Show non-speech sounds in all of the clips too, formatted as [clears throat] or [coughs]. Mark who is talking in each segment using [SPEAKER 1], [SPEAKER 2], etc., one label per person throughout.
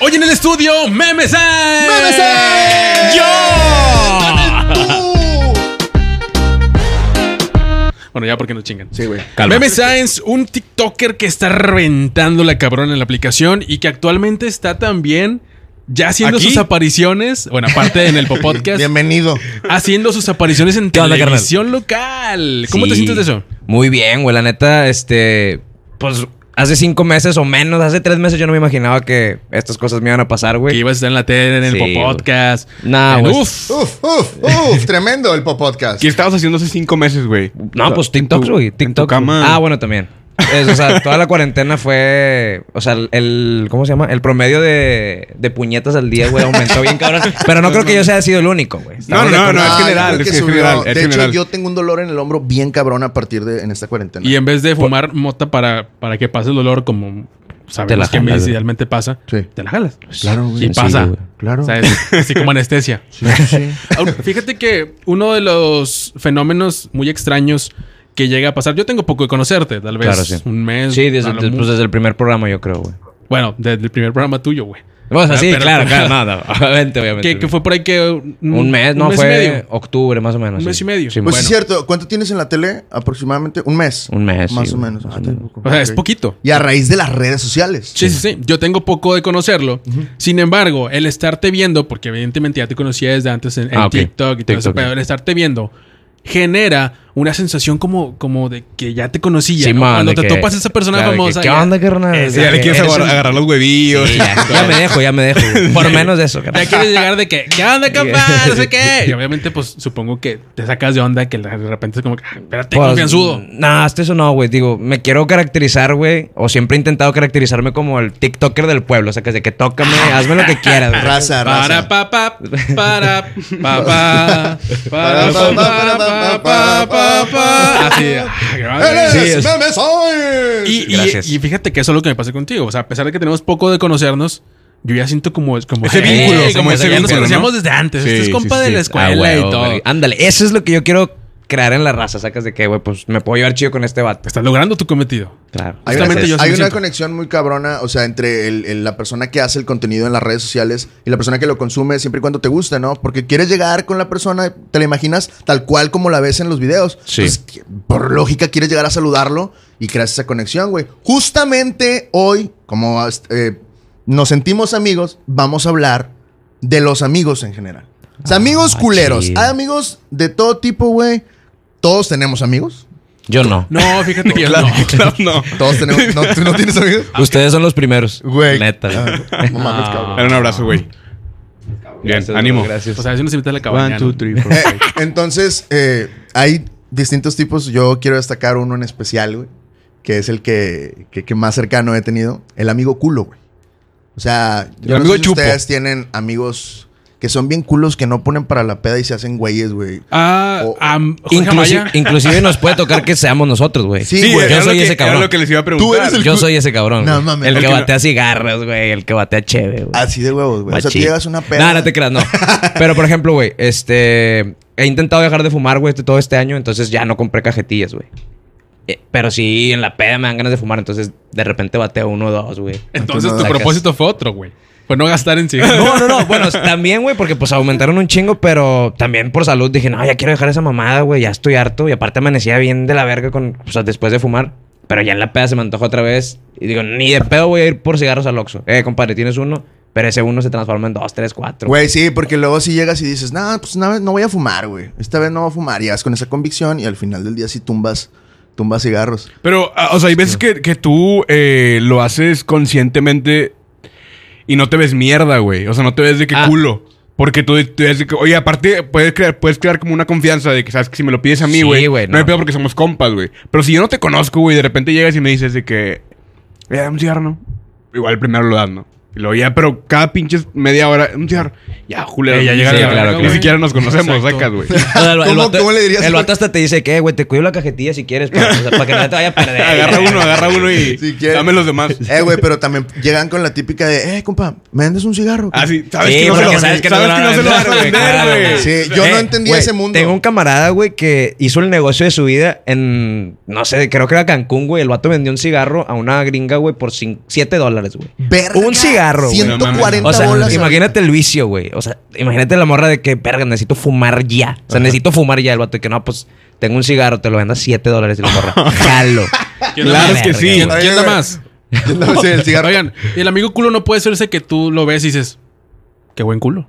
[SPEAKER 1] Hoy en el estudio, Memes
[SPEAKER 2] ¡Memes!
[SPEAKER 1] ¡Yo! Bueno, ya porque no chingan.
[SPEAKER 2] Sí, güey.
[SPEAKER 3] Calma.
[SPEAKER 1] Meme Science, un TikToker que está reventando la cabrón en la aplicación y que actualmente está también ya haciendo
[SPEAKER 3] ¿Aquí?
[SPEAKER 1] sus apariciones, bueno, aparte en el
[SPEAKER 3] [laughs]
[SPEAKER 1] podcast,
[SPEAKER 2] Bienvenido.
[SPEAKER 1] haciendo sus apariciones en
[SPEAKER 3] ¿Qué onda, carnal?
[SPEAKER 1] televisión local. ¿Cómo te
[SPEAKER 3] Sí.
[SPEAKER 1] sientes de eso?
[SPEAKER 3] Muy bien, güey. La neta, este. Pues hace cinco meses o menos, hace tres meses yo no me imaginaba que estas cosas me iban a pasar,
[SPEAKER 1] Que
[SPEAKER 3] güey.
[SPEAKER 1] ibas a estar en la tele, en el
[SPEAKER 3] Sí,
[SPEAKER 1] podcast.
[SPEAKER 3] Nah,
[SPEAKER 1] en-
[SPEAKER 3] güey.
[SPEAKER 1] Uf.
[SPEAKER 2] Uf, uf, uf. Tremendo el podcast.
[SPEAKER 4] ¿Qué estabas haciendo hace cinco meses, güey?
[SPEAKER 3] No, pues
[SPEAKER 4] En
[SPEAKER 3] TikTok,
[SPEAKER 4] tu-
[SPEAKER 3] güey.
[SPEAKER 4] en
[SPEAKER 3] TikTok.
[SPEAKER 4] tu cama.
[SPEAKER 3] Ah, bueno, también. Es, o sea, toda la cuarentena fue. O sea, el. ¿Cómo se llama? El promedio de, de puñetas al día, güey, aumentó bien, cabrón. Pero no creo que yo sea sido el único, güey.
[SPEAKER 4] No, no, no, no, es
[SPEAKER 2] Ah, yo
[SPEAKER 4] general,
[SPEAKER 2] creo
[SPEAKER 4] es
[SPEAKER 2] que
[SPEAKER 4] que es
[SPEAKER 2] subió.
[SPEAKER 4] general.
[SPEAKER 2] De
[SPEAKER 4] Es
[SPEAKER 2] hecho,
[SPEAKER 4] general.
[SPEAKER 2] yo tengo un dolor en el hombro bien cabrón a partir de en esta cuarentena.
[SPEAKER 1] Y en vez de fumar mota para, para que pase el dolor, como sabemos
[SPEAKER 3] la
[SPEAKER 1] que
[SPEAKER 3] jalas, güey.
[SPEAKER 1] idealmente pasa,
[SPEAKER 2] Sí.
[SPEAKER 1] te la jalas.
[SPEAKER 2] Claro, güey.
[SPEAKER 1] Y
[SPEAKER 3] Sí,
[SPEAKER 1] pasa.
[SPEAKER 3] Ah, güey.
[SPEAKER 2] Claro.
[SPEAKER 1] O sea, es así como anestesia.
[SPEAKER 2] [laughs] Sí.
[SPEAKER 1] Ahora, Fíjate que uno de los fenómenos muy extraños que llega a pasar, yo tengo poco de conocerte, tal vez
[SPEAKER 3] Claro, sí.
[SPEAKER 1] un mes.
[SPEAKER 3] Sí, desde,
[SPEAKER 1] a lo
[SPEAKER 3] desde- pues,
[SPEAKER 1] mucho.
[SPEAKER 3] desde el primer programa, yo creo, güey.
[SPEAKER 1] Bueno, desde el primer programa tuyo, güey.
[SPEAKER 3] O sea,
[SPEAKER 1] Ah,
[SPEAKER 3] sí,
[SPEAKER 1] pero-
[SPEAKER 3] claro, claro. No, no, obviamente, obviamente.
[SPEAKER 1] Que, que fue por ahí que... Un,
[SPEAKER 3] Un mes, no,
[SPEAKER 1] Mm, un
[SPEAKER 3] fue
[SPEAKER 1] y medio.
[SPEAKER 3] octubre más o menos.
[SPEAKER 1] Un mes y medio.
[SPEAKER 3] Sí,
[SPEAKER 2] Pues
[SPEAKER 1] Bueno.
[SPEAKER 2] es cierto, ¿cuánto tienes en la tele? Aproximadamente un mes.
[SPEAKER 3] Un mes,
[SPEAKER 2] Más
[SPEAKER 3] sí,
[SPEAKER 2] o
[SPEAKER 3] güey.
[SPEAKER 2] menos. Ah,
[SPEAKER 3] Sí.
[SPEAKER 2] tampoco.
[SPEAKER 1] O sea, es
[SPEAKER 2] Ok.
[SPEAKER 1] poquito.
[SPEAKER 2] Y a raíz de las redes sociales.
[SPEAKER 1] Sí, sí, sí. Yo tengo poco de conocerlo. Sin embargo, el estarte viendo, porque evidentemente ya te conocía desde antes en, en
[SPEAKER 3] Ah, ok.
[SPEAKER 1] TikTok y todo eso,
[SPEAKER 3] TikTok.
[SPEAKER 1] pero el estarte viendo genera una sensación como, como de que ya te conocía.
[SPEAKER 3] Sí,
[SPEAKER 1] ¿no?
[SPEAKER 3] man,
[SPEAKER 1] Cuando
[SPEAKER 3] de
[SPEAKER 1] te
[SPEAKER 3] que-
[SPEAKER 1] topas a esa persona
[SPEAKER 3] claro, de que,
[SPEAKER 1] famosa.
[SPEAKER 3] ¿Qué
[SPEAKER 1] ya-
[SPEAKER 3] onda, carnal?
[SPEAKER 1] Es-
[SPEAKER 3] O sea,
[SPEAKER 4] Ya le quieres
[SPEAKER 3] eres
[SPEAKER 4] agarrar,
[SPEAKER 3] un-
[SPEAKER 4] agarrar los huevillos.
[SPEAKER 3] Sí, ya, ya me dejo, ya me
[SPEAKER 1] [laughs]
[SPEAKER 3] dejo. güey. Por menos de eso,
[SPEAKER 1] Ya
[SPEAKER 3] carnal.
[SPEAKER 1] quieres llegar de que, ¿qué
[SPEAKER 3] [laughs]
[SPEAKER 1] onda, compa? No sé qué. Y obviamente, pues supongo que te sacas de onda que de repente es como, que, "Ah, espérate,
[SPEAKER 3] Pues,
[SPEAKER 1] confianzudo.
[SPEAKER 3] Nah, hasta eso no, güey. Digo, me quiero caracterizar, güey. O siempre he intentado caracterizarme como el TikToker del pueblo. O sea, que de que tócame, hazme
[SPEAKER 1] [laughs]
[SPEAKER 3] lo que quieras. güey.
[SPEAKER 2] Raza,
[SPEAKER 1] Para
[SPEAKER 2] raza.
[SPEAKER 1] pa pa para pa pa
[SPEAKER 3] [laughs]
[SPEAKER 1] para pa pa pa pa pa pa Así. ah, qué madre.
[SPEAKER 2] ¡Eres
[SPEAKER 3] es-
[SPEAKER 2] Meme Science!
[SPEAKER 4] Pues,
[SPEAKER 1] Y, y,
[SPEAKER 3] Gracias.
[SPEAKER 1] y fíjate que eso es lo que me pasa contigo. O sea, a pesar de que tenemos poco de conocernos, yo ya siento como, como
[SPEAKER 4] Ese vínculo,
[SPEAKER 1] como
[SPEAKER 4] como
[SPEAKER 1] ese vínculo. Nos
[SPEAKER 4] ese vínculo, ¿no?
[SPEAKER 1] conocíamos desde antes.
[SPEAKER 4] Sí,
[SPEAKER 1] este es
[SPEAKER 4] sí,
[SPEAKER 1] compa
[SPEAKER 4] sí,
[SPEAKER 1] de
[SPEAKER 4] sí.
[SPEAKER 1] la
[SPEAKER 4] Ah,
[SPEAKER 1] escuela
[SPEAKER 3] Ah,
[SPEAKER 1] y
[SPEAKER 3] güey,
[SPEAKER 1] todo.
[SPEAKER 3] güey. Ándale, eso es lo que yo quiero crear en la raza. Sacas de que, güey, pues me puedo llevar chido con este vato.
[SPEAKER 1] Estás logrando tu cometido.
[SPEAKER 3] Claro.
[SPEAKER 2] Hay,
[SPEAKER 1] Justamente
[SPEAKER 2] una,
[SPEAKER 1] Pues, yo sí
[SPEAKER 2] hay una
[SPEAKER 1] me siento.
[SPEAKER 2] conexión muy cabrona, o sea, entre el- el- la persona que hace el contenido en las redes sociales y la persona que lo consume siempre y cuando te guste, ¿no? Porque quieres llegar con la persona, te la imaginas tal cual como la ves en los videos.
[SPEAKER 3] Sí.
[SPEAKER 2] Entonces, que- por lógica, quieres llegar a saludarlo y creas esa conexión, güey. Justamente hoy, como eh, nos sentimos amigos, vamos a hablar de los amigos en general. O sea, amigos
[SPEAKER 3] Ah,
[SPEAKER 2] culeros.
[SPEAKER 3] chido.
[SPEAKER 2] Hay amigos de todo tipo, güey. Todos tenemos amigos.
[SPEAKER 1] [laughs]
[SPEAKER 3] Yo no.
[SPEAKER 1] No, fíjate que yo
[SPEAKER 4] Claro,
[SPEAKER 1] no.
[SPEAKER 4] claro, [laughs] no.
[SPEAKER 2] Todos tenemos. ¿No, ¿tú no tienes amigos?
[SPEAKER 3] Ustedes son los primeros.
[SPEAKER 2] Güey.
[SPEAKER 3] Neta. güey.
[SPEAKER 2] Ah, no mames, cabrón.
[SPEAKER 4] Era un abrazo, güey. Bien,
[SPEAKER 3] Gracias,
[SPEAKER 4] ánimo.
[SPEAKER 3] bro, Gracias.
[SPEAKER 1] O sea, a veces nos invita a la
[SPEAKER 4] One,
[SPEAKER 1] cabaña.
[SPEAKER 4] two,
[SPEAKER 1] ¿no?
[SPEAKER 4] three, four.
[SPEAKER 2] Eh, entonces, eh, hay distintos tipos. Yo quiero destacar uno en especial, güey. Que es el que, que- que más cercano he tenido. El amigo culo, güey. O sea, yo
[SPEAKER 4] El
[SPEAKER 2] no
[SPEAKER 4] amigo
[SPEAKER 2] sé si
[SPEAKER 4] chupo.
[SPEAKER 2] ustedes tienen amigos que son bien culos que no ponen para la peda y se hacen güeyes, güey.
[SPEAKER 1] Ah,
[SPEAKER 2] O-
[SPEAKER 1] am- Jorge
[SPEAKER 3] Inclusive,
[SPEAKER 4] eh,
[SPEAKER 1] Amaya.
[SPEAKER 3] inclusive nos puede tocar que seamos nosotros, güey.
[SPEAKER 2] Sí,
[SPEAKER 4] Sí,
[SPEAKER 2] güey.
[SPEAKER 4] era
[SPEAKER 3] yo soy
[SPEAKER 4] lo que-
[SPEAKER 3] ese cabrón.
[SPEAKER 4] Era lo que les iba a preguntar.
[SPEAKER 2] eres el-
[SPEAKER 3] Yo soy ese cabrón.
[SPEAKER 2] No,
[SPEAKER 3] güey.
[SPEAKER 2] mames.
[SPEAKER 3] El
[SPEAKER 2] El
[SPEAKER 3] que
[SPEAKER 4] que no-
[SPEAKER 3] batea cigarros, güey. El que batea chévere, güey.
[SPEAKER 2] Así de huevos, güey. O sea, tú
[SPEAKER 3] Machín.
[SPEAKER 2] llegas a una peda.
[SPEAKER 3] No, no
[SPEAKER 2] [laughs]
[SPEAKER 3] te creas, no. Pero, por ejemplo, güey, este... He intentado dejar de fumar, güey, este- todo este año. Entonces, ya no compré cajetillas, güey. Eh, Pero sí, en la peda me dan ganas de fumar. Entonces, de repente bateo uno o dos, güey.
[SPEAKER 1] Entonces
[SPEAKER 2] no
[SPEAKER 1] tu
[SPEAKER 3] sacas.
[SPEAKER 1] propósito fue otro, güey. Fue no gastar en sí.
[SPEAKER 3] No,
[SPEAKER 1] [laughs]
[SPEAKER 3] no, no.
[SPEAKER 2] [laughs]
[SPEAKER 3] Bueno, también, güey, porque pues aumentaron un chingo, pero también por salud dije, no, ya quiero dejar esa mamada, güey, ya estoy harto. Y aparte amanecía bien de la verga con, o sea, después de fumar. Pero ya en la peda se me antojó otra vez. Y digo, ni de pedo voy a ir por cigarros al Oxxo. Eh, compadre, tienes uno, pero ese uno se transforma en dos, tres, cuatro.
[SPEAKER 2] Güey, sí, porque luego si llegas y dices, no, pues no, no voy a fumar, güey. Esta vez no voy a fumar. Y vas con esa convicción y al final del día sí tumbas, tumbas
[SPEAKER 4] [laughs]
[SPEAKER 2] cigarros.
[SPEAKER 4] Pero, ah, o sea, hay veces que, que tú eh, lo haces conscientemente y no te ves mierda, güey. O sea, no te ves de qué
[SPEAKER 3] Ah.
[SPEAKER 4] culo. Porque tú, tú ves de que, oye, aparte puedes crear, puedes crear como una confianza de que, sabes, que si me lo pides a mí,
[SPEAKER 3] Sí,
[SPEAKER 4] güey,
[SPEAKER 3] güey,
[SPEAKER 4] no.
[SPEAKER 3] no.
[SPEAKER 4] me pedo porque somos compas, güey. Pero si yo no te conozco, güey, de repente llegas y me dices de que, eh, dame un cigarro, ¿no? Igual primero lo das, ¿no? Y luego ya, pero cada pinche media hora, un cigarro. Ya, Julio.
[SPEAKER 5] Eh, ya llega
[SPEAKER 4] ni
[SPEAKER 5] la
[SPEAKER 4] siquiera-
[SPEAKER 5] verga,
[SPEAKER 4] Ni
[SPEAKER 5] güey.
[SPEAKER 4] siquiera nos conocemos,
[SPEAKER 5] Exacto.
[SPEAKER 3] [laughs]
[SPEAKER 4] sacas, güey.
[SPEAKER 3] O sea, el, el
[SPEAKER 2] ¿Cómo-
[SPEAKER 3] vato,
[SPEAKER 2] cómo le dirías,
[SPEAKER 3] el
[SPEAKER 2] güey?
[SPEAKER 3] vato hasta te dice que, güey, te cuido la cajetilla si quieres, para, o sea, para que no te vaya a
[SPEAKER 2] [laughs]
[SPEAKER 3] perder.
[SPEAKER 4] agarra uno, agarra uno y
[SPEAKER 2] Si quieres.
[SPEAKER 4] dame los demás.
[SPEAKER 2] [laughs] Eh, güey, pero también llegan con la típica de, eh, compa, ¿me vendes un cigarro?
[SPEAKER 4] Ah, sí, sabes
[SPEAKER 3] Sí,
[SPEAKER 4] que no se
[SPEAKER 3] porque
[SPEAKER 4] lo,
[SPEAKER 3] sabes
[SPEAKER 4] sabes
[SPEAKER 3] que
[SPEAKER 4] que
[SPEAKER 3] no
[SPEAKER 4] sabes
[SPEAKER 3] lo
[SPEAKER 4] que no se lo vas a vender,
[SPEAKER 3] claro,
[SPEAKER 4] güey.
[SPEAKER 3] güey.
[SPEAKER 2] Sí, yo no entendía
[SPEAKER 3] güey,
[SPEAKER 2] ese mundo.
[SPEAKER 3] Tengo un camarada, güey, que hizo el negocio de su vida en, no sé, creo que era Cancún, güey. El vato vendió un cigarro a una gringa, güey, por 7 dólares, güey.
[SPEAKER 2] Verga,
[SPEAKER 3] Un cigarro, güey.
[SPEAKER 2] 140
[SPEAKER 3] O sea,
[SPEAKER 2] bolas.
[SPEAKER 3] imagínate el vicio, güey. O sea, imagínate la morra de que, verga, necesito fumar ya. O sea, necesito fumar ya. El vato de que, no, pues, tengo un cigarro, te lo vendo a 7 dólares y la
[SPEAKER 4] [laughs]
[SPEAKER 3] morra. Jalo.
[SPEAKER 4] Claro es que
[SPEAKER 3] Verga,
[SPEAKER 4] sí.
[SPEAKER 3] güey.
[SPEAKER 5] ¿Quién,
[SPEAKER 2] Oye,
[SPEAKER 5] quién da
[SPEAKER 2] güey.
[SPEAKER 5] más?
[SPEAKER 2] [laughs] No, sí, el cigarro.
[SPEAKER 5] Oigan, y el amigo culo no puede ser ese que tú lo ves y dices, qué
[SPEAKER 4] [laughs]
[SPEAKER 5] buen culo.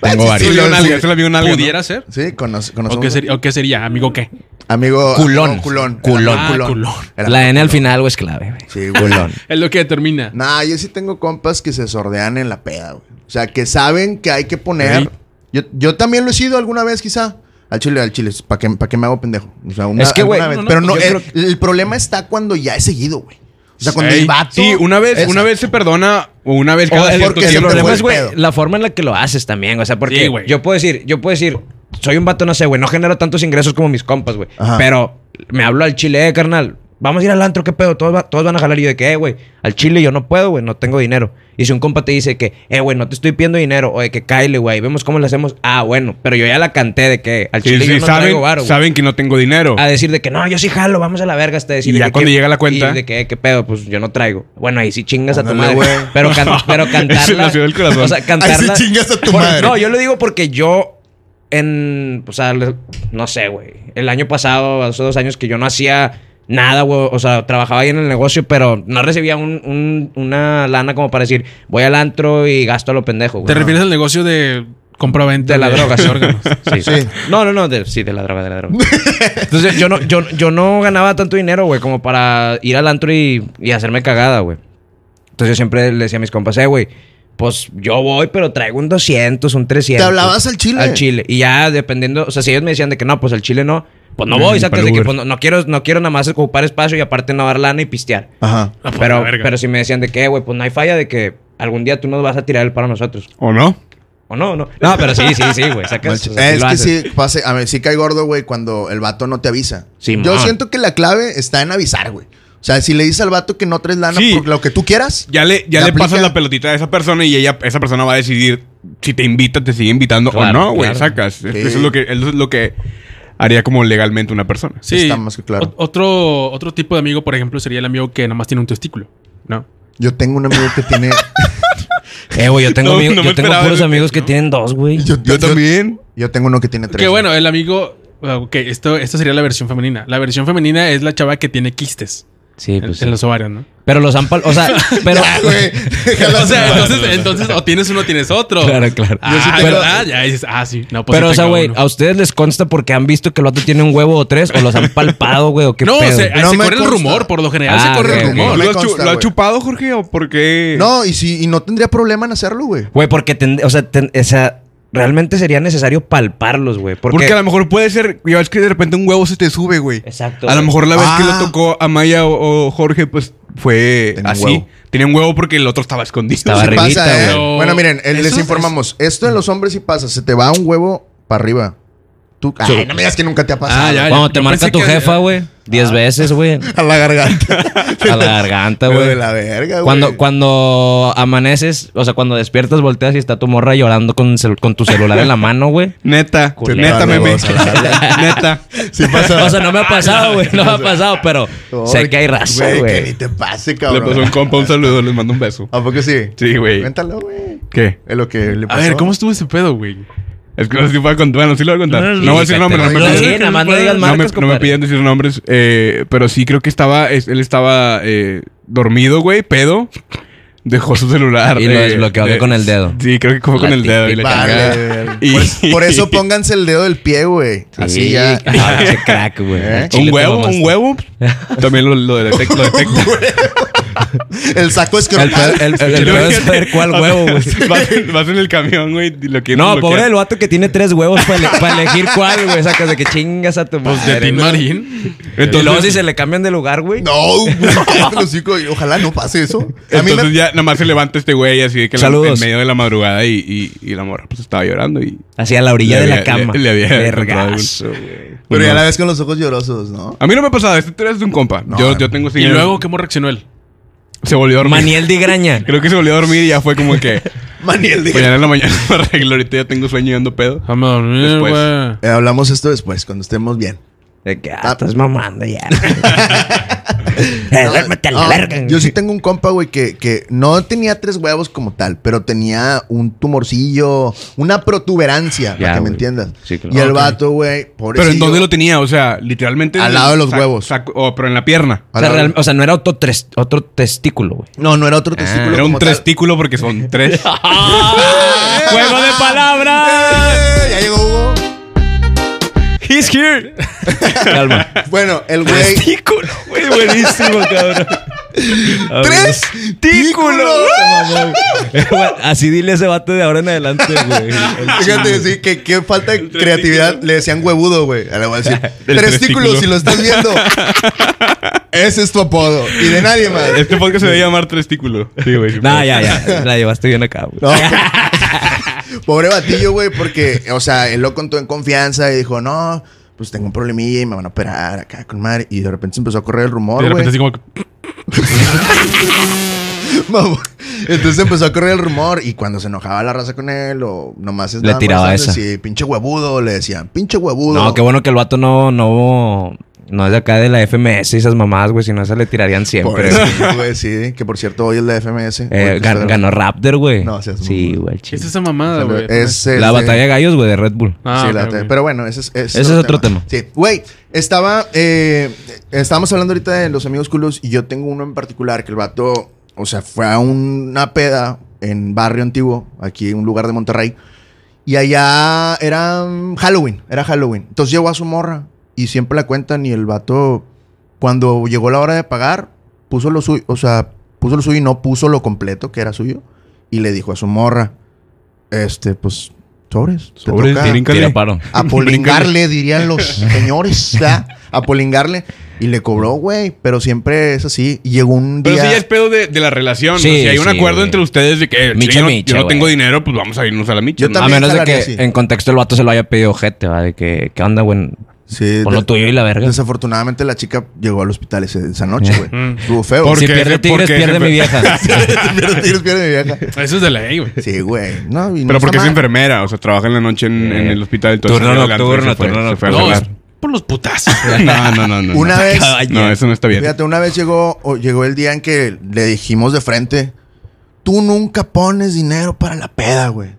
[SPEAKER 4] Tengo
[SPEAKER 2] Sí,
[SPEAKER 4] varios.
[SPEAKER 2] sí,
[SPEAKER 4] Es el amigo
[SPEAKER 2] sí.
[SPEAKER 4] nalga, es el amigo nalga, ¿no?
[SPEAKER 5] ¿Pudiera ser?
[SPEAKER 2] Sí, conoce-
[SPEAKER 5] ¿O
[SPEAKER 2] conocemos.
[SPEAKER 5] qué, sería- o qué sería? ¿Amigo qué?
[SPEAKER 2] Amigo.
[SPEAKER 3] Culón.
[SPEAKER 2] amigo Culón.
[SPEAKER 3] Culón.
[SPEAKER 2] Era
[SPEAKER 5] Ah,
[SPEAKER 2] culón.
[SPEAKER 5] culón.
[SPEAKER 2] Era-
[SPEAKER 3] La e- N al final, güey, es clave, güey.
[SPEAKER 2] Sí, culón.
[SPEAKER 5] Es lo que determina.
[SPEAKER 2] Nah, yo sí tengo compas que se sordean en la peda, güey. O sea, que saben que hay que poner.
[SPEAKER 5] Sí.
[SPEAKER 2] Yo, yo también lo he sido alguna vez, quizá. Al chile, al chile. ¿Para qué, pa' qué me hago pendejo? O sea, una,
[SPEAKER 3] Es que, güey,
[SPEAKER 2] alguna
[SPEAKER 5] no,
[SPEAKER 2] vez.
[SPEAKER 5] no,
[SPEAKER 2] Pero no,
[SPEAKER 5] yo
[SPEAKER 2] el,
[SPEAKER 5] creo
[SPEAKER 2] el problema está cuando ya es seguido, güey. O sea, cuando
[SPEAKER 4] Ey,
[SPEAKER 2] el vato.
[SPEAKER 4] Sí, una vez,
[SPEAKER 2] es-
[SPEAKER 4] una vez se perdona, o una vez
[SPEAKER 3] O
[SPEAKER 4] cada
[SPEAKER 3] el-
[SPEAKER 4] cierto
[SPEAKER 2] porque se
[SPEAKER 4] tiempo.
[SPEAKER 2] te
[SPEAKER 3] problema
[SPEAKER 2] fue
[SPEAKER 3] es, güey,
[SPEAKER 2] el pedo.
[SPEAKER 3] la forma en la que lo haces también. O sea, porque
[SPEAKER 5] Sí, güey.
[SPEAKER 3] yo puedo decir, yo puedo decir, soy un vato, no sé, güey, no genero tantos ingresos como mis compas, güey.
[SPEAKER 2] Ajá.
[SPEAKER 3] Pero me hablo al chile, eh, carnal. Vamos a ir al antro, qué pedo. Todos, va- todos van a jalar. Y yo de que, eh, güey, al chile yo no puedo, güey, no tengo dinero. Y si un compa te dice que, eh, güey, no te estoy pidiendo dinero, o de que cáele, güey, vemos cómo le hacemos. Ah, bueno, pero yo ya la canté de que al
[SPEAKER 4] Sí,
[SPEAKER 3] chile
[SPEAKER 4] sí,
[SPEAKER 3] yo no
[SPEAKER 4] saben,
[SPEAKER 3] traigo varo, güey.
[SPEAKER 4] saben que no tengo dinero.
[SPEAKER 3] A decir de que no, yo sí jalo, vamos a la verga hasta decir.
[SPEAKER 4] Y
[SPEAKER 3] de
[SPEAKER 4] ya
[SPEAKER 3] que,
[SPEAKER 4] cuando
[SPEAKER 3] ¿qué-
[SPEAKER 4] llega la cuenta?
[SPEAKER 3] Y de que, ¿qué pedo? Pues yo no traigo. Bueno, ahí sí chingas a tu
[SPEAKER 2] Ándale,
[SPEAKER 3] madre.
[SPEAKER 2] güey.
[SPEAKER 3] Pero, can-
[SPEAKER 4] [laughs]
[SPEAKER 3] pero cantarla.
[SPEAKER 4] Ese nació del corazón.
[SPEAKER 3] O sea, cantarla.
[SPEAKER 2] Ahí sí chingas a tu
[SPEAKER 3] Por-
[SPEAKER 2] madre.
[SPEAKER 3] No, yo lo digo porque yo. En. O sea, le- no sé, güey. El año pasado, hace dos años que yo no hacía. Nada, güey. O sea, trabajaba ahí en el negocio, pero no recibía un- un- una lana como para decir, voy al antro y gasto a lo pendejo, güey.
[SPEAKER 5] ¿Te
[SPEAKER 3] No.
[SPEAKER 5] refieres al negocio de compra-venta
[SPEAKER 3] De la droga,
[SPEAKER 5] de
[SPEAKER 3] sí. [laughs]
[SPEAKER 5] órganos? [laughs]
[SPEAKER 3] Sí. No, no, no, de- sí, de la droga, de la droga. Entonces yo no, yo, yo no ganaba tanto dinero, güey, como para ir al antro y, y hacerme cagada, güey. Entonces yo siempre le decía a mis compas, eh, güey, pues yo voy, pero traigo un 200, un 300.
[SPEAKER 2] ¿Te hablabas al chile?
[SPEAKER 3] Al chile. Y ya dependiendo, o sea, si ellos me decían de que no, pues al chile no, pues no
[SPEAKER 4] Mm,
[SPEAKER 3] voy, sacas
[SPEAKER 4] para
[SPEAKER 3] de que
[SPEAKER 4] Uber.
[SPEAKER 3] pues, no, no quiero, no quiero nada más ocupar espacio y aparte no dar lana y pistear.
[SPEAKER 2] Ajá.
[SPEAKER 5] Ah, pues, la
[SPEAKER 3] Pero,
[SPEAKER 5] verga.
[SPEAKER 3] pero si me decían de que, eh, güey, pues no hay falla de que algún día tú nos vas a tirar el paro a nosotros.
[SPEAKER 4] ¿O no?
[SPEAKER 3] ¿O no? No, no pero sí, sí, sí, güey.
[SPEAKER 2] [laughs]
[SPEAKER 3] Sacas, o sea,
[SPEAKER 2] Eh, es
[SPEAKER 3] lo
[SPEAKER 2] que
[SPEAKER 3] haces.
[SPEAKER 2] sí, pase, a ver, sí cae gordo, güey, cuando el vato no te avisa.
[SPEAKER 3] Simón.
[SPEAKER 2] Yo siento que la clave está en avisar, güey. O sea, si le dices al vato que no traes lana
[SPEAKER 4] Sí.
[SPEAKER 2] por lo que tú quieras,
[SPEAKER 4] Ya le, ya
[SPEAKER 2] ¿La
[SPEAKER 4] le
[SPEAKER 2] aplica?
[SPEAKER 4] pasas la pelotita a esa persona y ella, esa persona va a decidir si te invita, te sigue invitando o
[SPEAKER 3] Claro,
[SPEAKER 4] no, güey.
[SPEAKER 3] claro.
[SPEAKER 4] Sacas. Eso es lo que, eso es lo que haría como legalmente una persona.
[SPEAKER 5] Sí.
[SPEAKER 2] Está más que claro.
[SPEAKER 5] Ot- Otro, otro tipo de amigo, por ejemplo, sería el amigo que nomás tiene un testículo. ¿No?
[SPEAKER 2] yo tengo un amigo que tiene.
[SPEAKER 3] Eh, güey, yo tengo,
[SPEAKER 4] No,
[SPEAKER 3] amigos,
[SPEAKER 4] no me
[SPEAKER 3] yo tengo
[SPEAKER 4] esperaba
[SPEAKER 3] puros
[SPEAKER 4] eso,
[SPEAKER 3] amigos que
[SPEAKER 4] ¿no?
[SPEAKER 3] tienen dos, güey.
[SPEAKER 2] yo,
[SPEAKER 4] Yo
[SPEAKER 2] yo-
[SPEAKER 4] también.
[SPEAKER 2] yo tengo uno que tiene tres.
[SPEAKER 5] Que
[SPEAKER 2] güey.
[SPEAKER 5] bueno, el amigo. ah, Ok, esto, esta sería la versión femenina. La versión femenina es la chava que tiene quistes
[SPEAKER 3] Sí,
[SPEAKER 5] en,
[SPEAKER 3] pues.
[SPEAKER 5] en
[SPEAKER 3] sí.
[SPEAKER 5] los
[SPEAKER 3] [laughs]
[SPEAKER 5] ovarios, ¿no?
[SPEAKER 3] Pero los han pal- O sea, pero.
[SPEAKER 2] [laughs] Ya, güey.
[SPEAKER 3] [laughs]
[SPEAKER 2] Déjala
[SPEAKER 5] [laughs] o sea,
[SPEAKER 2] ser.
[SPEAKER 5] entonces,
[SPEAKER 3] eh,
[SPEAKER 1] Pues
[SPEAKER 5] entonces o tienes uno o tienes otro.
[SPEAKER 3] Claro, claro.
[SPEAKER 5] Ah,
[SPEAKER 3] Yo sí tengo-
[SPEAKER 5] ¿verdad? Ya dices, ah, sí. No, pues
[SPEAKER 3] pero, o
[SPEAKER 5] sí
[SPEAKER 3] sea,
[SPEAKER 5] tengo
[SPEAKER 3] güey, ah,
[SPEAKER 5] uno.
[SPEAKER 3] ¿a ustedes les consta porque han visto que el otro tiene un huevo o tres? ¿O los han palpado,
[SPEAKER 1] [laughs]
[SPEAKER 3] güey? ¿O qué
[SPEAKER 5] No,
[SPEAKER 3] pedo?
[SPEAKER 5] se,
[SPEAKER 1] eh.
[SPEAKER 2] No
[SPEAKER 5] se
[SPEAKER 2] me
[SPEAKER 5] corre el
[SPEAKER 2] consta.
[SPEAKER 5] rumor. Por lo general
[SPEAKER 3] Ah,
[SPEAKER 5] se corre
[SPEAKER 3] ok,
[SPEAKER 5] el
[SPEAKER 3] ok.
[SPEAKER 5] rumor.
[SPEAKER 2] me
[SPEAKER 4] ¿Lo, ha chu-
[SPEAKER 2] consta,
[SPEAKER 4] lo ha
[SPEAKER 2] güey.
[SPEAKER 4] chupado, Jorge? ¿O por qué?
[SPEAKER 2] No, y, si, y no tendría problema en hacerlo, güey.
[SPEAKER 3] Güey, porque. ten- o, sea, ten- o sea, realmente sería necesario palparlos, güey. Porque.
[SPEAKER 4] Porque, a lo mejor puede ser, ya ves que de repente un huevo se te sube, güey.
[SPEAKER 3] Exacto,
[SPEAKER 4] A lo
[SPEAKER 3] güey.
[SPEAKER 4] mejor la vez que
[SPEAKER 2] Ah.
[SPEAKER 4] le tocó a Maya o, o Jorge, pues fue
[SPEAKER 2] Tenía un
[SPEAKER 4] así.
[SPEAKER 2] huevo.
[SPEAKER 4] Tenía un huevo porque el otro estaba escondido.
[SPEAKER 3] Estaba arriba. Arribita,
[SPEAKER 2] pasa, ¿eh?
[SPEAKER 5] güey.
[SPEAKER 2] Bueno, miren, eh,
[SPEAKER 5] Eso
[SPEAKER 2] les
[SPEAKER 5] es-
[SPEAKER 2] informamos. Esto en los hombres sí pasa. Se te va un huevo para arriba. Tú, ay, no me digas que nunca te ha pasado.
[SPEAKER 5] Ah, ya,
[SPEAKER 3] Cuando
[SPEAKER 5] yo-
[SPEAKER 3] te
[SPEAKER 5] yo
[SPEAKER 3] marca
[SPEAKER 5] pensé
[SPEAKER 3] tu
[SPEAKER 5] que-
[SPEAKER 3] jefa, güey. Diez veces, güey.
[SPEAKER 2] [laughs] A la garganta.
[SPEAKER 3] A
[SPEAKER 2] [laughs]
[SPEAKER 3] la garganta,
[SPEAKER 2] Pero de
[SPEAKER 3] güey.
[SPEAKER 2] la verga, güey.
[SPEAKER 3] Cuando, cuando amaneces, o sea, cuando despiertas, volteas y está tu morra llorando con, cel- con tu celular en la mano, güey.
[SPEAKER 4] [laughs] Neta,
[SPEAKER 3] Culero,
[SPEAKER 4] neta,
[SPEAKER 2] güey,
[SPEAKER 3] [laughs]
[SPEAKER 4] meme.
[SPEAKER 2] vas a la-
[SPEAKER 4] neta.
[SPEAKER 2] Sí pasa.
[SPEAKER 3] O sea, no me ha pasado, güey. No me ha pasado, pero sé que hay raza,
[SPEAKER 2] Que ni
[SPEAKER 3] güey.
[SPEAKER 2] te pase,
[SPEAKER 4] Le
[SPEAKER 2] cabrón. Ah,
[SPEAKER 4] pasó un compa un saludo, les mando un beso.
[SPEAKER 2] ¿A poco sí?
[SPEAKER 4] Sí, güey.
[SPEAKER 2] Cuéntalo, güey.
[SPEAKER 4] ¿Qué?
[SPEAKER 2] Es lo que le
[SPEAKER 5] A
[SPEAKER 2] pasó.
[SPEAKER 5] ver, ¿cómo estuvo ese pedo, güey?
[SPEAKER 4] Es que no sé si puedo contar. Bueno, sí lo voy a contar. No, voy a decir nombres. No me,
[SPEAKER 3] No,
[SPEAKER 4] pidan-
[SPEAKER 3] sí, nada más no digas
[SPEAKER 4] no
[SPEAKER 3] marcas,
[SPEAKER 4] me- no me
[SPEAKER 3] compadre.
[SPEAKER 4] pidan decir nombres. eh, pero sí creo que estaba... es- él estaba eh, dormido, güey, pedo. Dejó su celular.
[SPEAKER 3] Y lo
[SPEAKER 4] eh,
[SPEAKER 3] desbloqueó
[SPEAKER 4] de-
[SPEAKER 3] con el dedo.
[SPEAKER 4] Sí, creo que fue con
[SPEAKER 3] La
[SPEAKER 4] el dedo. Y
[SPEAKER 3] típica.
[SPEAKER 4] la
[SPEAKER 2] Vale,
[SPEAKER 4] chingada.
[SPEAKER 2] verga.
[SPEAKER 4] Y-
[SPEAKER 2] Por- Por eso pónganse el dedo del pie, güey. Así
[SPEAKER 3] [laughs]
[SPEAKER 2] ya.
[SPEAKER 3] Ah, pinche crack, güey.
[SPEAKER 2] ¿Eh?
[SPEAKER 3] Al chile
[SPEAKER 4] [laughs] Un
[SPEAKER 3] te
[SPEAKER 4] huevo,
[SPEAKER 3] mamaste.
[SPEAKER 4] un huevo. También lo, lo detecto. Lo detecto.
[SPEAKER 2] El saco es
[SPEAKER 3] [laughs] El pedo, el- el- el pedo es saber cuál
[SPEAKER 4] [laughs]
[SPEAKER 3] huevo, güey.
[SPEAKER 4] Vas, en- vas en el camión, güey, y lo quieres
[SPEAKER 3] No,
[SPEAKER 4] bloquear.
[SPEAKER 3] pobre el vato que tiene tres huevos para elegir cuál, güey. Sacas de que chingas a tu
[SPEAKER 5] Pues de
[SPEAKER 3] madre,
[SPEAKER 5] Tin
[SPEAKER 3] ¿no?
[SPEAKER 5] Marín.
[SPEAKER 3] y luego
[SPEAKER 4] Entonces,
[SPEAKER 3] si se le cambian de lugar, güey.
[SPEAKER 2] No, güey, cállate el hocico, y ojalá no pase eso. A mí
[SPEAKER 4] entonces
[SPEAKER 2] me...
[SPEAKER 4] ya nomás se levanta este güey así de que la- en
[SPEAKER 3] Saludos.
[SPEAKER 4] medio de la madrugada y, y, y la morra pues estaba llorando y...
[SPEAKER 3] Así a la orilla
[SPEAKER 4] Le
[SPEAKER 3] de la
[SPEAKER 4] había-
[SPEAKER 3] cama.
[SPEAKER 4] le- le había encontrado un-
[SPEAKER 3] Vergazo, güey.
[SPEAKER 4] pues
[SPEAKER 2] Pero ya la ves con los ojos llorosos,
[SPEAKER 4] [laughs]
[SPEAKER 2] ¿no?
[SPEAKER 4] A mí no me ha pasado, este tú eres de un compa.
[SPEAKER 2] No,
[SPEAKER 4] yo, yo tengo
[SPEAKER 5] Y
[SPEAKER 4] señal-
[SPEAKER 5] luego, ¿cómo reaccionó él?
[SPEAKER 4] Se volvió a dormir.
[SPEAKER 3] Maniel de Graña.
[SPEAKER 4] Creo que se volvió a dormir y ya fue como que...
[SPEAKER 2] Maniel, dije.
[SPEAKER 4] mañana en Pues la mañana me arreglo, ahorita ya tengo sueño y ando pedo.
[SPEAKER 1] Ah,
[SPEAKER 5] Déjame dormir,
[SPEAKER 4] Después.
[SPEAKER 5] güey.
[SPEAKER 2] Eh, hablamos esto después, cuando estemos bien.
[SPEAKER 3] De que, ah, estás mamando
[SPEAKER 2] [laughs]
[SPEAKER 3] ya. Eh,
[SPEAKER 2] No,
[SPEAKER 3] Duérmete a la
[SPEAKER 2] no,
[SPEAKER 3] verga.
[SPEAKER 2] Yo sí tengo un compa, güey, que, que no tenía tres huevos como tal, pero tenía un tumorcillo, una protuberancia,
[SPEAKER 3] Ya,
[SPEAKER 2] para que me
[SPEAKER 3] güey.
[SPEAKER 2] entiendas.
[SPEAKER 3] Sí, claro.
[SPEAKER 2] Y el
[SPEAKER 5] Ok.
[SPEAKER 2] vato, güey, pobrecillo.
[SPEAKER 4] Pero ¿en dónde lo tenía? O sea, literalmente...
[SPEAKER 2] Al lado de los huevos.
[SPEAKER 4] saco- oh, pero en la pierna.
[SPEAKER 3] O sea, real- o sea, no era otro, tres- otro testículo, güey.
[SPEAKER 2] No, no era otro testículo.
[SPEAKER 4] Era un
[SPEAKER 2] como tal.
[SPEAKER 4] testículo porque son tres.
[SPEAKER 3] ¡Juego de palabras!
[SPEAKER 2] ¡Eh! Ya llegó Hugo.
[SPEAKER 3] ¡He's here! Calma.
[SPEAKER 2] Bueno, el güey.
[SPEAKER 3] Testículo,
[SPEAKER 2] [laughs]
[SPEAKER 3] güey. Buenísimo, cabrón.
[SPEAKER 2] ¡Tres testículos!
[SPEAKER 3] Así dile a ese vato de ahora en adelante, güey.
[SPEAKER 2] Fíjate, sí, que, que falta de creatividad. Le decían huevudo, güey. Ahora voy a decir,
[SPEAKER 3] [laughs]
[SPEAKER 4] El
[SPEAKER 2] tres
[SPEAKER 4] testículo".
[SPEAKER 2] testículos, si lo estás viendo. Ese es tu apodo. Y de nadie más.
[SPEAKER 4] Este podcast se debe llamar testículo. Sí, güey. sí,
[SPEAKER 3] No,
[SPEAKER 4] pues.
[SPEAKER 3] ya, ya. La llevaste bien acá, güey.
[SPEAKER 2] No. Pobre batillo, güey, porque, o sea, él lo contó en confianza y dijo, no, pues tengo un problemilla y me van a operar acá con madre. Y de repente se empezó a correr el
[SPEAKER 5] Y de
[SPEAKER 2] rumor,
[SPEAKER 5] repente
[SPEAKER 2] güey.
[SPEAKER 5] así como que...
[SPEAKER 2] Mamón. [laughs] Entonces empezó a correr el rumor y cuando se enojaba la raza con él o nomás
[SPEAKER 3] Le tiraba esa.
[SPEAKER 2] Sí, pinche huevudo, le decían, pinche huevudo.
[SPEAKER 3] No, qué bueno que el vato no, no, no es de acá de la FMS y esas mamás, güey. Si no, esas le tirarían siempre.
[SPEAKER 2] Pobre, sí, güey, sí, que por cierto hoy es la FMS. Hoy
[SPEAKER 3] [laughs] Eh,
[SPEAKER 2] empezó
[SPEAKER 3] gan-
[SPEAKER 2] la-
[SPEAKER 3] ganó Raptor, güey.
[SPEAKER 2] No, seas
[SPEAKER 3] Sí,
[SPEAKER 2] mamón.
[SPEAKER 3] güey.
[SPEAKER 5] ¿Qué
[SPEAKER 3] chido.
[SPEAKER 5] es esa
[SPEAKER 1] Ah,
[SPEAKER 5] mamada, güey?
[SPEAKER 2] Es,
[SPEAKER 3] la
[SPEAKER 2] este,
[SPEAKER 3] batalla de gallos, güey, de Red Bull.
[SPEAKER 5] Ah,
[SPEAKER 2] sí, la
[SPEAKER 5] ok,
[SPEAKER 2] te-
[SPEAKER 5] ok.
[SPEAKER 2] pero bueno, ese es,
[SPEAKER 3] Ese es otro tema.
[SPEAKER 2] Sí, güey, estaba. eh, estábamos hablando ahorita de los amigos culos y yo tengo uno en particular que el vato, o sea, fue a una peda en barrio antiguo, aquí en un lugar de Monterrey. Y allá era mm, Halloween, era Halloween. Entonces llegó a su morra y siempre la cuentan y el vato, cuando llegó la hora de pagar, puso lo suyo, o sea, puso lo suyo y no puso lo completo que era suyo. Y le dijo a su morra, este, pues, sobres. te
[SPEAKER 4] Sobres,
[SPEAKER 2] toca-
[SPEAKER 4] tienen que- Tira
[SPEAKER 3] paro.
[SPEAKER 2] [laughs] Ah, Apolingarle, dirían los
[SPEAKER 4] [laughs]
[SPEAKER 2] señores. ¿verdad? Apolingarle. Y le cobró, güey. Pero siempre es así. Y llegó un
[SPEAKER 4] Pero
[SPEAKER 2] día.
[SPEAKER 4] sí ya es pedo de, de la relación.
[SPEAKER 3] Sí,
[SPEAKER 4] ¿no? Si hay un
[SPEAKER 3] sí,
[SPEAKER 4] acuerdo
[SPEAKER 3] güey.
[SPEAKER 4] entre ustedes de que eh,
[SPEAKER 3] Micha,
[SPEAKER 4] yo, no-
[SPEAKER 3] micha,
[SPEAKER 4] yo no
[SPEAKER 3] güey.
[SPEAKER 4] tengo dinero, pues vamos a irnos a la micha.
[SPEAKER 2] Yo
[SPEAKER 4] ¿no?
[SPEAKER 3] A
[SPEAKER 2] también
[SPEAKER 3] menos de que
[SPEAKER 2] jalaría así.
[SPEAKER 3] en contexto el vato se lo haya pedido gente, ¿va? De que, ¿qué onda, güey?
[SPEAKER 2] Sí,
[SPEAKER 3] Por
[SPEAKER 2] de-
[SPEAKER 3] lo tuyo y la verga.
[SPEAKER 2] Desafortunadamente la chica llegó al hospital ese- esa
[SPEAKER 4] Eh.
[SPEAKER 2] noche, güey.
[SPEAKER 5] Mm.
[SPEAKER 2] Estuvo feo.
[SPEAKER 4] [laughs] Por-
[SPEAKER 3] Si
[SPEAKER 4] porque
[SPEAKER 3] pierde
[SPEAKER 4] ese-
[SPEAKER 3] Tigres,
[SPEAKER 4] porque
[SPEAKER 3] pierde
[SPEAKER 4] ese-
[SPEAKER 3] mi
[SPEAKER 4] [laughs]
[SPEAKER 3] vieja.
[SPEAKER 2] Pierde [laughs] tigres, pierde mi vieja.
[SPEAKER 5] Eso es de ley, güey.
[SPEAKER 2] Sí, güey. No, y no
[SPEAKER 4] Pero
[SPEAKER 2] está
[SPEAKER 4] porque es
[SPEAKER 2] mal.
[SPEAKER 4] enfermera, o sea, trabaja en la noche en,
[SPEAKER 3] Eh,
[SPEAKER 4] en el hospital. entonces
[SPEAKER 3] turno
[SPEAKER 4] salió adelante y se
[SPEAKER 3] nocturno,
[SPEAKER 4] fue-
[SPEAKER 3] turno
[SPEAKER 4] se fue a
[SPEAKER 5] No, es
[SPEAKER 4] jalar.
[SPEAKER 5] por los putazos.
[SPEAKER 4] No, no, no, no.
[SPEAKER 2] Una
[SPEAKER 4] no.
[SPEAKER 2] vez.
[SPEAKER 4] No, eso no está bien.
[SPEAKER 2] Fíjate, una vez llegó, o llegó el día en que le dijimos de frente: Tú nunca pones dinero para la peda, güey.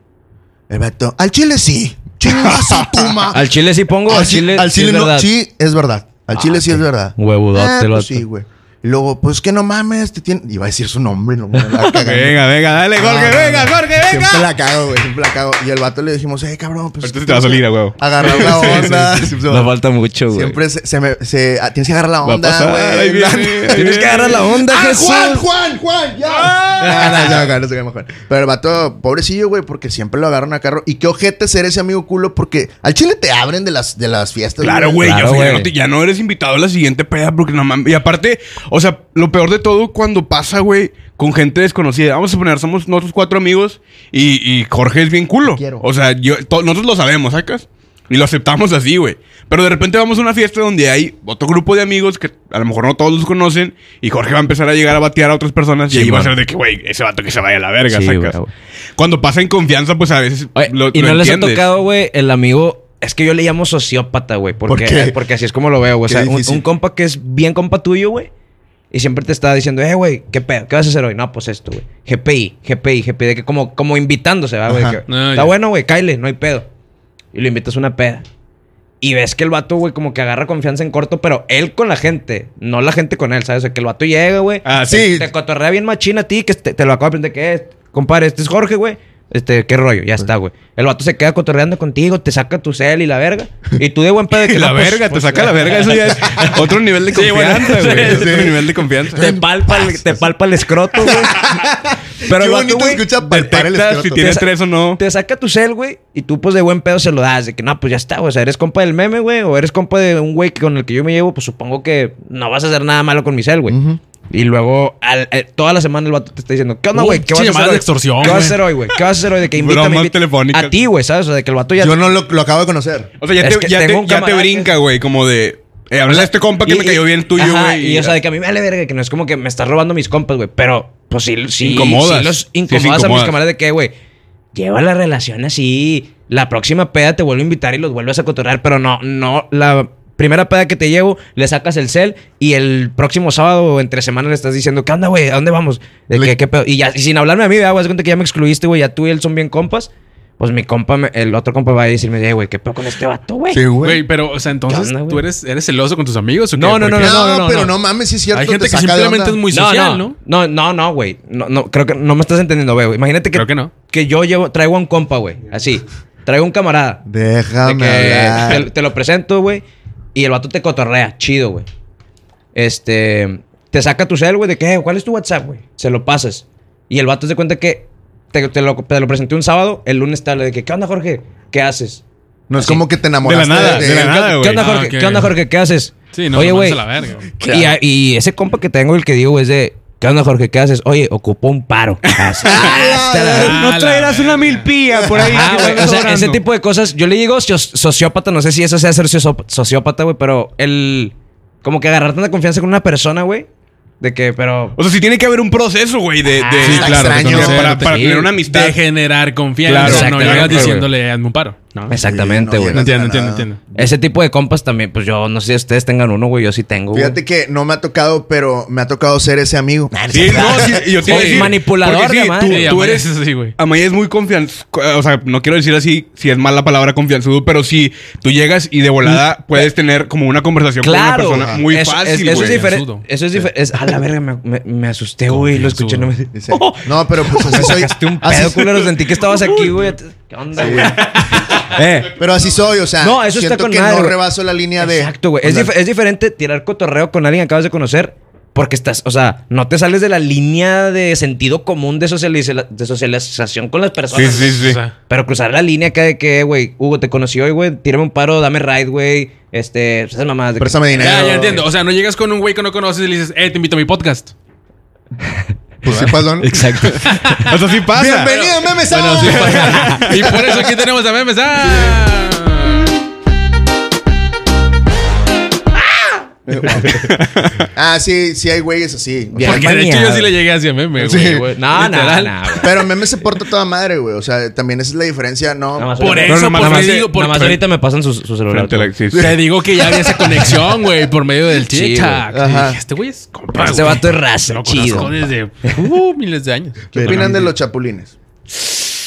[SPEAKER 2] El vato, al chile
[SPEAKER 4] [laughs]
[SPEAKER 2] sí. Chingas a tu ma-
[SPEAKER 3] Al chile sí pongo, al
[SPEAKER 2] chi-
[SPEAKER 3] chile,
[SPEAKER 2] al chile
[SPEAKER 3] sí es
[SPEAKER 2] no.
[SPEAKER 3] verdad.
[SPEAKER 2] Sí, es verdad. Al chile sí es verdad.
[SPEAKER 3] Huevudote,
[SPEAKER 2] Ah,
[SPEAKER 3] el
[SPEAKER 2] pues
[SPEAKER 3] vato.
[SPEAKER 2] Sí, güey. Y Luego, pues que no mames, te tiene. Iba a decir su nombre, no me la cagando.
[SPEAKER 4] [laughs] Venga, venga, dale, Jorge, venga, Jorge, venga.
[SPEAKER 2] Siempre la cago, güey. Siempre la cago. Y el vato le dijimos, eh, cabrón, pues.
[SPEAKER 4] Ahorita se te va a salir, a huevo.
[SPEAKER 2] Agarrar la onda.
[SPEAKER 3] No falta mucho, güey.
[SPEAKER 2] Siempre se, se me, se- ah, tienes que agarrar la
[SPEAKER 4] Va a pasar,
[SPEAKER 2] onda,
[SPEAKER 4] ahí
[SPEAKER 2] güey.
[SPEAKER 4] viene.
[SPEAKER 3] Tienes que agarrar la onda,
[SPEAKER 2] ¡Ah,
[SPEAKER 3] Jesús.
[SPEAKER 2] Juan, Juan, Juan! ¡Ya! No, no, se me acuerda, no se me acuerda. Pero el vato, pobrecillo, güey, porque siempre lo agarran a carro. Y qué ojete ser ese amigo culo, porque al chile te abren de las, de las fiestas.
[SPEAKER 4] Claro, güey.
[SPEAKER 3] Claro,
[SPEAKER 4] ya, o sea, ya
[SPEAKER 3] güey.
[SPEAKER 4] no te- ya no eres invitado a la siguiente peda porque no mames. Y aparte, o sea, lo peor de todo cuando pasa, güey, con gente desconocida. Vamos a suponer, somos nosotros cuatro amigos y, y Jorge es bien culo.
[SPEAKER 2] quiero.
[SPEAKER 4] O sea, yo, to- nosotros lo sabemos, ¿sacas? Y lo aceptamos así, güey. Pero de repente vamos a una fiesta donde hay otro grupo de amigos que a lo mejor no todos los conocen y Jorge va a empezar a llegar a batear a otras personas y ahí va a ser de que, güey, ese vato que se vaya a la verga,
[SPEAKER 3] Sí,
[SPEAKER 4] ¿sacas?
[SPEAKER 3] güey.
[SPEAKER 4] Cuando pasa en confianza, pues a veces
[SPEAKER 3] Oye,
[SPEAKER 4] lo,
[SPEAKER 3] y
[SPEAKER 4] lo
[SPEAKER 3] no les ha
[SPEAKER 4] entiendes.
[SPEAKER 3] tocado, güey, el amigo. Es que yo le llamo sociópata, güey. Porque, eh,
[SPEAKER 2] ¿Por qué?
[SPEAKER 3] porque así es como lo veo, güey. O
[SPEAKER 2] Qué
[SPEAKER 3] sea, un,
[SPEAKER 2] difícil.
[SPEAKER 3] un compa que es bien compa tuyo, güey. Y siempre te está diciendo, eh, güey, ¿qué pedo? ¿Qué vas a hacer hoy? No, pues esto, güey. GPI, GPI, GPI. De que como, como invitándose, ¿va, güey?
[SPEAKER 2] Ajá.
[SPEAKER 3] Que,
[SPEAKER 5] Ah,
[SPEAKER 3] Está
[SPEAKER 5] ya.
[SPEAKER 3] bueno, güey, cáile, no hay pedo. Y lo invitas a una peda. Y ves que el vato, güey, como que agarra confianza en corto, pero él con la gente, no la gente con él, ¿sabes? O sea, que el vato llega, güey.
[SPEAKER 4] Ah,
[SPEAKER 3] te-
[SPEAKER 4] sí.
[SPEAKER 3] Te cotorrea bien machina a ti, que te, te lo acabo de aprender que es. Compadre, este es Jorge, güey. Este, qué rollo, ya está, güey. El vato se queda cotorreando contigo, te saca tu cel y la verga. Y tú de buen
[SPEAKER 4] [laughs]
[SPEAKER 3] pedo de que
[SPEAKER 4] la
[SPEAKER 3] no, pues,
[SPEAKER 4] verga,
[SPEAKER 3] pues,
[SPEAKER 4] te saca la verga. Eso [laughs] ya es otro nivel de
[SPEAKER 5] Sí, bueno,
[SPEAKER 4] confianza,
[SPEAKER 5] sí,
[SPEAKER 4] güey. Es
[SPEAKER 2] sí.
[SPEAKER 4] Otro nivel de
[SPEAKER 3] [laughs]
[SPEAKER 4] confianza.
[SPEAKER 3] Te palpa, el, te palpa el escroto,
[SPEAKER 4] [laughs]
[SPEAKER 3] güey. Pero
[SPEAKER 2] Qué
[SPEAKER 3] el vato,
[SPEAKER 2] bonito
[SPEAKER 3] güey,
[SPEAKER 2] escucha palpar el
[SPEAKER 4] Detectas si
[SPEAKER 2] escroto.
[SPEAKER 4] tienes tres o no.
[SPEAKER 3] te saca tu cel, güey, y tú, pues, de buen pedo se lo das. De que, no, pues, ya está, güey. O sea, eres compa del meme, güey, o eres compa de un güey que- con el que yo me llevo, pues, supongo que no vas a hacer nada malo con mi cel, güey.
[SPEAKER 2] Ujú.
[SPEAKER 3] Y luego, al- eh, toda la semana el vato te está diciendo, ¿qué onda,
[SPEAKER 5] Uh,
[SPEAKER 3] güey? ¿Qué vas
[SPEAKER 5] sí,
[SPEAKER 3] a
[SPEAKER 5] llamadas
[SPEAKER 3] hacer
[SPEAKER 5] de
[SPEAKER 3] hoy?
[SPEAKER 5] extorsión,
[SPEAKER 3] ¿Qué vas
[SPEAKER 5] güey.
[SPEAKER 3] a hacer hoy, güey? ¿Qué vas a hacer hoy? De que invítame,
[SPEAKER 4] Bromas
[SPEAKER 3] invítame.
[SPEAKER 4] telefónicas.
[SPEAKER 3] A ti, güey, ¿sabes? O sea, de que el vato ya...
[SPEAKER 2] Yo no lo, lo acabo de conocer.
[SPEAKER 4] O sea, ya
[SPEAKER 3] Es
[SPEAKER 4] te,
[SPEAKER 3] que
[SPEAKER 4] ya te-
[SPEAKER 3] tengo un
[SPEAKER 4] ya te
[SPEAKER 3] camarada que-
[SPEAKER 4] brinca, güey, como de. Eh, háblale a este compa que
[SPEAKER 3] Y-
[SPEAKER 4] me
[SPEAKER 3] y-
[SPEAKER 4] cayó bien tuyo,
[SPEAKER 3] ajá,
[SPEAKER 4] güey.
[SPEAKER 3] Y, o sea, de que a mí me vale verga, que no es como que me estás robando mis compas, güey. Pero, pues sí, sí,
[SPEAKER 4] Incomodas.
[SPEAKER 3] sí los
[SPEAKER 4] Sí, sí
[SPEAKER 3] incomodas a mis
[SPEAKER 4] incomodas.
[SPEAKER 3] camaradas de que, güey, lleva la relación así. La próxima peda te vuelvo a invitar y los vuelves a cotorrear, pero no, no, la primera peda que te llevo, le sacas el cel y el próximo sábado o entre semana le estás diciendo, ¿qué onda, güey? ¿A dónde vamos? ¿De
[SPEAKER 2] Le-
[SPEAKER 3] qué, qué pedo? Y ya, y sin hablarme a mí, güey, haz cuenta que ya me excluiste, güey, ya tú y él son bien compas. Pues mi compa, me- el otro compa va a decirme, "Ey, güey, ¿qué pedo con este vato, güey?
[SPEAKER 2] Sí,
[SPEAKER 5] Güey,
[SPEAKER 2] güey.
[SPEAKER 5] pero, o sea, entonces,
[SPEAKER 3] onda, güey?
[SPEAKER 5] ¿tú eres, eres celoso con tus amigos o qué?
[SPEAKER 3] No, no,
[SPEAKER 5] Porque
[SPEAKER 3] no,
[SPEAKER 2] No,
[SPEAKER 3] no, no,
[SPEAKER 2] pero no.
[SPEAKER 3] no.
[SPEAKER 2] mames, sí es cierto.
[SPEAKER 5] Hay
[SPEAKER 2] te
[SPEAKER 5] gente que
[SPEAKER 2] saca de
[SPEAKER 5] simplemente
[SPEAKER 2] onda.
[SPEAKER 5] es muy Pues social, ¿no?
[SPEAKER 3] No, no, no, güey. No, no, creo que no me estás entendiendo, güey. Imagínate que,
[SPEAKER 5] Creo que no.
[SPEAKER 3] que yo llevo, traigo a un compa, güey. Así. Traigo un camarada. De
[SPEAKER 2] Déjame
[SPEAKER 3] que te,
[SPEAKER 2] hablar.
[SPEAKER 3] te lo presento, güey. Y el vato te cotorrea. Chido, güey. Este. Te saca tu cel, güey, de que, "Eh, ¿cuál es tu WhatsApp, güey? Se lo pasas. Y el vato se cuenta que te, te lo, te lo presenté un sábado, el lunes te habla de que, ¿qué onda, Jorge? ¿Qué haces?
[SPEAKER 2] No es como que te enamoraste
[SPEAKER 4] nada, de la
[SPEAKER 2] él.
[SPEAKER 4] nada. Ah,
[SPEAKER 3] ¿Qué
[SPEAKER 4] güey.
[SPEAKER 3] onda,
[SPEAKER 5] Ah,
[SPEAKER 3] Jorge?
[SPEAKER 5] ok.
[SPEAKER 3] ¿Qué onda, Jorge? ¿Qué haces?
[SPEAKER 5] Sí, no,
[SPEAKER 3] Oye,
[SPEAKER 5] lo
[SPEAKER 3] güey.
[SPEAKER 5] mandas a la verga, güey.
[SPEAKER 3] Y, a- y ese compa que tengo, el que digo, es de... ¿Qué onda, Jorge? ¿Qué haces? Oye, ocupó un paro. Ah, Así. Hasta la-
[SPEAKER 5] Ah, la verga.
[SPEAKER 4] milpía por
[SPEAKER 3] Ajá, Ah, güey. O sea, ese tipo de cosas. Yo le digo soci- sociópata, no sé si eso sea ser socio- sociópata, güey, pero el. Como que agarrar tanta confianza con una persona, güey. De que, pero.
[SPEAKER 4] O sea, sí tiene que haber un proceso, güey, de, de,
[SPEAKER 3] Ah,
[SPEAKER 4] de-
[SPEAKER 3] sí,
[SPEAKER 2] está
[SPEAKER 4] de
[SPEAKER 2] extraño.
[SPEAKER 4] conocer, para,
[SPEAKER 5] Sí.
[SPEAKER 4] para tener una amistad.
[SPEAKER 5] De generar confianza.
[SPEAKER 4] Claro.
[SPEAKER 5] no
[SPEAKER 3] Exactamente,
[SPEAKER 5] llegas
[SPEAKER 3] güey.
[SPEAKER 5] diciéndole, hazme un paro. No.
[SPEAKER 3] Exactamente,
[SPEAKER 2] no,
[SPEAKER 3] güey.
[SPEAKER 2] ya
[SPEAKER 5] No entiendo,
[SPEAKER 2] Para
[SPEAKER 5] entiendo,
[SPEAKER 2] nada.
[SPEAKER 5] entiendo.
[SPEAKER 3] Ese tipo de compas también, pues yo no sé si ustedes tengan uno, güey. Yo sí tengo. güey.
[SPEAKER 2] Uh. Fíjate que no me ha tocado, pero me ha tocado ser ese amigo.
[SPEAKER 4] Sí, no, sí, yo te iba a
[SPEAKER 3] O
[SPEAKER 4] decir,
[SPEAKER 3] manipulador,
[SPEAKER 4] porque sí,
[SPEAKER 3] además.
[SPEAKER 4] tú,
[SPEAKER 5] Sí,
[SPEAKER 4] tú
[SPEAKER 5] Amaya
[SPEAKER 4] eres
[SPEAKER 5] es así, güey.
[SPEAKER 4] Amaya es muy confianzudo. O sea, no quiero decir así si es mala palabra confianzudo, pero sí, tú llegas y de volada puedes tener como una conversación
[SPEAKER 3] Mm. Claro.
[SPEAKER 4] con una persona muy
[SPEAKER 3] eso, es-
[SPEAKER 4] fácil.
[SPEAKER 3] eso es
[SPEAKER 4] güey.
[SPEAKER 3] diferente.
[SPEAKER 5] Confianzudo.
[SPEAKER 3] Eso es diferente. A la verga, me, me- me asusté, güey. Lo escuché. No me.
[SPEAKER 2] [laughs] Dice, No, pero pues así soy.
[SPEAKER 3] Sacaste un
[SPEAKER 2] así-
[SPEAKER 3] pedo, culero. Sentí que estabas aquí, güey. ¿Qué onda, güey?
[SPEAKER 4] Eh,
[SPEAKER 2] pero así soy, o sea,
[SPEAKER 3] No, eso está
[SPEAKER 2] siento
[SPEAKER 3] con
[SPEAKER 2] que
[SPEAKER 3] madre,
[SPEAKER 2] no
[SPEAKER 3] güey.
[SPEAKER 2] rebaso la línea de.
[SPEAKER 3] Exacto, güey. Es,
[SPEAKER 2] o sea,
[SPEAKER 3] dif- es diferente tirar cotorreo con alguien que acabas de conocer porque estás, o sea, no te sales de la línea de sentido común de, socializa- de socialización con las
[SPEAKER 4] sí,
[SPEAKER 3] personas.
[SPEAKER 4] sí, sí.
[SPEAKER 5] O sea,
[SPEAKER 3] Pero cruzar la línea acá de que, güey, Hugo, te conocí hoy, güey, tírame un paro, dame ride, güey, este, esas mamadas de que-
[SPEAKER 2] Préstame dinero.
[SPEAKER 5] ya, ya entiendo. O sea, no llegas con un güey que no conoces y le dices, eh, te invito a mi podcast.
[SPEAKER 2] Pues sí, perdón.
[SPEAKER 3] Exacto.
[SPEAKER 4] O sea, sí pasa.
[SPEAKER 2] Bienvenido, memes. ah.
[SPEAKER 5] Bueno, sí pasa. [laughs] Y por eso aquí tenemos a Memes. ¡Ah!
[SPEAKER 2] Ah, sí, sí hay güeyes así. O sea,
[SPEAKER 3] Bien.
[SPEAKER 5] Porque de hecho
[SPEAKER 3] mañado.
[SPEAKER 5] yo sí le llegué así a Memes,
[SPEAKER 2] Sí.
[SPEAKER 5] güey, güey.
[SPEAKER 3] No, no,
[SPEAKER 5] Literal.
[SPEAKER 3] no.
[SPEAKER 2] [laughs]
[SPEAKER 3] güey.
[SPEAKER 2] Pero meme se porta toda madre, güey. O sea, también esa es la diferencia, ¿no?
[SPEAKER 3] Nada más
[SPEAKER 5] Por
[SPEAKER 3] ahorita-
[SPEAKER 5] eso,
[SPEAKER 4] No, no,
[SPEAKER 5] porque
[SPEAKER 4] nada más-
[SPEAKER 5] digo,
[SPEAKER 3] Nada más
[SPEAKER 5] porque
[SPEAKER 3] ahorita me pasan su, su celular.
[SPEAKER 4] Frente a [laughs] la- sí, sí.
[SPEAKER 5] te digo que ya había esa conexión, güey, por medio del
[SPEAKER 3] Sí, güey.
[SPEAKER 5] TikTok.
[SPEAKER 2] Ajá.
[SPEAKER 5] Y dije, este güey es compa,
[SPEAKER 3] Este
[SPEAKER 5] güey.
[SPEAKER 3] vato es raza,
[SPEAKER 5] Lo
[SPEAKER 3] chido.
[SPEAKER 5] conozco desde uh, miles de años.
[SPEAKER 2] ¿Qué opinan de los chapulines?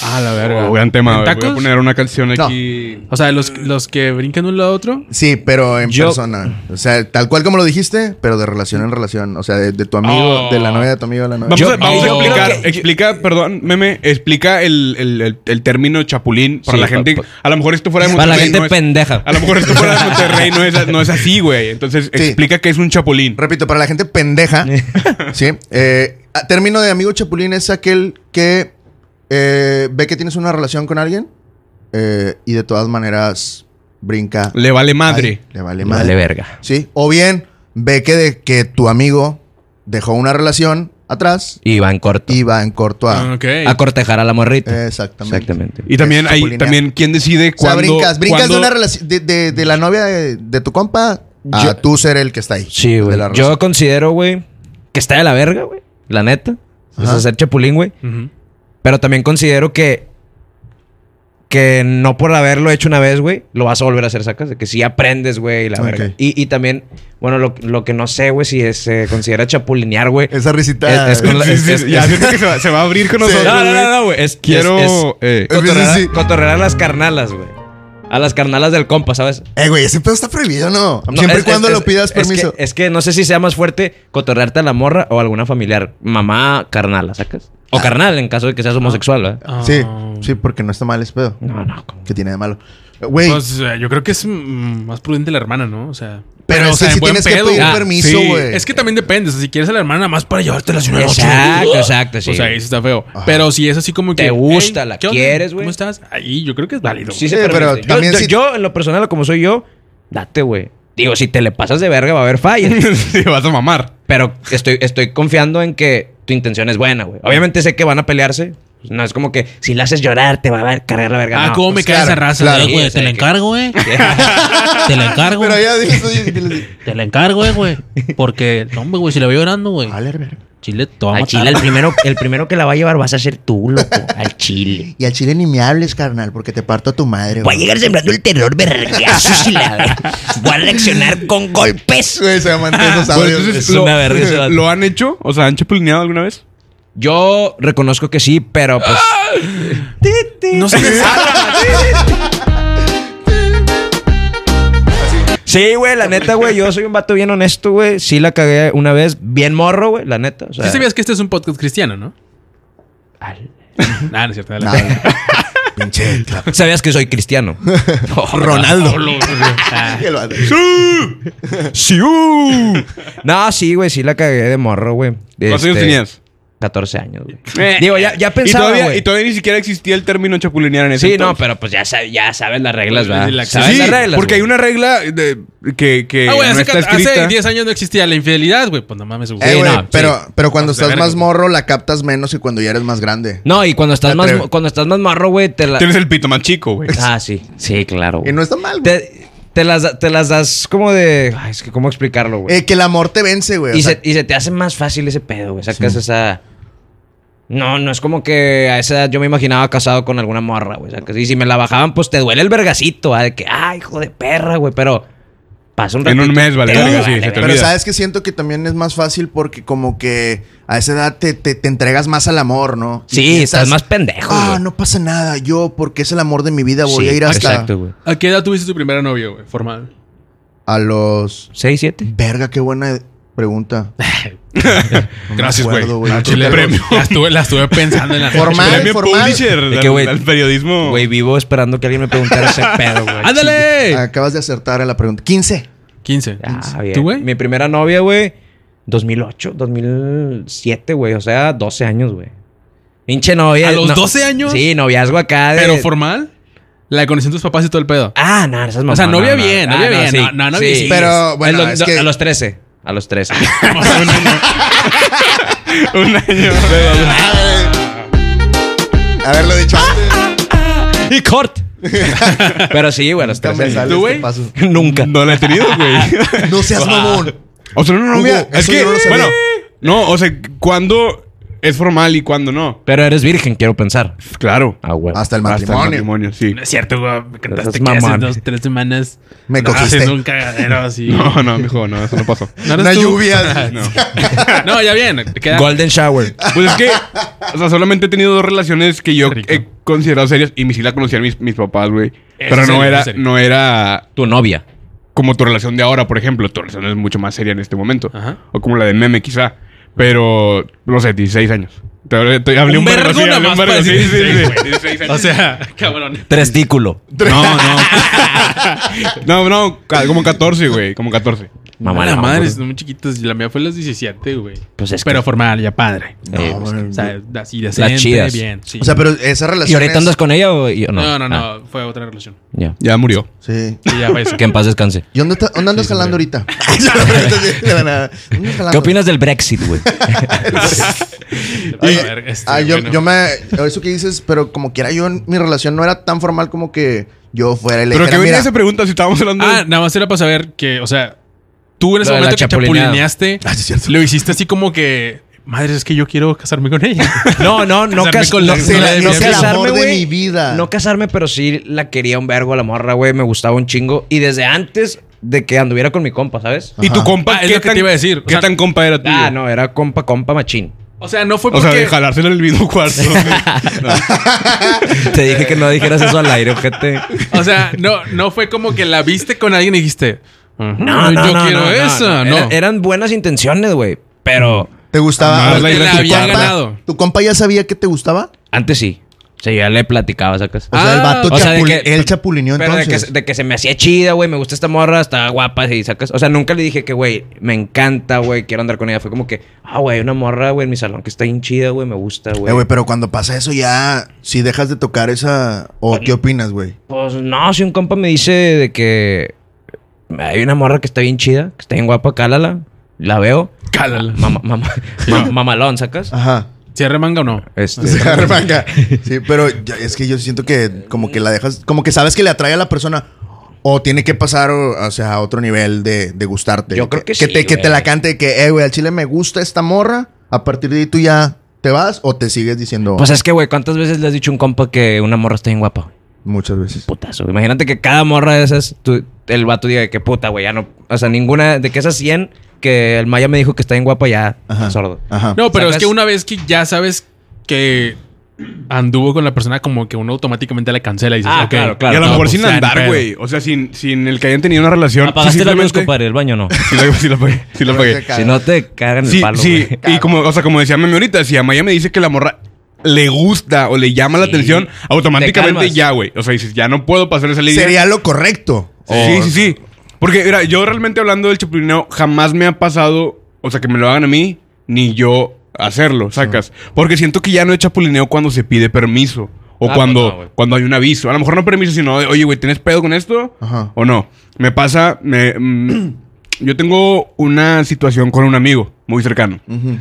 [SPEAKER 5] Ah, la
[SPEAKER 4] Oh,
[SPEAKER 5] verga.
[SPEAKER 4] gran tema.
[SPEAKER 5] ¿En
[SPEAKER 4] güey. Voy a
[SPEAKER 5] tacos?
[SPEAKER 4] poner una canción
[SPEAKER 2] No.
[SPEAKER 4] aquí.
[SPEAKER 5] O sea, los, los que brincan de un lado a otro.
[SPEAKER 2] Sí, pero en
[SPEAKER 3] Yo-
[SPEAKER 2] persona. O sea, tal cual como lo dijiste, pero de relación en relación. O sea, de, de tu amigo,
[SPEAKER 5] Oh.
[SPEAKER 2] de la novia de tu amigo, de la novia.
[SPEAKER 4] Vamos,
[SPEAKER 3] Yo-
[SPEAKER 4] a, vamos a
[SPEAKER 5] yo creo
[SPEAKER 4] explicar,
[SPEAKER 3] que-
[SPEAKER 4] explica, perdón, meme, explica el, el, el, el término chapulín para
[SPEAKER 3] Sí,
[SPEAKER 4] la gente.
[SPEAKER 3] pa- pa-
[SPEAKER 4] a lo mejor esto fuera de
[SPEAKER 3] Para la
[SPEAKER 4] Monterrey.
[SPEAKER 3] gente
[SPEAKER 4] no es-
[SPEAKER 3] pendeja.
[SPEAKER 4] a lo mejor esto fuera de Monterrey no es, no es así, güey. Entonces,
[SPEAKER 2] Sí.
[SPEAKER 4] explica que es un chapulín.
[SPEAKER 2] Repito, para la gente
[SPEAKER 3] [laughs]
[SPEAKER 2] pendeja, ¿sí? Eh, a- término de amigo chapulín es aquel que eh, ve que tienes una relación con alguien eh, y de todas maneras brinca.
[SPEAKER 4] Le vale madre.
[SPEAKER 2] Ay, le vale madre.
[SPEAKER 3] Vale verga.
[SPEAKER 2] ¿Sí? O bien ve que, de, que tu amigo dejó una relación atrás
[SPEAKER 3] Y va en corto.
[SPEAKER 2] y va en corto a...
[SPEAKER 5] Ah, ok.
[SPEAKER 3] A cortejar a la
[SPEAKER 2] Eh,
[SPEAKER 3] morrita.
[SPEAKER 2] Exactamente.
[SPEAKER 3] Exactamente.
[SPEAKER 4] Y también
[SPEAKER 2] Es
[SPEAKER 4] hay,
[SPEAKER 2] chapulinear.
[SPEAKER 4] también quién
[SPEAKER 2] O
[SPEAKER 4] decide
[SPEAKER 2] sea,
[SPEAKER 4] cuándo.
[SPEAKER 2] brincas, brincas
[SPEAKER 4] cuándo-
[SPEAKER 2] de una relación de, de- de la novia de, de tu compa a
[SPEAKER 3] Yo-
[SPEAKER 2] tú ser el que está ahí.
[SPEAKER 3] Sí,
[SPEAKER 2] de
[SPEAKER 3] güey.
[SPEAKER 2] la relación.
[SPEAKER 3] Yo considero, güey, que está de la verga, güey. La neta. Es
[SPEAKER 2] Ajá.
[SPEAKER 3] hacer chapulín, güey.
[SPEAKER 5] Ujú.
[SPEAKER 3] Pero también considero que. Que no por haberlo hecho una vez, güey, lo vas a volver a hacer, sacas. De que sí aprendes, güey, la
[SPEAKER 2] Ok.
[SPEAKER 3] verga. Y, y también, bueno, lo, lo que no sé, güey, si se considera chapulinear, güey.
[SPEAKER 2] Esa risita...
[SPEAKER 3] Es- es con la-
[SPEAKER 4] Sí, sí,
[SPEAKER 3] es-
[SPEAKER 4] ya
[SPEAKER 3] es-
[SPEAKER 4] siento que se va, se va a abrir [laughs] con
[SPEAKER 2] Sí.
[SPEAKER 4] nosotros.
[SPEAKER 3] No, no,
[SPEAKER 4] güey.
[SPEAKER 3] no, no, güey. Es,
[SPEAKER 4] Quiero.
[SPEAKER 3] es- es
[SPEAKER 4] eh,
[SPEAKER 2] Es-
[SPEAKER 3] cotorrear,
[SPEAKER 2] sí, sí.
[SPEAKER 3] cotorrear a las carnalas, güey. A las carnalas del compa, ¿sabes?
[SPEAKER 2] Eh, güey, ese pedo está prohibido, ¿no?
[SPEAKER 3] No,
[SPEAKER 2] Siempre y
[SPEAKER 3] es-
[SPEAKER 2] cuando
[SPEAKER 3] es-
[SPEAKER 2] lo
[SPEAKER 3] es-
[SPEAKER 2] pidas
[SPEAKER 3] es
[SPEAKER 2] permiso.
[SPEAKER 3] que- Es que, no sé si sea más fuerte cotorrearte a la morra o a alguna familiar. Mamá, carnala, ¿sacas? O carnal, en caso de que seas homosexual, ¿verdad?
[SPEAKER 1] Ah,
[SPEAKER 2] Sí, sí, porque no está mal ese pedo.
[SPEAKER 3] No, no. ¿cómo?
[SPEAKER 2] ¿Qué tiene de malo? Eh, Güey,
[SPEAKER 1] Pues eh, yo creo que es mm, más prudente la hermana, ¿no? O sea.
[SPEAKER 2] pero, es que
[SPEAKER 1] en
[SPEAKER 2] sí
[SPEAKER 1] buen
[SPEAKER 2] tienes que
[SPEAKER 1] pedo.
[SPEAKER 2] pedir
[SPEAKER 1] Ah,
[SPEAKER 2] permiso,
[SPEAKER 4] sí.
[SPEAKER 2] güey.
[SPEAKER 1] Es que también depende. O sea, si quieres a la hermana, nada más para llevártela a una noche.
[SPEAKER 3] Exacto, exacto, sí.
[SPEAKER 1] O sea, ahí sí está feo.
[SPEAKER 2] Ajá.
[SPEAKER 1] Pero si es así como que.
[SPEAKER 3] Te gusta,
[SPEAKER 1] "Hey,
[SPEAKER 3] la
[SPEAKER 1] ¿qué onda?
[SPEAKER 3] quieres, güey".
[SPEAKER 1] ¿Cómo estás? Ahí yo creo que es válido.
[SPEAKER 3] Sí,
[SPEAKER 1] güey.
[SPEAKER 3] se
[SPEAKER 2] Sí,
[SPEAKER 3] permite.
[SPEAKER 2] pero
[SPEAKER 3] Yo-
[SPEAKER 2] también
[SPEAKER 3] yo,
[SPEAKER 2] si-
[SPEAKER 3] yo, en lo personal, como soy yo, date, güey. Digo, si te le pasas de verga va a haber fallas.
[SPEAKER 4] [laughs] Te vas a mamar.
[SPEAKER 3] pero estoy, estoy confiando en que tu intención es buena, güey. Obviamente sé que van a pelearse. Pues No es como que si la haces llorar te va a cargar la verga.
[SPEAKER 1] Ah,
[SPEAKER 3] no.
[SPEAKER 1] ¿cómo me
[SPEAKER 2] pues
[SPEAKER 1] cae
[SPEAKER 2] claro,
[SPEAKER 1] esa raza?
[SPEAKER 2] claro.
[SPEAKER 5] Eh,
[SPEAKER 1] güey?
[SPEAKER 5] güey, te la
[SPEAKER 1] [laughs]
[SPEAKER 5] encargo, eh. te la encargo.
[SPEAKER 2] Pero ya dije, dije,
[SPEAKER 5] Te la encargo, eh, güey. Porque, no, hombre, güey, si la veo llorando, güey.
[SPEAKER 2] Vale, verga.
[SPEAKER 5] Chile, toma.
[SPEAKER 3] Al chile, el primero, el primero que la va a llevar vas a ser tú, loco. Al chile.
[SPEAKER 2] Y al chile ni me hables, carnal, porque te parto a tu madre,
[SPEAKER 3] Voy
[SPEAKER 2] güey.
[SPEAKER 3] a llegar sembrando el terror vergazos y la verga. Voy a reaccionar con golpes.
[SPEAKER 2] Güey, se me mantienen esos
[SPEAKER 4] Bueno,
[SPEAKER 2] audios.
[SPEAKER 4] entonces,
[SPEAKER 3] es
[SPEAKER 4] lo,
[SPEAKER 3] una verga ese vato.
[SPEAKER 4] [laughs] ¿Lo han hecho? O sea, ¿han chapulineado alguna vez?
[SPEAKER 3] Yo reconozco que sí, pero pues.
[SPEAKER 1] No
[SPEAKER 3] [laughs]
[SPEAKER 1] sé qué
[SPEAKER 3] Sí, güey, la neta, güey. Yo soy un vato bien honesto, güey. Sí la cagué una vez, bien morro, güey, la neta. O sea,
[SPEAKER 1] Sí sabías que este es un podcast cristiano, ¿no? Nah, no es cierto. dale.
[SPEAKER 2] Nada. Pinche clap.
[SPEAKER 3] Sabías que soy cristiano.
[SPEAKER 1] [laughs]
[SPEAKER 2] Ronaldo. [laughs]
[SPEAKER 1] Ah,
[SPEAKER 2] Y el vato.
[SPEAKER 3] ¡Sí! uh. No, sí, güey, sí la cagué de morro, güey.
[SPEAKER 4] ¿Cuántos años
[SPEAKER 3] Este,
[SPEAKER 4] tenías?
[SPEAKER 3] 14 años, güey. Digo, ya, ya
[SPEAKER 4] y
[SPEAKER 3] pensaba,
[SPEAKER 4] todavía,
[SPEAKER 3] güey.
[SPEAKER 4] y todavía ni siquiera existía el término chapulinear en ese
[SPEAKER 3] Sí, no,
[SPEAKER 4] entonces.
[SPEAKER 3] pero pues ya, sab- ya sabes las reglas, ¿verdad?
[SPEAKER 1] Sí, la-
[SPEAKER 3] Sabes
[SPEAKER 4] sí,
[SPEAKER 3] las reglas,
[SPEAKER 4] porque
[SPEAKER 3] güey.
[SPEAKER 4] hay una regla de- que, que
[SPEAKER 1] Ah, güey,
[SPEAKER 4] no
[SPEAKER 1] hace
[SPEAKER 4] está
[SPEAKER 1] ca- hace
[SPEAKER 4] escrita.
[SPEAKER 1] 10 años no existía la infidelidad, güey. Pues no mames, güey.
[SPEAKER 2] Eh, güey,
[SPEAKER 3] no, sí.
[SPEAKER 2] pero, pero cuando
[SPEAKER 1] Pues de
[SPEAKER 2] estás
[SPEAKER 1] verga,
[SPEAKER 2] más
[SPEAKER 1] güey.
[SPEAKER 2] morro la captas menos y cuando ya eres más grande.
[SPEAKER 3] No, y cuando estás
[SPEAKER 2] Te
[SPEAKER 3] más
[SPEAKER 2] atreves.
[SPEAKER 3] cuando estás más marro, güey, te la.
[SPEAKER 4] Tienes el pito más chico, güey.
[SPEAKER 3] Ah, sí. Sí,
[SPEAKER 2] Y
[SPEAKER 3] claro. güey.
[SPEAKER 2] no está mal, güey.
[SPEAKER 3] te, te las, da- te las das como de. Ay, es que cómo explicarlo, güey.
[SPEAKER 2] Eh, que el amor te vence, güey. o
[SPEAKER 3] y,
[SPEAKER 2] sea,
[SPEAKER 3] se, y se te hace más fácil ese pedo, güey. Sacas esa. No, no es como que a esa edad yo me imaginaba casado con alguna morra, güey. Sacas- Y si me la bajaban, pues te duele el vergacito, ah, de que, ay, hijo de perra, güey. Pero pasa un
[SPEAKER 4] En
[SPEAKER 3] ratito.
[SPEAKER 4] un mes, vale,
[SPEAKER 3] te
[SPEAKER 4] verga, sí, se te
[SPEAKER 3] verga.
[SPEAKER 2] Pero
[SPEAKER 4] olvida.
[SPEAKER 2] sabes que siento que también es más fácil porque como que a esa edad te, te- te entregas más al amor, ¿no? Y
[SPEAKER 3] Sí,
[SPEAKER 2] piensas,
[SPEAKER 3] estás más pendejo,
[SPEAKER 2] Ah,
[SPEAKER 3] güey.
[SPEAKER 2] no pasa nada. Yo, porque es el amor de mi vida, voy
[SPEAKER 3] Sí,
[SPEAKER 2] a ir hasta
[SPEAKER 3] Exacto, güey.
[SPEAKER 1] ¿A qué edad tuviste tu primer novio, güey? Formal.
[SPEAKER 2] a los...
[SPEAKER 3] ¿Seis, siete?
[SPEAKER 2] Verga, qué buena [laughs] pregunta.
[SPEAKER 1] Gracias, güey. Ah,
[SPEAKER 2] acuerdo, güey.
[SPEAKER 1] Al
[SPEAKER 2] Yo
[SPEAKER 1] chile,
[SPEAKER 2] creo que
[SPEAKER 1] güey, [laughs] La estuve, la estuve pensando en la noche.
[SPEAKER 2] Formal.
[SPEAKER 4] Premio
[SPEAKER 2] formal.
[SPEAKER 4] Publisher
[SPEAKER 3] De
[SPEAKER 4] al,
[SPEAKER 3] que, güey,
[SPEAKER 4] al periodismo. [laughs]
[SPEAKER 3] Güey, vivo esperando que alguien me preguntara ese pedo, güey.
[SPEAKER 1] ¡Ándale!
[SPEAKER 2] Acabas de acertar a la pregunta. 15.
[SPEAKER 1] 15.
[SPEAKER 3] Ah, bien.
[SPEAKER 1] ¿Tú, güey?
[SPEAKER 3] Mi primera novia, güey, 2008, 2007, güey. O sea, 12 años, güey. Pinche novia.
[SPEAKER 1] ¿A los 12 años?
[SPEAKER 3] Sí, noviazgo acá de...
[SPEAKER 1] Pero formal. La conocían tus papás y todo el pedo.
[SPEAKER 3] Ah, no, esas
[SPEAKER 1] O sea,
[SPEAKER 3] mamadas,
[SPEAKER 1] novia
[SPEAKER 3] no,
[SPEAKER 1] bien,
[SPEAKER 3] no.
[SPEAKER 1] novia
[SPEAKER 3] Ah, no,
[SPEAKER 1] bien.
[SPEAKER 3] sí,
[SPEAKER 1] No, no, novia
[SPEAKER 3] sí.
[SPEAKER 1] bien.
[SPEAKER 2] Pero,
[SPEAKER 3] Es
[SPEAKER 2] bueno,
[SPEAKER 3] lo-
[SPEAKER 2] es
[SPEAKER 3] do-
[SPEAKER 2] que-
[SPEAKER 3] A los 13. A
[SPEAKER 1] [laughs]
[SPEAKER 3] los 13.
[SPEAKER 4] Un año.
[SPEAKER 2] Haberlo dicho antes.
[SPEAKER 3] y cort. Pero sí, güey, a los
[SPEAKER 2] Nunca me
[SPEAKER 3] 13.
[SPEAKER 2] sale
[SPEAKER 4] ¿Tú,
[SPEAKER 2] este
[SPEAKER 4] güey?
[SPEAKER 2] paso.
[SPEAKER 3] [laughs] Nunca.
[SPEAKER 4] No la he tenido, güey.
[SPEAKER 2] No
[SPEAKER 1] Ah.
[SPEAKER 2] seas mamón.
[SPEAKER 4] O sea, no, no, mira,
[SPEAKER 2] Hugo,
[SPEAKER 4] Es
[SPEAKER 2] eso
[SPEAKER 4] que,
[SPEAKER 2] yo no lo sabía.
[SPEAKER 4] bueno, no, o sea, ¿cuándo es formal y cuándo no? Pues
[SPEAKER 3] Pero eres virgen, quiero pensar.
[SPEAKER 4] Claro.
[SPEAKER 3] Ah, güey.
[SPEAKER 2] Hasta el
[SPEAKER 4] Hasta el
[SPEAKER 2] matrimonio.
[SPEAKER 4] matrimonio, sí.
[SPEAKER 1] No es cierto, güey. Me
[SPEAKER 3] Esas
[SPEAKER 1] contaste que hace
[SPEAKER 3] mamadas.
[SPEAKER 5] [laughs]
[SPEAKER 1] dos, tres semanas.
[SPEAKER 2] Me
[SPEAKER 1] andabas
[SPEAKER 2] cogiste.
[SPEAKER 1] haciendo un cagadero así.
[SPEAKER 4] [laughs] No, no, mijo, no, eso no pasó.
[SPEAKER 1] ¿No eres
[SPEAKER 2] Una
[SPEAKER 1] tú? [laughs]
[SPEAKER 2] lluvia.
[SPEAKER 4] No.
[SPEAKER 1] No, ya bien. te queda-
[SPEAKER 3] Golden Shower.
[SPEAKER 2] [laughs]
[SPEAKER 4] Pues es que, o sea, solamente he tenido dos relaciones que yo
[SPEAKER 1] Rico.
[SPEAKER 4] he considerado serias y mis sí la conocían mis, mis papás, güey. Pero
[SPEAKER 1] es
[SPEAKER 4] no
[SPEAKER 1] serio,
[SPEAKER 4] era,
[SPEAKER 1] es serio.
[SPEAKER 4] no era
[SPEAKER 3] Tu novia.
[SPEAKER 4] como tu relación de ahora, por ejemplo. Tu relación es mucho más seria en este momento.
[SPEAKER 1] Ajá.
[SPEAKER 4] O como la de meme, quizá. Pero, no sé, 16 años. Te hablé, te hablé
[SPEAKER 1] Un
[SPEAKER 4] un, vergo,
[SPEAKER 1] vergo
[SPEAKER 4] sí,
[SPEAKER 1] nada
[SPEAKER 4] hablé un
[SPEAKER 1] más
[SPEAKER 4] vergo,
[SPEAKER 1] para
[SPEAKER 4] sí,
[SPEAKER 1] decir
[SPEAKER 4] sí, sí,
[SPEAKER 1] 16,
[SPEAKER 4] sí,
[SPEAKER 1] güey.
[SPEAKER 4] 16 años.
[SPEAKER 1] O sea, [laughs] cabrón.
[SPEAKER 3] Trestículo.
[SPEAKER 4] No, no. [laughs] no, no, ca- como 14, güey. Como 14.
[SPEAKER 3] Mamá,
[SPEAKER 1] la
[SPEAKER 3] no,
[SPEAKER 1] madre,
[SPEAKER 3] güey.
[SPEAKER 1] son muy chiquitos. La mía fue a los 17, güey.
[SPEAKER 3] Pues es que-
[SPEAKER 1] Pero formal, ya padre.
[SPEAKER 2] No,
[SPEAKER 3] Eh, pues,
[SPEAKER 2] bueno,
[SPEAKER 1] O sea, así decente,
[SPEAKER 3] chidas.
[SPEAKER 1] bien. sí.
[SPEAKER 2] O sea, pero esa relación.
[SPEAKER 3] ¿Y ahorita
[SPEAKER 2] es-
[SPEAKER 3] andas con ella o yo? no?
[SPEAKER 1] no, no, no,
[SPEAKER 3] Ah,
[SPEAKER 1] fue otra relación.
[SPEAKER 3] ya.
[SPEAKER 4] Ya murió.
[SPEAKER 2] Sí.
[SPEAKER 1] Sí, ya fue eso.
[SPEAKER 3] Que en paz descanse.
[SPEAKER 2] ¿Y dónde, está- dónde andas jalando ahorita? [laughs] De la nada. ¿Dónde andas jalando?
[SPEAKER 3] ¿Qué opinas del Brexit, güey?
[SPEAKER 1] A
[SPEAKER 2] Y-
[SPEAKER 1] ver, este,
[SPEAKER 2] ah, yo,
[SPEAKER 1] bueno.
[SPEAKER 2] yo me. Eso que dices, pero como quiera, yo en- mi relación no era tan formal como que yo fuera y le
[SPEAKER 4] Pero que
[SPEAKER 2] dijera,
[SPEAKER 4] venía
[SPEAKER 2] mira,
[SPEAKER 4] esa pregunta si estábamos hablando de-
[SPEAKER 1] Ah, nada más era para saber que, o sea, tú en ese
[SPEAKER 3] Lo de la
[SPEAKER 1] momento que
[SPEAKER 3] chapulineada.
[SPEAKER 1] chapulineaste,
[SPEAKER 2] Ah, sí, cierto.
[SPEAKER 1] lo hiciste así como que, madre, es que yo quiero casarme con [laughs] ella.
[SPEAKER 3] No, no, no,
[SPEAKER 1] Casarme
[SPEAKER 3] cas-
[SPEAKER 1] con
[SPEAKER 3] no,
[SPEAKER 1] la-
[SPEAKER 3] no-
[SPEAKER 1] con la
[SPEAKER 3] no
[SPEAKER 1] de mi vida.
[SPEAKER 2] El
[SPEAKER 3] casarme,
[SPEAKER 2] amor de
[SPEAKER 3] güey.
[SPEAKER 2] mi vida.
[SPEAKER 3] No casarme, pero sí la quería un vergo a la morra, güey. Me gustaba un chingo. Y desde antes de que anduviera con mi compa, ¿sabes?
[SPEAKER 4] ¿Y tu
[SPEAKER 2] Ajá.
[SPEAKER 4] compa?
[SPEAKER 1] Ah, es lo que te iba a decir. O
[SPEAKER 4] ¿Qué
[SPEAKER 1] sea-
[SPEAKER 4] tan compa era tú?
[SPEAKER 3] Ah, no, era compa, compa machín.
[SPEAKER 1] O sea, no fue
[SPEAKER 4] O sea,
[SPEAKER 1] porque...
[SPEAKER 4] de jalárselo en el
[SPEAKER 1] [laughs]
[SPEAKER 4] mismo cuarto. No.
[SPEAKER 3] Te dije que no dijeras eso al aire, ojete.
[SPEAKER 1] O sea, no, no fue como que la viste con alguien y dijiste,
[SPEAKER 3] No, no,
[SPEAKER 1] yo
[SPEAKER 3] no,
[SPEAKER 1] quiero
[SPEAKER 3] no, no,
[SPEAKER 1] esa. No,
[SPEAKER 3] Era- eran buenas intenciones, güey. Pero
[SPEAKER 2] Te ¿Te gustaba?
[SPEAKER 1] Ah,
[SPEAKER 4] Amarla y
[SPEAKER 2] ¿Tu
[SPEAKER 4] la había
[SPEAKER 2] compa-
[SPEAKER 5] ganado.
[SPEAKER 2] ¿Tu compa ya sabía que te gustaba?
[SPEAKER 3] Antes sí. O sea, yo ya le platicaba, sacas.
[SPEAKER 2] O sea, el
[SPEAKER 5] Ah,
[SPEAKER 2] vato
[SPEAKER 3] o sea, de
[SPEAKER 2] chapuli-
[SPEAKER 3] que-
[SPEAKER 2] él chapulineó
[SPEAKER 3] Pero de que,
[SPEAKER 2] entonces.
[SPEAKER 3] de que se me hacía chida, güey, me gusta esta morra, está guapa, y sacas. O sea, nunca le dije que, güey, me encanta, güey, quiero andar con ella. Fue como que, ah, güey, una morra, güey, en mi salón que está bien chida, güey, me gusta,
[SPEAKER 2] Eh,
[SPEAKER 3] güey.
[SPEAKER 2] güey, pero cuando pasa eso ya, si dejas de tocar esa... ¿O qué opinas, güey?
[SPEAKER 3] Pues no, si un compa me dice de que hay una morra que está bien chida, que está bien guapa, cálala, la veo.
[SPEAKER 4] Cálala.
[SPEAKER 3] Mama- mama-
[SPEAKER 2] [laughs]
[SPEAKER 3] ma- mamalón, sacas.
[SPEAKER 2] Ajá.
[SPEAKER 1] ¿Cierre manga o no?
[SPEAKER 3] Este,
[SPEAKER 2] [laughs] Se arranca. Sí, pero ya- es que yo siento que como que la dejas, como que sabes que le atrae a la persona o tiene que pasar o, o sea, a otro nivel de, de gustarte.
[SPEAKER 3] Yo creo que sí,
[SPEAKER 2] te, que te
[SPEAKER 3] güey.
[SPEAKER 2] la cante que, eh, güey, al chile me gusta esta morra, a partir de ahí tú ya te vas o te sigues diciendo
[SPEAKER 3] pues es que, güey, ¿cuántas veces le has dicho a un compa que una morra está bien guapa? güey?
[SPEAKER 2] muchas veces.
[SPEAKER 3] Putazo. güey. Imagínate que cada morra de esas, tú- el vato diga de que puta, güey, ya no. O sea, ninguna de que esas 100 que el Maya me dijo que está bien guapa, ya,
[SPEAKER 2] Ajá.
[SPEAKER 3] sordo.
[SPEAKER 2] Ajá.
[SPEAKER 1] No, pero es
[SPEAKER 3] Sacas-
[SPEAKER 1] que una vez que ya sabes que anduvo con la persona, como que uno automáticamente la cancela y dices,
[SPEAKER 3] Ah,
[SPEAKER 1] ok.
[SPEAKER 3] claro, claro.
[SPEAKER 4] y a lo
[SPEAKER 1] no,
[SPEAKER 4] mejor
[SPEAKER 1] pues,
[SPEAKER 4] sin
[SPEAKER 1] ya, ni
[SPEAKER 4] andar,
[SPEAKER 1] pedo.
[SPEAKER 4] güey. O sea, sin, sin el que hayan tenido una relación.
[SPEAKER 3] ¿Apagaste
[SPEAKER 4] Sí,
[SPEAKER 3] la luz,
[SPEAKER 4] simplemente-
[SPEAKER 3] compadre? ¿El baño no?
[SPEAKER 4] Sí, la, sí la pagué. Sí la
[SPEAKER 2] Pero
[SPEAKER 4] pagué.
[SPEAKER 2] se caga.
[SPEAKER 3] [laughs] si no te cagan el
[SPEAKER 4] Sí,
[SPEAKER 3] palo,
[SPEAKER 4] sí.
[SPEAKER 3] güey.
[SPEAKER 4] Y como, o sea, como decía Meme ahorita, si a Maya me dice que la morra le gusta o le llama la
[SPEAKER 3] Sí.
[SPEAKER 4] atención, automáticamente
[SPEAKER 3] calmas.
[SPEAKER 4] ya, güey. O sea, dices, ya no puedo pasar esa línea.
[SPEAKER 2] Sería lo correcto.
[SPEAKER 4] Sí, sí, sí. Porque, mira, yo realmente hablando del chapulineo, jamás me ha pasado, o sea, que me lo hagan a mí, ni yo hacerlo, sacas. Porque siento que ya no es chapulineo cuando se pide permiso. O
[SPEAKER 3] Ah,
[SPEAKER 4] cuando,
[SPEAKER 3] pues no, güey.
[SPEAKER 4] cuando hay un aviso. A lo mejor no permiso, sino, oye, güey, ¿tienes pedo con esto?
[SPEAKER 2] Ajá.
[SPEAKER 4] O no. Me pasa, me, mm, [clears throat] yo tengo una situación con un amigo muy cercano.
[SPEAKER 2] Ujú.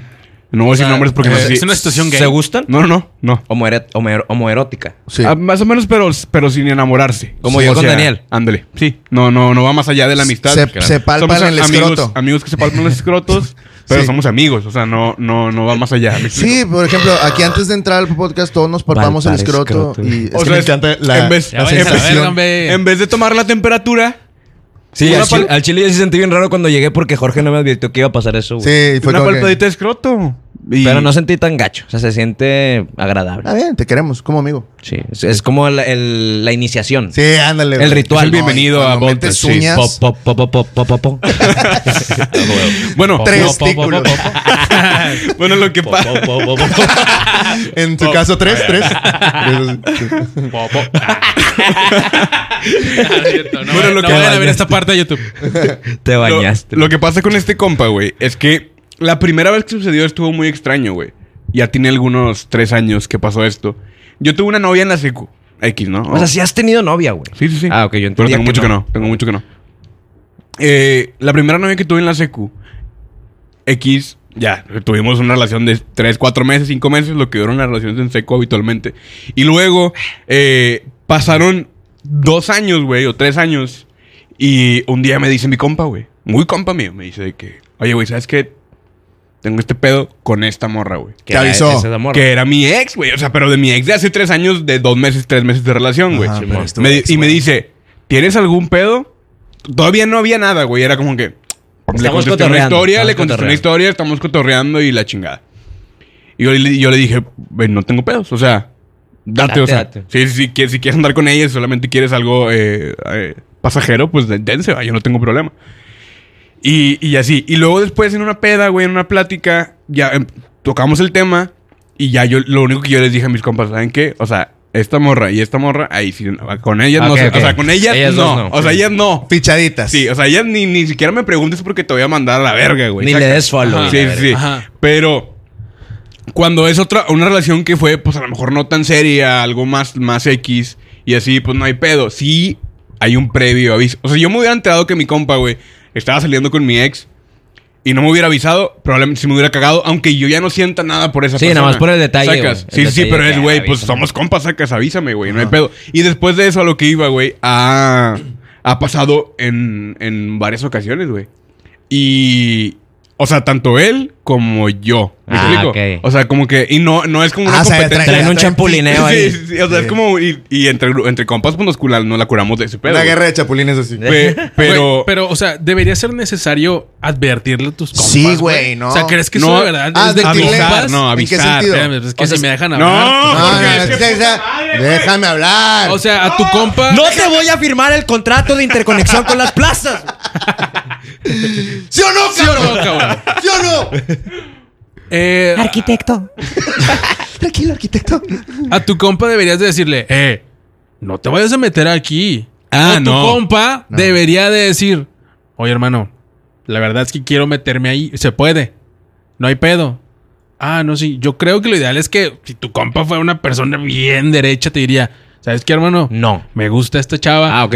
[SPEAKER 4] No voy a decir
[SPEAKER 3] sea,
[SPEAKER 4] nombres porque no
[SPEAKER 1] eh,
[SPEAKER 4] sé si-
[SPEAKER 1] es una situación gay.
[SPEAKER 3] ¿Se gustan?
[SPEAKER 4] No, no, no. no.
[SPEAKER 3] Homoero- homoero- homoerótica.
[SPEAKER 2] Sí.
[SPEAKER 4] Ah, más o menos, pero, pero sin enamorarse.
[SPEAKER 3] Como
[SPEAKER 4] Sí,
[SPEAKER 3] yo
[SPEAKER 4] o
[SPEAKER 3] con
[SPEAKER 4] sea,
[SPEAKER 3] Daniel.
[SPEAKER 4] Ándale. Sí. No, no, no va más allá de la amistad.
[SPEAKER 2] Se-
[SPEAKER 4] Claro.
[SPEAKER 2] se palpan
[SPEAKER 4] Somos a-
[SPEAKER 2] el
[SPEAKER 4] amigos,
[SPEAKER 2] escroto.
[SPEAKER 4] Amigos que se palpan
[SPEAKER 2] [laughs]
[SPEAKER 4] los escrotos, pero
[SPEAKER 2] Sí.
[SPEAKER 4] somos amigos. O sea, no, no, no va más allá. ¿me explico?
[SPEAKER 2] Sí, por ejemplo, aquí antes de entrar al podcast todos nos palpamos el
[SPEAKER 3] Palpar
[SPEAKER 2] escroto,
[SPEAKER 3] escroto.
[SPEAKER 2] y es
[SPEAKER 4] O
[SPEAKER 2] que
[SPEAKER 4] sea,
[SPEAKER 2] me
[SPEAKER 4] es-
[SPEAKER 2] encanta la,
[SPEAKER 4] en vez-
[SPEAKER 1] Ya
[SPEAKER 2] la
[SPEAKER 1] váyanse a la
[SPEAKER 2] sensación.
[SPEAKER 1] verga, hombre.
[SPEAKER 4] En vez de tomar la temperatura,
[SPEAKER 3] Sí,
[SPEAKER 4] Una
[SPEAKER 3] al, chile,
[SPEAKER 4] pal-
[SPEAKER 3] al chile yo sí sentí bien raro cuando llegué porque Jorge no me advirtió que iba a pasar eso, güey.
[SPEAKER 2] Sí, fue
[SPEAKER 4] una
[SPEAKER 2] como que-
[SPEAKER 4] palpadita de escroto. Y-
[SPEAKER 3] Pero no sentí tan gacho. O sea, se siente agradable.
[SPEAKER 2] Ah, bien, te queremos como amigo.
[SPEAKER 3] Sí. Es, es como la, el- la iniciación.
[SPEAKER 2] Sí, ándale.
[SPEAKER 3] El
[SPEAKER 2] güey.
[SPEAKER 3] ritual.
[SPEAKER 2] No,
[SPEAKER 4] Bienvenido
[SPEAKER 2] y
[SPEAKER 4] a
[SPEAKER 2] cuando
[SPEAKER 4] Volpe,
[SPEAKER 2] metes
[SPEAKER 4] sí.
[SPEAKER 2] uñas,
[SPEAKER 3] Pop, pop, pop, pop, pop, pop, pop, pop.
[SPEAKER 4] Bueno,
[SPEAKER 2] Tres
[SPEAKER 1] Po, po, po,
[SPEAKER 2] testículos.
[SPEAKER 1] po, po, po.
[SPEAKER 4] [laughs]
[SPEAKER 3] [laughs]
[SPEAKER 4] bueno, lo que pasa.
[SPEAKER 2] En tu caso,
[SPEAKER 4] [laughs]
[SPEAKER 2] tres, tres.
[SPEAKER 1] Po, po. Ah. No, es cierto, no
[SPEAKER 4] Bueno,
[SPEAKER 1] va-
[SPEAKER 4] lo
[SPEAKER 1] no
[SPEAKER 4] que
[SPEAKER 1] vayan a ver
[SPEAKER 4] bañaste.
[SPEAKER 1] esta parte de YouTube.
[SPEAKER 3] [laughs] Te
[SPEAKER 4] Lo-
[SPEAKER 3] bañaste.
[SPEAKER 4] Lo, que pasa con este compa, güey, es que la primera vez que sucedió estuvo muy extraño, güey. Ya tiene algunos tres años que pasó esto. Yo tuve una novia en la secu. X, ¿no?
[SPEAKER 3] O sea, si has tenido novia, güey.
[SPEAKER 4] Oh. Sí, sí, sí.
[SPEAKER 3] Ah, ok, yo
[SPEAKER 4] Pero
[SPEAKER 3] entendía
[SPEAKER 4] tengo
[SPEAKER 3] que
[SPEAKER 4] mucho que
[SPEAKER 3] no.
[SPEAKER 4] no. Tengo mucho que no. Eh, la primera novia que tuve en la secu, X, ya, tuvimos una relación de 3, 4 meses, 5 meses, lo que duran las relaciones en seco habitualmente. Y luego eh, pasaron dos años, güey, o tres años. Y un día me dice mi compa, güey, muy compa mío, me dice de que, oye, güey, ¿sabes qué? Tengo este pedo con esta morra, güey.
[SPEAKER 3] Que
[SPEAKER 2] Te
[SPEAKER 3] era-
[SPEAKER 2] avisó.
[SPEAKER 3] ese es amor.
[SPEAKER 4] Que era mi ex, güey. O sea, pero de mi ex de hace tres años, de dos meses, tres meses de relación, güey.
[SPEAKER 2] Ajá, pero es tu
[SPEAKER 4] Me-
[SPEAKER 2] ex,
[SPEAKER 4] y me
[SPEAKER 2] güey.
[SPEAKER 4] dice, ¿tienes algún pedo? Todavía no había nada, güey. Era como que. le
[SPEAKER 3] Estamos
[SPEAKER 4] contesté una
[SPEAKER 3] cotorreando, estamos
[SPEAKER 4] historia, le contesté una
[SPEAKER 3] cotorreando.
[SPEAKER 4] historia, estamos cotorreando y la chingada. Y yo, le- yo le dije, "Güey, no tengo pedos. O sea, date,
[SPEAKER 3] Date,
[SPEAKER 4] o sea.
[SPEAKER 3] date.
[SPEAKER 4] Sí, sí, sí, que- si quieres andar con ella, solamente quieres algo eh, eh, pasajero, pues de- dense, va, yo no tengo problema. Y, y así. Y luego después en una peda, güey, en una plática, ya em, tocamos el tema y ya yo, lo único que yo les dije a mis compas, ¿saben qué? O sea, esta morra y esta morra, ahí sí, no, con ellas no
[SPEAKER 3] Ah, Ok,
[SPEAKER 4] sé.
[SPEAKER 3] ok.
[SPEAKER 4] O sea, con ellas,
[SPEAKER 3] Ellas
[SPEAKER 4] no.
[SPEAKER 3] dos no.
[SPEAKER 4] O sea, ellas no.
[SPEAKER 2] Fichaditas.
[SPEAKER 4] Sí, o sea, ellas ni, ni siquiera me preguntes porque te voy a mandar a la verga, güey.
[SPEAKER 3] Ni
[SPEAKER 4] Saca.
[SPEAKER 3] le des follow.
[SPEAKER 4] Ajá.
[SPEAKER 3] ni
[SPEAKER 4] Sí,
[SPEAKER 3] la
[SPEAKER 4] sí,
[SPEAKER 3] verga.
[SPEAKER 4] sí.
[SPEAKER 1] Ajá.
[SPEAKER 4] Pero cuando es otra, una relación que fue, pues a lo mejor no tan seria, algo más, más X, y así, pues no hay pedo. Sí, hay un previo aviso. O sea, yo me hubiera enterado que mi compa, güey, estaba saliendo con mi ex y no me hubiera avisado, probablemente si me hubiera cagado, aunque yo ya no sienta nada por esa
[SPEAKER 3] Sí,
[SPEAKER 4] persona.
[SPEAKER 3] nada más por el detalle,
[SPEAKER 4] Sacas.
[SPEAKER 3] güey.
[SPEAKER 4] Sí,
[SPEAKER 3] El
[SPEAKER 4] sí,
[SPEAKER 3] detalle
[SPEAKER 4] pero
[SPEAKER 3] de
[SPEAKER 4] es,
[SPEAKER 3] que,
[SPEAKER 4] güey,
[SPEAKER 3] ah,
[SPEAKER 4] pues
[SPEAKER 3] avísame.
[SPEAKER 4] somos compas, sacas, avísame, güey, no hay pedo. Y después de eso a lo que iba, güey, ha, ha pasado en, en varias ocasiones, güey. Y. O sea, tanto él como yo. ¿Me
[SPEAKER 3] Ah,
[SPEAKER 4] explico?
[SPEAKER 3] ok.
[SPEAKER 4] O sea, como que. Y no, no es como una
[SPEAKER 2] Ah, o sea,
[SPEAKER 4] competencia.
[SPEAKER 3] Traen un
[SPEAKER 2] Sí,
[SPEAKER 3] champulineo ahí.
[SPEAKER 4] [laughs] Sí, sí, sí, o sea,
[SPEAKER 2] Sí.
[SPEAKER 4] es como. Y, y entre, entre compas, pues nos, cula- nos la curamos de ese pedo.
[SPEAKER 2] Una
[SPEAKER 4] güey.
[SPEAKER 2] guerra de chapulines así.
[SPEAKER 3] [laughs]
[SPEAKER 4] Pe-
[SPEAKER 1] Pero,
[SPEAKER 4] pero.
[SPEAKER 1] pero, o sea, debería ser necesario advertirle a tus compas.
[SPEAKER 2] Sí, güey, no.
[SPEAKER 1] O sea, ¿crees que
[SPEAKER 4] No,
[SPEAKER 1] eso de verdad
[SPEAKER 2] ah,
[SPEAKER 1] es de
[SPEAKER 2] advertirle-
[SPEAKER 1] compas?
[SPEAKER 4] no,
[SPEAKER 2] ¿En qué
[SPEAKER 4] avisar,
[SPEAKER 2] sentido?
[SPEAKER 1] Espérame, pues es que
[SPEAKER 3] O sea,
[SPEAKER 1] si me dejan
[SPEAKER 4] no,
[SPEAKER 1] hablar.
[SPEAKER 2] No, no,
[SPEAKER 4] porque
[SPEAKER 2] no,
[SPEAKER 4] es que-
[SPEAKER 2] es que- déjame hablar.
[SPEAKER 1] O sea, a tu compa.
[SPEAKER 3] [laughs] No
[SPEAKER 2] [laughs]
[SPEAKER 3] te voy a firmar el contrato de interconexión con las plazas.
[SPEAKER 2] ¿Sí o no,
[SPEAKER 1] ¿Sí o
[SPEAKER 2] cabrón?
[SPEAKER 1] no, cabrón?
[SPEAKER 2] ¿Sí o no?
[SPEAKER 1] Eh,
[SPEAKER 3] Arquitecto.
[SPEAKER 2] Tranquilo, arquitecto.
[SPEAKER 1] a tu compa deberías de decirle, eh, no te vayas a meter aquí.
[SPEAKER 4] Ah,
[SPEAKER 1] O
[SPEAKER 4] no.
[SPEAKER 1] Tu compa debería de decir, oye hermano, la verdad es que quiero meterme ahí. Se puede. No hay pedo. Ah, no, sí. Yo creo que lo ideal es que si tu compa fuera una persona bien derecha, te diría, ¿sabes qué, hermano?
[SPEAKER 3] No.
[SPEAKER 1] Me gusta esta chava.
[SPEAKER 3] Mm.
[SPEAKER 2] [laughs]
[SPEAKER 3] Ah, ok.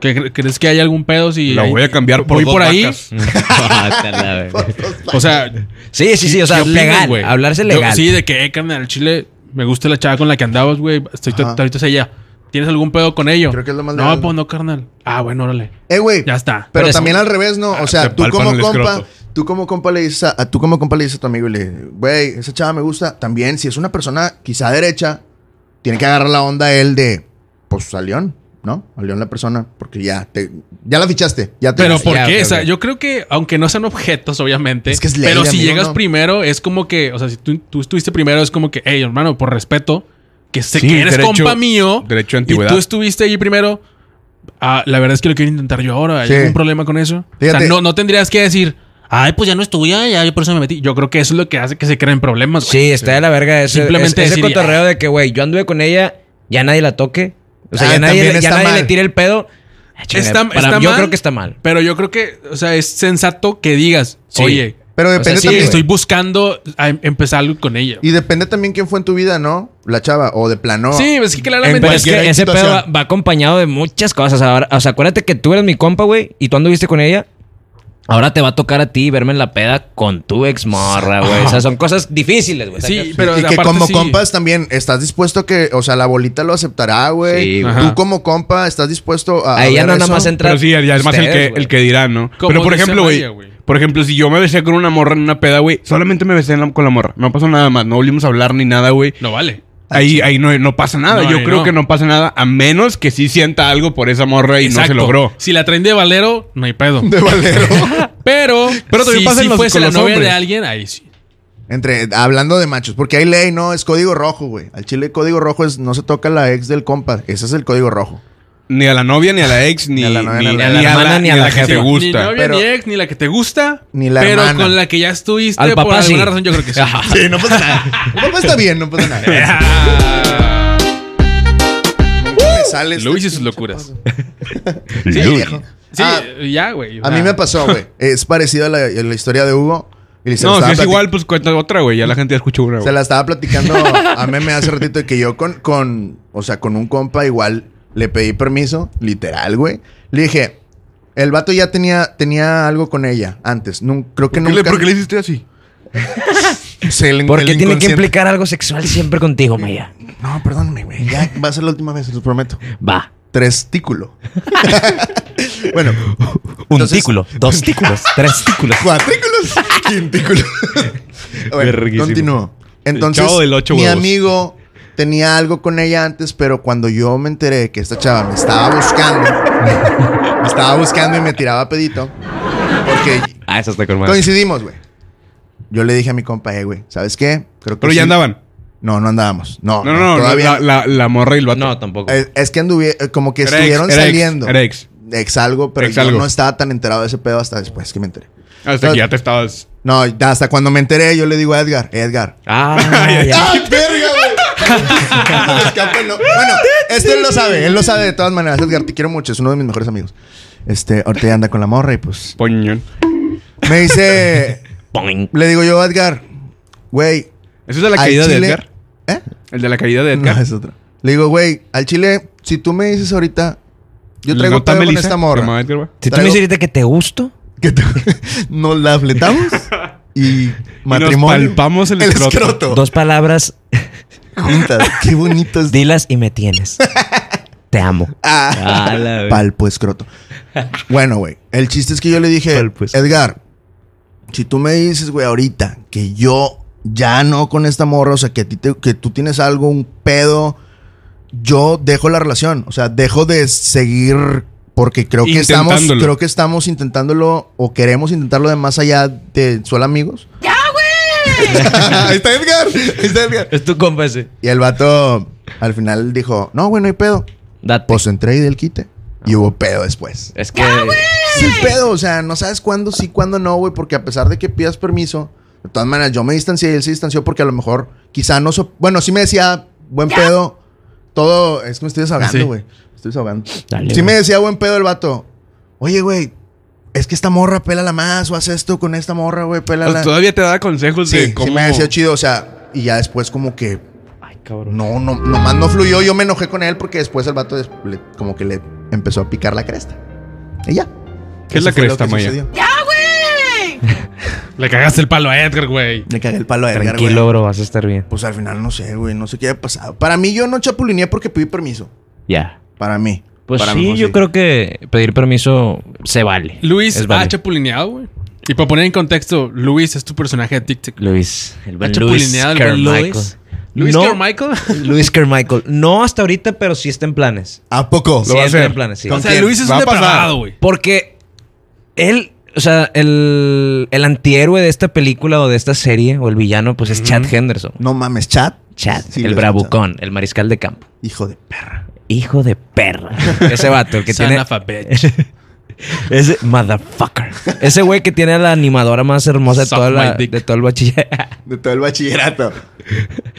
[SPEAKER 1] ¿Qué cre- ¿Crees que hay algún pedo? Si
[SPEAKER 4] La
[SPEAKER 1] hay-
[SPEAKER 4] voy a cambiar por
[SPEAKER 1] voy
[SPEAKER 4] dos
[SPEAKER 1] por ahí.
[SPEAKER 4] vacas.
[SPEAKER 3] Hasta la verga.
[SPEAKER 1] O sea,
[SPEAKER 3] sí, sí, sí. O sea,
[SPEAKER 1] ¿qué opinas,
[SPEAKER 3] legal.
[SPEAKER 1] güey?
[SPEAKER 3] Hablarse
[SPEAKER 1] Yo-
[SPEAKER 3] legal.
[SPEAKER 1] sí, de que, eh, carnal, al chile, me gusta la chava con la que andabas, güey. Estoy
[SPEAKER 2] Ajá.
[SPEAKER 1] ahorita es ella. ¿Tienes algún pedo con ello?
[SPEAKER 2] Creo que es lo más
[SPEAKER 1] No,
[SPEAKER 2] legal,
[SPEAKER 1] pues
[SPEAKER 2] ¿no?
[SPEAKER 1] no, carnal. Ah, bueno, órale.
[SPEAKER 2] Eh, güey.
[SPEAKER 1] Ya está. Ah,
[SPEAKER 2] Pero,
[SPEAKER 3] Pero
[SPEAKER 2] también
[SPEAKER 3] es-
[SPEAKER 2] al revés, ¿no? O
[SPEAKER 4] te
[SPEAKER 2] sea, tú
[SPEAKER 4] palpan
[SPEAKER 2] como
[SPEAKER 4] el
[SPEAKER 2] compa,
[SPEAKER 4] escroto.
[SPEAKER 2] tú como compa le dices a, a- tú como compa le dices a tu amigo y le güey, esa chava me gusta. También, si es una persona quizá derecha, tiene que agarrar la onda él de, pues a León, ¿no? A León la persona, porque ya te, ya la fichaste, ya te.
[SPEAKER 1] Pero
[SPEAKER 2] ya-
[SPEAKER 1] ¿por
[SPEAKER 3] ya,
[SPEAKER 1] qué?
[SPEAKER 3] ok,
[SPEAKER 1] o sea,
[SPEAKER 3] ok.
[SPEAKER 1] yo creo que, aunque no sean objetos, obviamente.
[SPEAKER 2] Es que es ley,
[SPEAKER 1] pero si
[SPEAKER 2] amigo,
[SPEAKER 1] llegas
[SPEAKER 2] ¿no?
[SPEAKER 1] primero, es como que, o sea, si tú, tú estuviste primero, es como que, hey, hermano, por respeto, que sé
[SPEAKER 4] Sí,
[SPEAKER 1] que eres
[SPEAKER 4] derecho-
[SPEAKER 1] compa mío.
[SPEAKER 4] derecho a
[SPEAKER 1] Y
[SPEAKER 4] antigüedad.
[SPEAKER 1] tú estuviste allí primero. Ah, la verdad es que lo quiero intentar yo ahora. ¿Hay
[SPEAKER 2] Sí.
[SPEAKER 1] algún problema con eso? O
[SPEAKER 2] Fíjate.
[SPEAKER 1] sea, no, no tendrías que decir, ay, pues ya no es tuya, ya yo por eso me metí. Yo creo que eso es lo que hace que se creen problemas. güey.
[SPEAKER 3] Sí, está de la verga ese,
[SPEAKER 1] Simplemente
[SPEAKER 3] Simplemente ese,
[SPEAKER 1] decir,
[SPEAKER 3] cotorreo de que, güey, yo anduve con ella, ya nadie la toque. O sea,
[SPEAKER 2] Ah,
[SPEAKER 3] ya nadie,
[SPEAKER 2] también
[SPEAKER 3] ya
[SPEAKER 2] está
[SPEAKER 3] nadie
[SPEAKER 2] mal.
[SPEAKER 3] le tira el pedo. Ah, chinga,
[SPEAKER 1] Está-
[SPEAKER 3] para-
[SPEAKER 1] está
[SPEAKER 3] yo
[SPEAKER 1] mal.
[SPEAKER 3] creo que está mal.
[SPEAKER 1] Pero yo creo que, o sea, es sensato que digas,
[SPEAKER 3] Sí.
[SPEAKER 1] oye,
[SPEAKER 2] Pero depende
[SPEAKER 3] sí,
[SPEAKER 2] también.
[SPEAKER 3] güey.
[SPEAKER 1] estoy buscando a em- empezar algo con ella.
[SPEAKER 2] Y depende también quién fue en tu vida, ¿no? La chava o de plano.
[SPEAKER 1] Sí, es que claramente.
[SPEAKER 3] Pero es que
[SPEAKER 2] cualquier
[SPEAKER 3] ese pedo va,
[SPEAKER 2] situación.
[SPEAKER 3] va acompañado de muchas cosas. Ahora, o sea, acuérdate que tú eres mi compa, güey, y tú anduviste con ella. Ahora te va a tocar a ti verme en la peda con tu ex morra, güey. O sea, son cosas difíciles, güey.
[SPEAKER 1] Sí,
[SPEAKER 3] Sacas-
[SPEAKER 1] pero
[SPEAKER 2] y que
[SPEAKER 1] aparte
[SPEAKER 2] como
[SPEAKER 1] sí.
[SPEAKER 2] compas también estás dispuesto que, o sea, la bolita lo aceptará, güey.
[SPEAKER 3] Sí,
[SPEAKER 2] Tú
[SPEAKER 1] güey. Ajá.
[SPEAKER 2] como compa estás dispuesto a. a
[SPEAKER 3] Ahí ya
[SPEAKER 2] ver
[SPEAKER 3] no nada
[SPEAKER 2] eso?
[SPEAKER 3] más entra.
[SPEAKER 4] Pero sí, ya es más el que,
[SPEAKER 3] ustedes, güey.
[SPEAKER 4] el que dirá, ¿no?
[SPEAKER 1] Como
[SPEAKER 4] Pero por
[SPEAKER 1] dice
[SPEAKER 4] ejemplo,
[SPEAKER 1] Maya,
[SPEAKER 4] güey.
[SPEAKER 1] güey.
[SPEAKER 4] Por ejemplo, si yo me besé con una morra en una peda, güey, solamente me besé en la- con la morra. No pasó nada más. No volvimos a hablar ni nada, güey.
[SPEAKER 1] No vale.
[SPEAKER 4] Ahí, ahí no, no pasa nada.
[SPEAKER 1] No,
[SPEAKER 4] yo
[SPEAKER 1] ahí
[SPEAKER 4] creo
[SPEAKER 1] no.
[SPEAKER 4] que no pasa nada, a menos que sí sienta algo por esa morra y no se
[SPEAKER 1] Exacto.
[SPEAKER 4] logró.
[SPEAKER 1] Si la traen de valero, no hay pedo.
[SPEAKER 2] [laughs] De valero.
[SPEAKER 1] Pero,
[SPEAKER 4] Pero también
[SPEAKER 1] si,
[SPEAKER 4] pasa en
[SPEAKER 1] si
[SPEAKER 4] los-
[SPEAKER 1] fuese
[SPEAKER 4] con
[SPEAKER 1] la
[SPEAKER 4] los
[SPEAKER 1] novia de
[SPEAKER 4] hombres.
[SPEAKER 1] alguien, ahí sí.
[SPEAKER 2] Entre, hablando de machos, porque hay ley, ¿no? Es código rojo, güey. Al chile código rojo es no se toca la ex del compa. Ese es el código rojo.
[SPEAKER 4] Ni a la novia, ni a la ex, ni,
[SPEAKER 2] a la novia,
[SPEAKER 4] ni-
[SPEAKER 2] ni a
[SPEAKER 4] ni
[SPEAKER 3] la
[SPEAKER 4] a
[SPEAKER 3] hermana, ni a la
[SPEAKER 4] que te
[SPEAKER 3] jefa.
[SPEAKER 1] Ni
[SPEAKER 4] gusta.
[SPEAKER 1] novia,
[SPEAKER 2] Pero-
[SPEAKER 1] ni ex, ni la que te gusta.
[SPEAKER 2] Ni la
[SPEAKER 1] Pero
[SPEAKER 2] hermana.
[SPEAKER 1] con la que ya estuviste
[SPEAKER 3] Al
[SPEAKER 1] por
[SPEAKER 3] papá sí.
[SPEAKER 1] alguna razón, yo creo que sí.
[SPEAKER 2] Sí, no pasa nada. El compa está bien, no pasa
[SPEAKER 1] [laughs]
[SPEAKER 2] nada.
[SPEAKER 1] Ah.
[SPEAKER 2] Nunca me sale este
[SPEAKER 1] Luis y sus
[SPEAKER 2] pinche
[SPEAKER 1] locuras.
[SPEAKER 2] [laughs] Sí,
[SPEAKER 4] Luis.
[SPEAKER 2] viejo.
[SPEAKER 1] [laughs] Sí,
[SPEAKER 2] Ah,
[SPEAKER 1] ya, güey. o
[SPEAKER 2] a
[SPEAKER 1] sea,
[SPEAKER 2] mí me pasó, güey. Es parecida a la, a la historia de Hugo. Y se la
[SPEAKER 4] No, si
[SPEAKER 2] estaba
[SPEAKER 4] es
[SPEAKER 2] platic-
[SPEAKER 4] igual, pues cuenta otra, güey. Ya la gente ya escuchó una,
[SPEAKER 2] Se
[SPEAKER 4] güey.
[SPEAKER 2] la estaba platicando a Meme hace ratito de que yo con, con, o sea, con un compa igual le pedí permiso, literal, güey. Le dije, el vato ya tenía, tenía algo con ella antes. Nun- creo que
[SPEAKER 4] ¿Qué le-
[SPEAKER 2] nunca.
[SPEAKER 4] ¿Por qué le hiciste así?
[SPEAKER 2] [laughs] Se le-
[SPEAKER 3] Porque
[SPEAKER 2] el
[SPEAKER 3] tiene que
[SPEAKER 2] inconsciente-
[SPEAKER 3] implicar algo sexual siempre contigo, Maya.
[SPEAKER 2] No, perdóname, güey. Ya va a ser la última vez, se los prometo.
[SPEAKER 3] Va.
[SPEAKER 2] Trestículo. [laughs] bueno,
[SPEAKER 3] Un
[SPEAKER 2] Entonces-
[SPEAKER 3] tículo, dos
[SPEAKER 2] [laughs]
[SPEAKER 3] tículos, tres tículos.
[SPEAKER 2] cuatrículos, quintículos. bueno,
[SPEAKER 4] Verguísimo.
[SPEAKER 2] continúo. Entonces,
[SPEAKER 4] chavo del ocho
[SPEAKER 2] mi
[SPEAKER 4] huevos.
[SPEAKER 2] amigo tenía algo con ella antes, pero cuando yo me enteré que esta chava me estaba buscando, me estaba buscando y me tiraba pedito, porque
[SPEAKER 3] Ah, eso está con madre.
[SPEAKER 2] coincidimos, güey. Yo le dije a mi compa, eh, güey, ¿sabes qué? Creo que
[SPEAKER 4] Pero ya
[SPEAKER 2] sí".
[SPEAKER 4] andaban.
[SPEAKER 2] No, no andábamos. No,
[SPEAKER 4] No, no, no.
[SPEAKER 2] todavía.
[SPEAKER 4] La, la- la morra y el vato.
[SPEAKER 3] No, tampoco.
[SPEAKER 2] Eh, Es que anduvieron, como que
[SPEAKER 4] Era ex,
[SPEAKER 2] estuvieron
[SPEAKER 4] era ex,
[SPEAKER 2] saliendo.
[SPEAKER 4] era ex.
[SPEAKER 2] Ex algo, pero
[SPEAKER 4] Ex
[SPEAKER 2] yo
[SPEAKER 4] algo.
[SPEAKER 2] no estaba tan enterado de ese pedo hasta después que me enteré.
[SPEAKER 4] Hasta
[SPEAKER 2] no.
[SPEAKER 4] que ya te estabas.
[SPEAKER 2] No, hasta cuando me enteré, yo le digo a Edgar,
[SPEAKER 4] [laughs]
[SPEAKER 2] Edgar.
[SPEAKER 3] Ah, ya.
[SPEAKER 2] ¡Ah, verga, güey! [laughs] Se me escapa el no- Bueno, este él lo sabe, él lo sabe de todas maneras. Edgar, te quiero mucho, es uno de mis mejores amigos. Este, ahorita ya anda con la morra y pues.
[SPEAKER 4] Poñón.
[SPEAKER 2] Me dice.
[SPEAKER 3] Poing.
[SPEAKER 2] Le digo yo a Edgar, güey.
[SPEAKER 4] ¿Esa es de
[SPEAKER 2] al
[SPEAKER 4] la caída de
[SPEAKER 2] chile-
[SPEAKER 4] Edgar?
[SPEAKER 2] ¿Eh?
[SPEAKER 4] ¿El de la caída de
[SPEAKER 2] No,
[SPEAKER 4] Edgar?
[SPEAKER 2] es otra. Le digo, güey, al chile, si tú me dices ahorita. Yo traigo
[SPEAKER 4] ¿No está
[SPEAKER 2] pedo con
[SPEAKER 4] Melissa?
[SPEAKER 2] esta
[SPEAKER 4] Se llamaba
[SPEAKER 2] morra.
[SPEAKER 4] Edgar, güey.
[SPEAKER 3] Si tú
[SPEAKER 2] traigo-
[SPEAKER 3] me dices ahorita que te gusto,
[SPEAKER 2] que te- [laughs] nos la
[SPEAKER 4] [laughs]
[SPEAKER 2] fletamos y matrimonio.
[SPEAKER 4] palpamos el escroto.
[SPEAKER 3] dos palabras,
[SPEAKER 2] Juntas. Qué bonito es.
[SPEAKER 3] dilas y
[SPEAKER 2] [laughs]
[SPEAKER 3] me tienes. Te amo. Ah, [laughs] la verga.
[SPEAKER 2] Palpo escroto. Bueno, güey. El chiste es que yo le dije,
[SPEAKER 3] Palpo escroto.
[SPEAKER 2] Edgar, si tú me dices, güey, ahorita que yo ya no con esta morra, o sea, que, a ti te- que tú tienes algo, un pedo, yo dejo la relación. O sea, dejo de seguir porque creo que estamos,
[SPEAKER 4] Intentándolo.
[SPEAKER 2] creo que estamos intentándolo o queremos intentarlo de más allá de solo amigos. [laughs] ¡Ya, güey! [laughs] ahí está Edgar. Ahí está Edgar.
[SPEAKER 3] Es tu compa ese.
[SPEAKER 2] Y el vato al final dijo, no, güey, no hay pedo.
[SPEAKER 3] Date.
[SPEAKER 2] Pues entré y del quite. Y hubo pedo después.
[SPEAKER 3] es que.
[SPEAKER 2] Es el pedo, o sea, no sabes cuándo sí, cuándo no, güey, porque a pesar de que pidas permiso, De todas maneras, yo me distancié y él se distanció porque a lo mejor quizá no... so- bueno, sí me decía, buen pedo, todo... Es que me estoy
[SPEAKER 1] Sí.
[SPEAKER 2] desahogando, güey. Me estoy desahogando.
[SPEAKER 3] Dale,
[SPEAKER 2] sí
[SPEAKER 3] güey.
[SPEAKER 2] me decía, buen pedo el vato. Oye, güey, es que esta morra, pélala más o haz esto con esta morra, güey,
[SPEAKER 1] Ah,
[SPEAKER 2] pélala.
[SPEAKER 4] Todavía te da consejos
[SPEAKER 2] Sí,
[SPEAKER 4] de cómo.
[SPEAKER 2] sí me decía chido, o sea, y ya después como que...
[SPEAKER 3] Ay, cabrón.
[SPEAKER 2] No, no, nomás no fluyó. Yo me enojé con él porque después el vato des- le- como que le empezó a picar la cresta. Y ya.
[SPEAKER 4] ¿Qué es
[SPEAKER 2] Eso
[SPEAKER 4] la
[SPEAKER 2] fue lo
[SPEAKER 4] cresta,
[SPEAKER 2] que
[SPEAKER 4] Maya?
[SPEAKER 2] sucedió.
[SPEAKER 1] Le cagaste el palo a Edgar, güey.
[SPEAKER 2] Le cagué el palo a Edgar, güey.
[SPEAKER 3] Tranquilo, bro, vas a estar bien.
[SPEAKER 2] Pues al final no sé, güey. No sé qué haya pasado. Para mí yo no chapulineé porque pedí permiso.
[SPEAKER 3] Ya.
[SPEAKER 2] Para mí.
[SPEAKER 3] Pues
[SPEAKER 2] Para mí
[SPEAKER 3] sí,
[SPEAKER 2] fue
[SPEAKER 3] yo
[SPEAKER 2] así.
[SPEAKER 3] creo que pedir permiso se vale.
[SPEAKER 1] Luis
[SPEAKER 3] Es
[SPEAKER 1] ha
[SPEAKER 3] válido.
[SPEAKER 1] chapulineado, güey. Y para poner en contexto, Luis es tu personaje de TikTok.
[SPEAKER 3] Luis, el buen
[SPEAKER 1] Ha
[SPEAKER 3] Luis
[SPEAKER 1] chapulineado el buen
[SPEAKER 3] Carmichael.
[SPEAKER 1] Luis. Luis
[SPEAKER 3] No-
[SPEAKER 1] Carmichael. [laughs]
[SPEAKER 3] Luis Carmichael. No hasta ahorita, pero sí está en planes.
[SPEAKER 2] ¿A poco?
[SPEAKER 3] Sí
[SPEAKER 4] va a
[SPEAKER 3] está en
[SPEAKER 4] hacer.
[SPEAKER 3] planes, sí.
[SPEAKER 1] O sea,
[SPEAKER 4] quién?
[SPEAKER 1] Luis es
[SPEAKER 4] Va
[SPEAKER 1] un
[SPEAKER 4] a pasar.
[SPEAKER 1] depravado, güey.
[SPEAKER 3] Porque él, o sea, el, el antihéroe de esta película o de esta serie o el villano, pues es Chad Henderson.
[SPEAKER 2] No mames, chat.
[SPEAKER 3] Chad,
[SPEAKER 2] Sí, lo
[SPEAKER 3] el
[SPEAKER 2] he
[SPEAKER 3] bravucón, el mariscal de campo.
[SPEAKER 2] Hijo de perra.
[SPEAKER 3] Hijo
[SPEAKER 1] [laughs]
[SPEAKER 3] de perra. Ese vato, el que
[SPEAKER 1] Son
[SPEAKER 3] tiene.
[SPEAKER 1] of a bitch.
[SPEAKER 3] Ese motherfucker. Ese güey que tiene a la animadora más hermosa de,
[SPEAKER 1] Suck
[SPEAKER 3] toda la-
[SPEAKER 1] my dick.
[SPEAKER 3] de todo
[SPEAKER 1] [laughs]
[SPEAKER 3] el bachillerato.
[SPEAKER 2] De todo el bachillerato.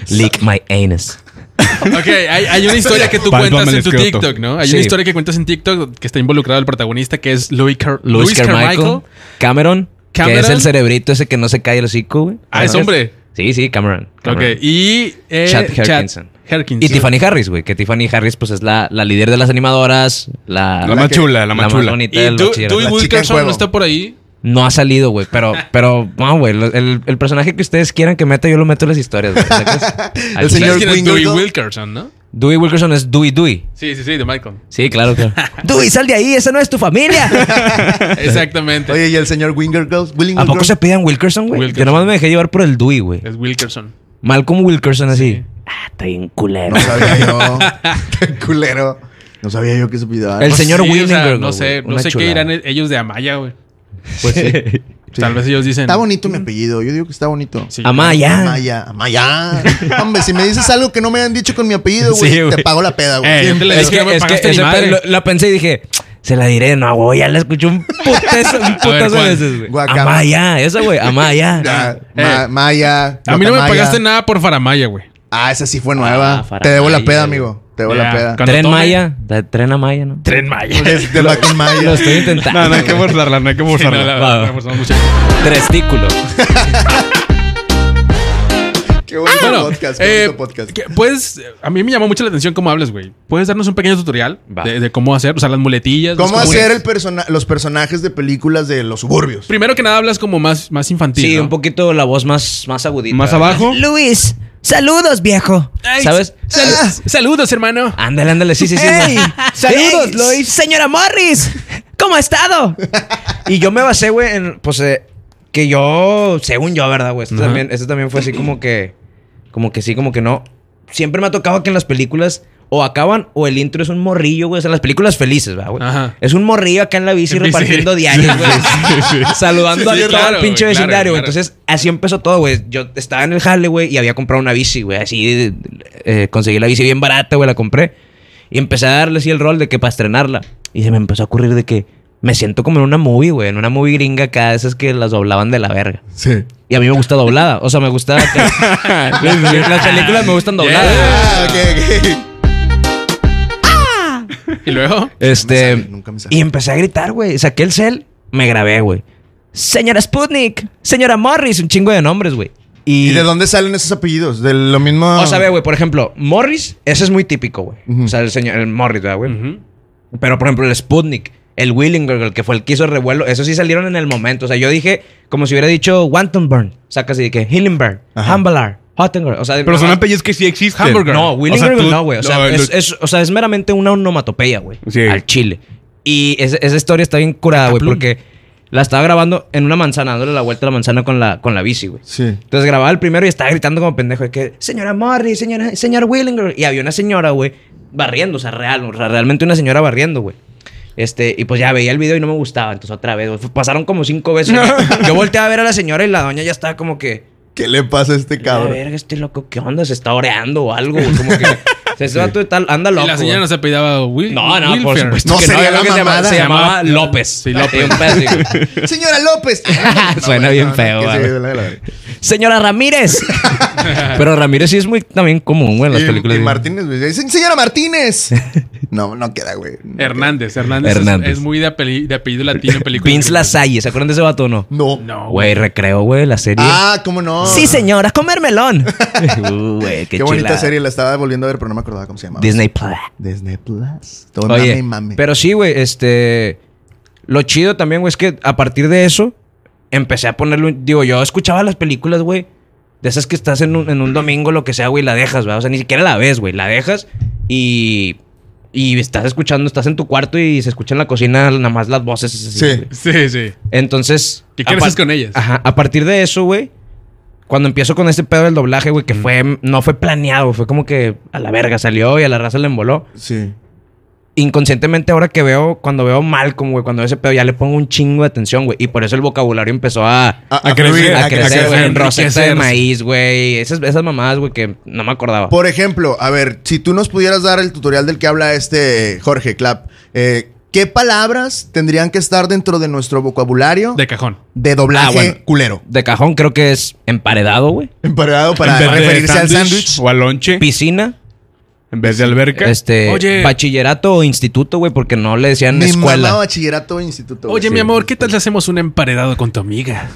[SPEAKER 3] Lick my anus.
[SPEAKER 1] [laughs] Ok, hay, hay una historia que tú
[SPEAKER 4] Palpame
[SPEAKER 1] cuentas
[SPEAKER 4] el
[SPEAKER 1] en tu
[SPEAKER 4] escroto.
[SPEAKER 1] TikTok, ¿no? Hay
[SPEAKER 3] Sí.
[SPEAKER 1] una historia que cuentas en TikTok que está involucrado el protagonista, que es Louis, Car- Louis
[SPEAKER 3] Luis, Carmichael, Cameron, que es
[SPEAKER 1] Cameron.
[SPEAKER 3] el cerebrito ese que no se cae el hocico, güey.
[SPEAKER 1] Ah, es hombre.
[SPEAKER 3] Sí, sí, Cameron. Cameron.
[SPEAKER 1] Ok, y... eh,
[SPEAKER 3] Chad Herkinson.
[SPEAKER 1] Herkinson.
[SPEAKER 3] Y Tiffany Harris, güey, que Tiffany Harris pues es la, la líder de las animadoras, la,
[SPEAKER 4] La más
[SPEAKER 2] que-
[SPEAKER 4] chula, la
[SPEAKER 3] la
[SPEAKER 4] más chula.
[SPEAKER 3] bonita
[SPEAKER 1] Y
[SPEAKER 3] del
[SPEAKER 1] Du-
[SPEAKER 3] bachillerato.
[SPEAKER 1] Dewey
[SPEAKER 2] la chica en
[SPEAKER 1] Wilkerson
[SPEAKER 2] juego.
[SPEAKER 1] no está por ahí.
[SPEAKER 3] No ha salido, güey, pero, pero, no, güey, lo- el, el personaje que ustedes quieran que meta, yo lo meto en las historias, güey. ¿sacas? Al
[SPEAKER 2] El
[SPEAKER 3] chile.
[SPEAKER 1] ¿Sabes
[SPEAKER 2] Señor
[SPEAKER 1] quién es Dewey
[SPEAKER 2] Wingerton.
[SPEAKER 1] Wilkerson, no?
[SPEAKER 3] Dewey Wilkerson es Dewey Dewey.
[SPEAKER 1] Sí, sí, sí, de Michael.
[SPEAKER 3] Sí, claro, claro. [laughs] Dewey, sal de ahí, esa no es tu familia.
[SPEAKER 1] Exactamente.
[SPEAKER 2] Oye, ¿y el señor Winger Girls? Willing
[SPEAKER 3] ¿A poco
[SPEAKER 2] Girls?
[SPEAKER 3] se pedían Wilkerson, güey? Que
[SPEAKER 1] Wilkerson.
[SPEAKER 3] nomás me dejé llevar por el Dewey, güey.
[SPEAKER 1] Es Wilkerson.
[SPEAKER 3] Malcolm Wilkerson así. Ah, está bien culero.
[SPEAKER 2] No sabía yo. [laughs] Qué culero. No sabía yo que se pidaba.
[SPEAKER 3] El señor
[SPEAKER 1] Sí, o sea,
[SPEAKER 3] Willinger,
[SPEAKER 1] No
[SPEAKER 3] güey,
[SPEAKER 1] sé, no
[SPEAKER 3] una
[SPEAKER 1] sé qué
[SPEAKER 3] chulada.
[SPEAKER 1] irán e- ellos de Amaya, güey.
[SPEAKER 2] Pues sí.
[SPEAKER 1] Tal vez ellos dicen...
[SPEAKER 2] Está bonito mi apellido. Yo digo que está bonito.
[SPEAKER 1] Sí.
[SPEAKER 3] Amaya.
[SPEAKER 2] Amaya, Amaya. [laughs] Hombre, si me dices algo que no me han dicho con mi apellido, güey,
[SPEAKER 3] Sí,
[SPEAKER 2] te
[SPEAKER 3] güey.
[SPEAKER 2] pago la peda, güey.
[SPEAKER 1] Eh, yo
[SPEAKER 2] Sin
[SPEAKER 1] te la
[SPEAKER 2] pedo.
[SPEAKER 3] Es que,
[SPEAKER 1] no me
[SPEAKER 3] es que
[SPEAKER 1] pagaste ni
[SPEAKER 3] ese
[SPEAKER 1] madre.
[SPEAKER 3] pe- lo- la pensé y dije, se la diré, no, güey, ya la escuché un putazo,
[SPEAKER 1] [laughs]
[SPEAKER 3] un putazo
[SPEAKER 1] ¿cuál?
[SPEAKER 3] de veces, güey.
[SPEAKER 2] Guacamaya.
[SPEAKER 3] Amaya, esa, güey, Amaya.
[SPEAKER 2] [laughs] Ya,
[SPEAKER 1] Eh.
[SPEAKER 2] Ma- Maya.
[SPEAKER 1] A mí no me
[SPEAKER 2] Guacamaya.
[SPEAKER 1] pagaste nada por
[SPEAKER 2] [laughs]
[SPEAKER 1] Faramaya, güey.
[SPEAKER 2] Ah, esa sí fue nueva.
[SPEAKER 3] Ah,
[SPEAKER 2] te debo la
[SPEAKER 3] Faramaya,
[SPEAKER 2] peda,
[SPEAKER 3] güey.
[SPEAKER 2] amigo. Te debo [laughs]
[SPEAKER 1] Ya,
[SPEAKER 2] la peda.
[SPEAKER 1] cuando
[SPEAKER 3] Tren
[SPEAKER 1] tome-
[SPEAKER 3] Maya, de- tren a Maya, ¿no?
[SPEAKER 1] Tren Maya.
[SPEAKER 2] De, de Back in Maya.
[SPEAKER 3] Lo estoy intentando.
[SPEAKER 4] No, no hay que forzarla, no hay que
[SPEAKER 1] Sí, no, la
[SPEAKER 4] forzarla.
[SPEAKER 1] verdad,
[SPEAKER 3] Va.
[SPEAKER 1] me forzamos mucho.
[SPEAKER 3] Trestículo.
[SPEAKER 2] Qué bonito
[SPEAKER 1] Bueno,
[SPEAKER 2] podcast. Qué
[SPEAKER 1] eh,
[SPEAKER 2] bonito podcast.
[SPEAKER 1] que- Puedes, eh, a mí me llamó mucho la atención cómo hablas, güey. ¿Puedes darnos un pequeño tutorial
[SPEAKER 3] Va.
[SPEAKER 1] de, de cómo hacer, o sea, las muletillas?
[SPEAKER 2] ¿Cómo
[SPEAKER 1] las
[SPEAKER 2] hacer
[SPEAKER 1] comunes?
[SPEAKER 2] el persona los personajes de películas de los suburbios?
[SPEAKER 1] Primero que nada hablas como más, más infantil,
[SPEAKER 3] Sí,
[SPEAKER 1] ¿no?
[SPEAKER 3] un poquito la voz más, más agudita.
[SPEAKER 4] Más abajo.
[SPEAKER 3] Luis, saludos, viejo.
[SPEAKER 1] Ay,
[SPEAKER 3] ¿Sabes?
[SPEAKER 1] sal- Ah, Saludos, hermano.
[SPEAKER 3] Ándale, ándale, sí, sí, sí. [laughs]
[SPEAKER 6] ¡Ey!
[SPEAKER 3] güey.
[SPEAKER 6] ¡Saludos,
[SPEAKER 3] ¡Ey!
[SPEAKER 6] Lois!
[SPEAKER 3] ¡Señora Morris! ¿Cómo ha estado? y yo me basé, güey, en, pues, eh, que yo, según yo, ¿verdad, güey? Esto,
[SPEAKER 1] Ajá.
[SPEAKER 3] también, esto también fue así como que, como que sí, como que no. Siempre me ha tocado que en las películas o acaban o el intro es un morrillo, güey. O sea, las películas felices, ¿verdad, güey?
[SPEAKER 1] Ajá.
[SPEAKER 3] Es un morrillo acá en la bici
[SPEAKER 1] En bici.
[SPEAKER 3] repartiendo [laughs] diarios, güey. Saludando
[SPEAKER 1] Sí, sí,
[SPEAKER 3] a todo
[SPEAKER 1] claro,
[SPEAKER 3] el pinche
[SPEAKER 1] güey, claro,
[SPEAKER 3] vecindario, güey.
[SPEAKER 1] claro.
[SPEAKER 3] Entonces, así empezó todo, güey. Yo estaba en el jale, güey, y había comprado una bici, güey. Así eh, conseguí la bici bien barata, güey, la compré. Y empecé a darle así el rol de que para estrenarla. Y se me empezó a ocurrir de que me siento como en una movie, güey. En una movie gringa acá, de esas que las doblaban de la verga.
[SPEAKER 2] Sí.
[SPEAKER 3] Y a mí me gusta doblada. O sea, me gusta... que- las películas me gustan dobladas. güey.
[SPEAKER 2] Ah, ok, ok. [laughs]
[SPEAKER 1] Y luego,
[SPEAKER 3] Este.
[SPEAKER 2] sale, nunca me sale.
[SPEAKER 3] Y empecé a gritar, güey. Saqué el cel, me grabé, güey. Señora Sputnik, señora Morris, un chingo de nombres, güey. Y,
[SPEAKER 2] ¿Y de dónde salen esos apellidos? De lo mismo.
[SPEAKER 3] O sea, ve, güey, por ejemplo, Morris, ese es muy típico, güey.
[SPEAKER 2] Ah. Ujú.
[SPEAKER 3] O sea, el señor, el Morris, ¿verdad, güey? Pero, por ejemplo, el Sputnik, el Willinger, el que fue el que hizo el revuelo, esos sí salieron en el momento. O sea, yo dije, como si hubiera dicho Wantonburn, sacas así de que Hillenburg,
[SPEAKER 2] Ajá.
[SPEAKER 3] Hambalar, Hottinger. O sea,
[SPEAKER 4] Pero son
[SPEAKER 3] nomás-
[SPEAKER 4] apellidos que sí existen.
[SPEAKER 1] Hamburger.
[SPEAKER 3] No, Willinger
[SPEAKER 4] O sea, tú-
[SPEAKER 3] no, güey. O, sea,
[SPEAKER 4] no,
[SPEAKER 3] es,
[SPEAKER 4] lo-
[SPEAKER 3] es- o sea, es meramente una onomatopeya, güey.
[SPEAKER 4] Sí.
[SPEAKER 3] Al chile. Y es- esa historia está bien curada, güey,
[SPEAKER 1] Caplum.
[SPEAKER 3] porque la estaba grabando en una manzana, dándole la vuelta a la manzana con la, con la bici, güey.
[SPEAKER 2] Sí.
[SPEAKER 3] Entonces grababa el primero y estaba gritando como pendejo de que, señora Morris, señora, señor Willinger. Y había una señora, güey, barriendo, o sea, real, o sea, realmente una señora barriendo, güey. Este, y pues ya veía el video y no me gustaba, entonces otra vez, güey. Pasaron como cinco veces. [laughs] Yo volteaba a ver a la señora y la doña ya estaba como que,
[SPEAKER 2] ¿Qué le pasa a este
[SPEAKER 3] a
[SPEAKER 2] cabrón?
[SPEAKER 3] ver, este loco, ¿qué onda? Se está oreando o algo, güey. Como que Se estaba tú tal, anda
[SPEAKER 1] Y
[SPEAKER 3] loco.
[SPEAKER 1] la señora
[SPEAKER 3] güey.
[SPEAKER 1] se apellidaba Will.
[SPEAKER 3] No, no, por
[SPEAKER 1] Wilfer.
[SPEAKER 3] supuesto
[SPEAKER 2] No
[SPEAKER 3] que no.
[SPEAKER 2] sería
[SPEAKER 3] yo creo
[SPEAKER 2] la
[SPEAKER 3] que se llamaba-
[SPEAKER 2] mamada.
[SPEAKER 3] se llamaba López. Sí, López. [laughs]
[SPEAKER 2] Señora López.
[SPEAKER 3] Suena bien feo,
[SPEAKER 2] que sí,
[SPEAKER 3] güey.
[SPEAKER 2] de la- de la-
[SPEAKER 3] Señora Ramírez. [laughs] Pero Ramírez sí es muy también común, güey, en las
[SPEAKER 2] Y-
[SPEAKER 3] películas.
[SPEAKER 2] y
[SPEAKER 3] de-
[SPEAKER 2] Martínez, güey. Dicen, Señora
[SPEAKER 3] [laughs]
[SPEAKER 2] Martínez. No, no queda, güey. No queda.
[SPEAKER 1] Hernández. Hernández, es-
[SPEAKER 3] Hernández.
[SPEAKER 1] Es, muy de, apeli- de apellido latino en películas.
[SPEAKER 3] Vince Lasalle. ¿Se acuerdan de ese vato o no?
[SPEAKER 2] No.
[SPEAKER 1] No,
[SPEAKER 3] Güey, recreo, güey, la serie.
[SPEAKER 2] Ah, ¿cómo no?
[SPEAKER 3] Sí, señora, comer melón. [laughs] Uh, güey, qué,
[SPEAKER 2] Qué, bonita
[SPEAKER 3] chulada.
[SPEAKER 2] serie. La estaba volviendo a ver, pero no me acordaba cómo se llamaba.
[SPEAKER 3] Disney Plus.
[SPEAKER 2] Disney Plus. Todo mame
[SPEAKER 3] Oye,
[SPEAKER 2] y mame.
[SPEAKER 3] pero sí, güey, este... Lo chido también, güey, es que a partir de eso empecé a ponerlo... en- Digo, yo escuchaba las películas, güey, de esas que estás en un, en un domingo, lo que sea, güey, y la dejas, ¿verdad? O sea, ni siquiera la ves, güey, la dejas y... Y estás escuchando, estás en tu cuarto y se escucha en la cocina nada más las voces. así,
[SPEAKER 2] Sí.
[SPEAKER 3] güey.
[SPEAKER 1] Sí, sí.
[SPEAKER 3] Entonces...
[SPEAKER 1] ¿Qué
[SPEAKER 3] a
[SPEAKER 1] creces
[SPEAKER 3] par-
[SPEAKER 1] con ellas?
[SPEAKER 3] Ajá, a partir de eso, güey, cuando empiezo con este pedo del doblaje, güey, que fue... No fue planeado, fue como que a la verga salió y a la raza le emboló
[SPEAKER 2] sí.
[SPEAKER 3] inconscientemente ahora que veo, cuando veo mal, como güey, cuando veo ese pedo, ya le pongo un chingo de atención, güey. Y por eso el vocabulario empezó a,
[SPEAKER 2] A-
[SPEAKER 3] a
[SPEAKER 2] a
[SPEAKER 3] crecer,
[SPEAKER 2] fluir,
[SPEAKER 3] a
[SPEAKER 2] a
[SPEAKER 3] crecer,
[SPEAKER 2] crecer,
[SPEAKER 3] güey.
[SPEAKER 1] a
[SPEAKER 3] En roseta de
[SPEAKER 1] enriquecerse.
[SPEAKER 3] maíz, güey. Esas, esas mamadas, güey, que no me acordaba.
[SPEAKER 2] Por ejemplo, a ver, si tú nos pudieras dar el tutorial del que habla este Jorge Clap, eh, ¿qué palabras tendrían que estar dentro de nuestro vocabulario
[SPEAKER 1] De cajón.
[SPEAKER 2] de doblaje
[SPEAKER 3] Ah, bueno.
[SPEAKER 2] culero?
[SPEAKER 3] De cajón creo que es emparedado, güey.
[SPEAKER 2] Emparado para
[SPEAKER 4] En vez de
[SPEAKER 2] referirse al sándwich.
[SPEAKER 4] O al lonche.
[SPEAKER 3] Piscina,
[SPEAKER 4] En vez de alberca.
[SPEAKER 3] este,
[SPEAKER 1] Oye.
[SPEAKER 3] bachillerato o instituto, güey, porque no le decían
[SPEAKER 2] Mi
[SPEAKER 3] escuela.
[SPEAKER 2] mamá, bachillerato, instituto. güey.
[SPEAKER 1] Oye, mi amor, ¿qué tal si hacemos un emparedado con tu
[SPEAKER 3] [laughs]
[SPEAKER 1] amiga?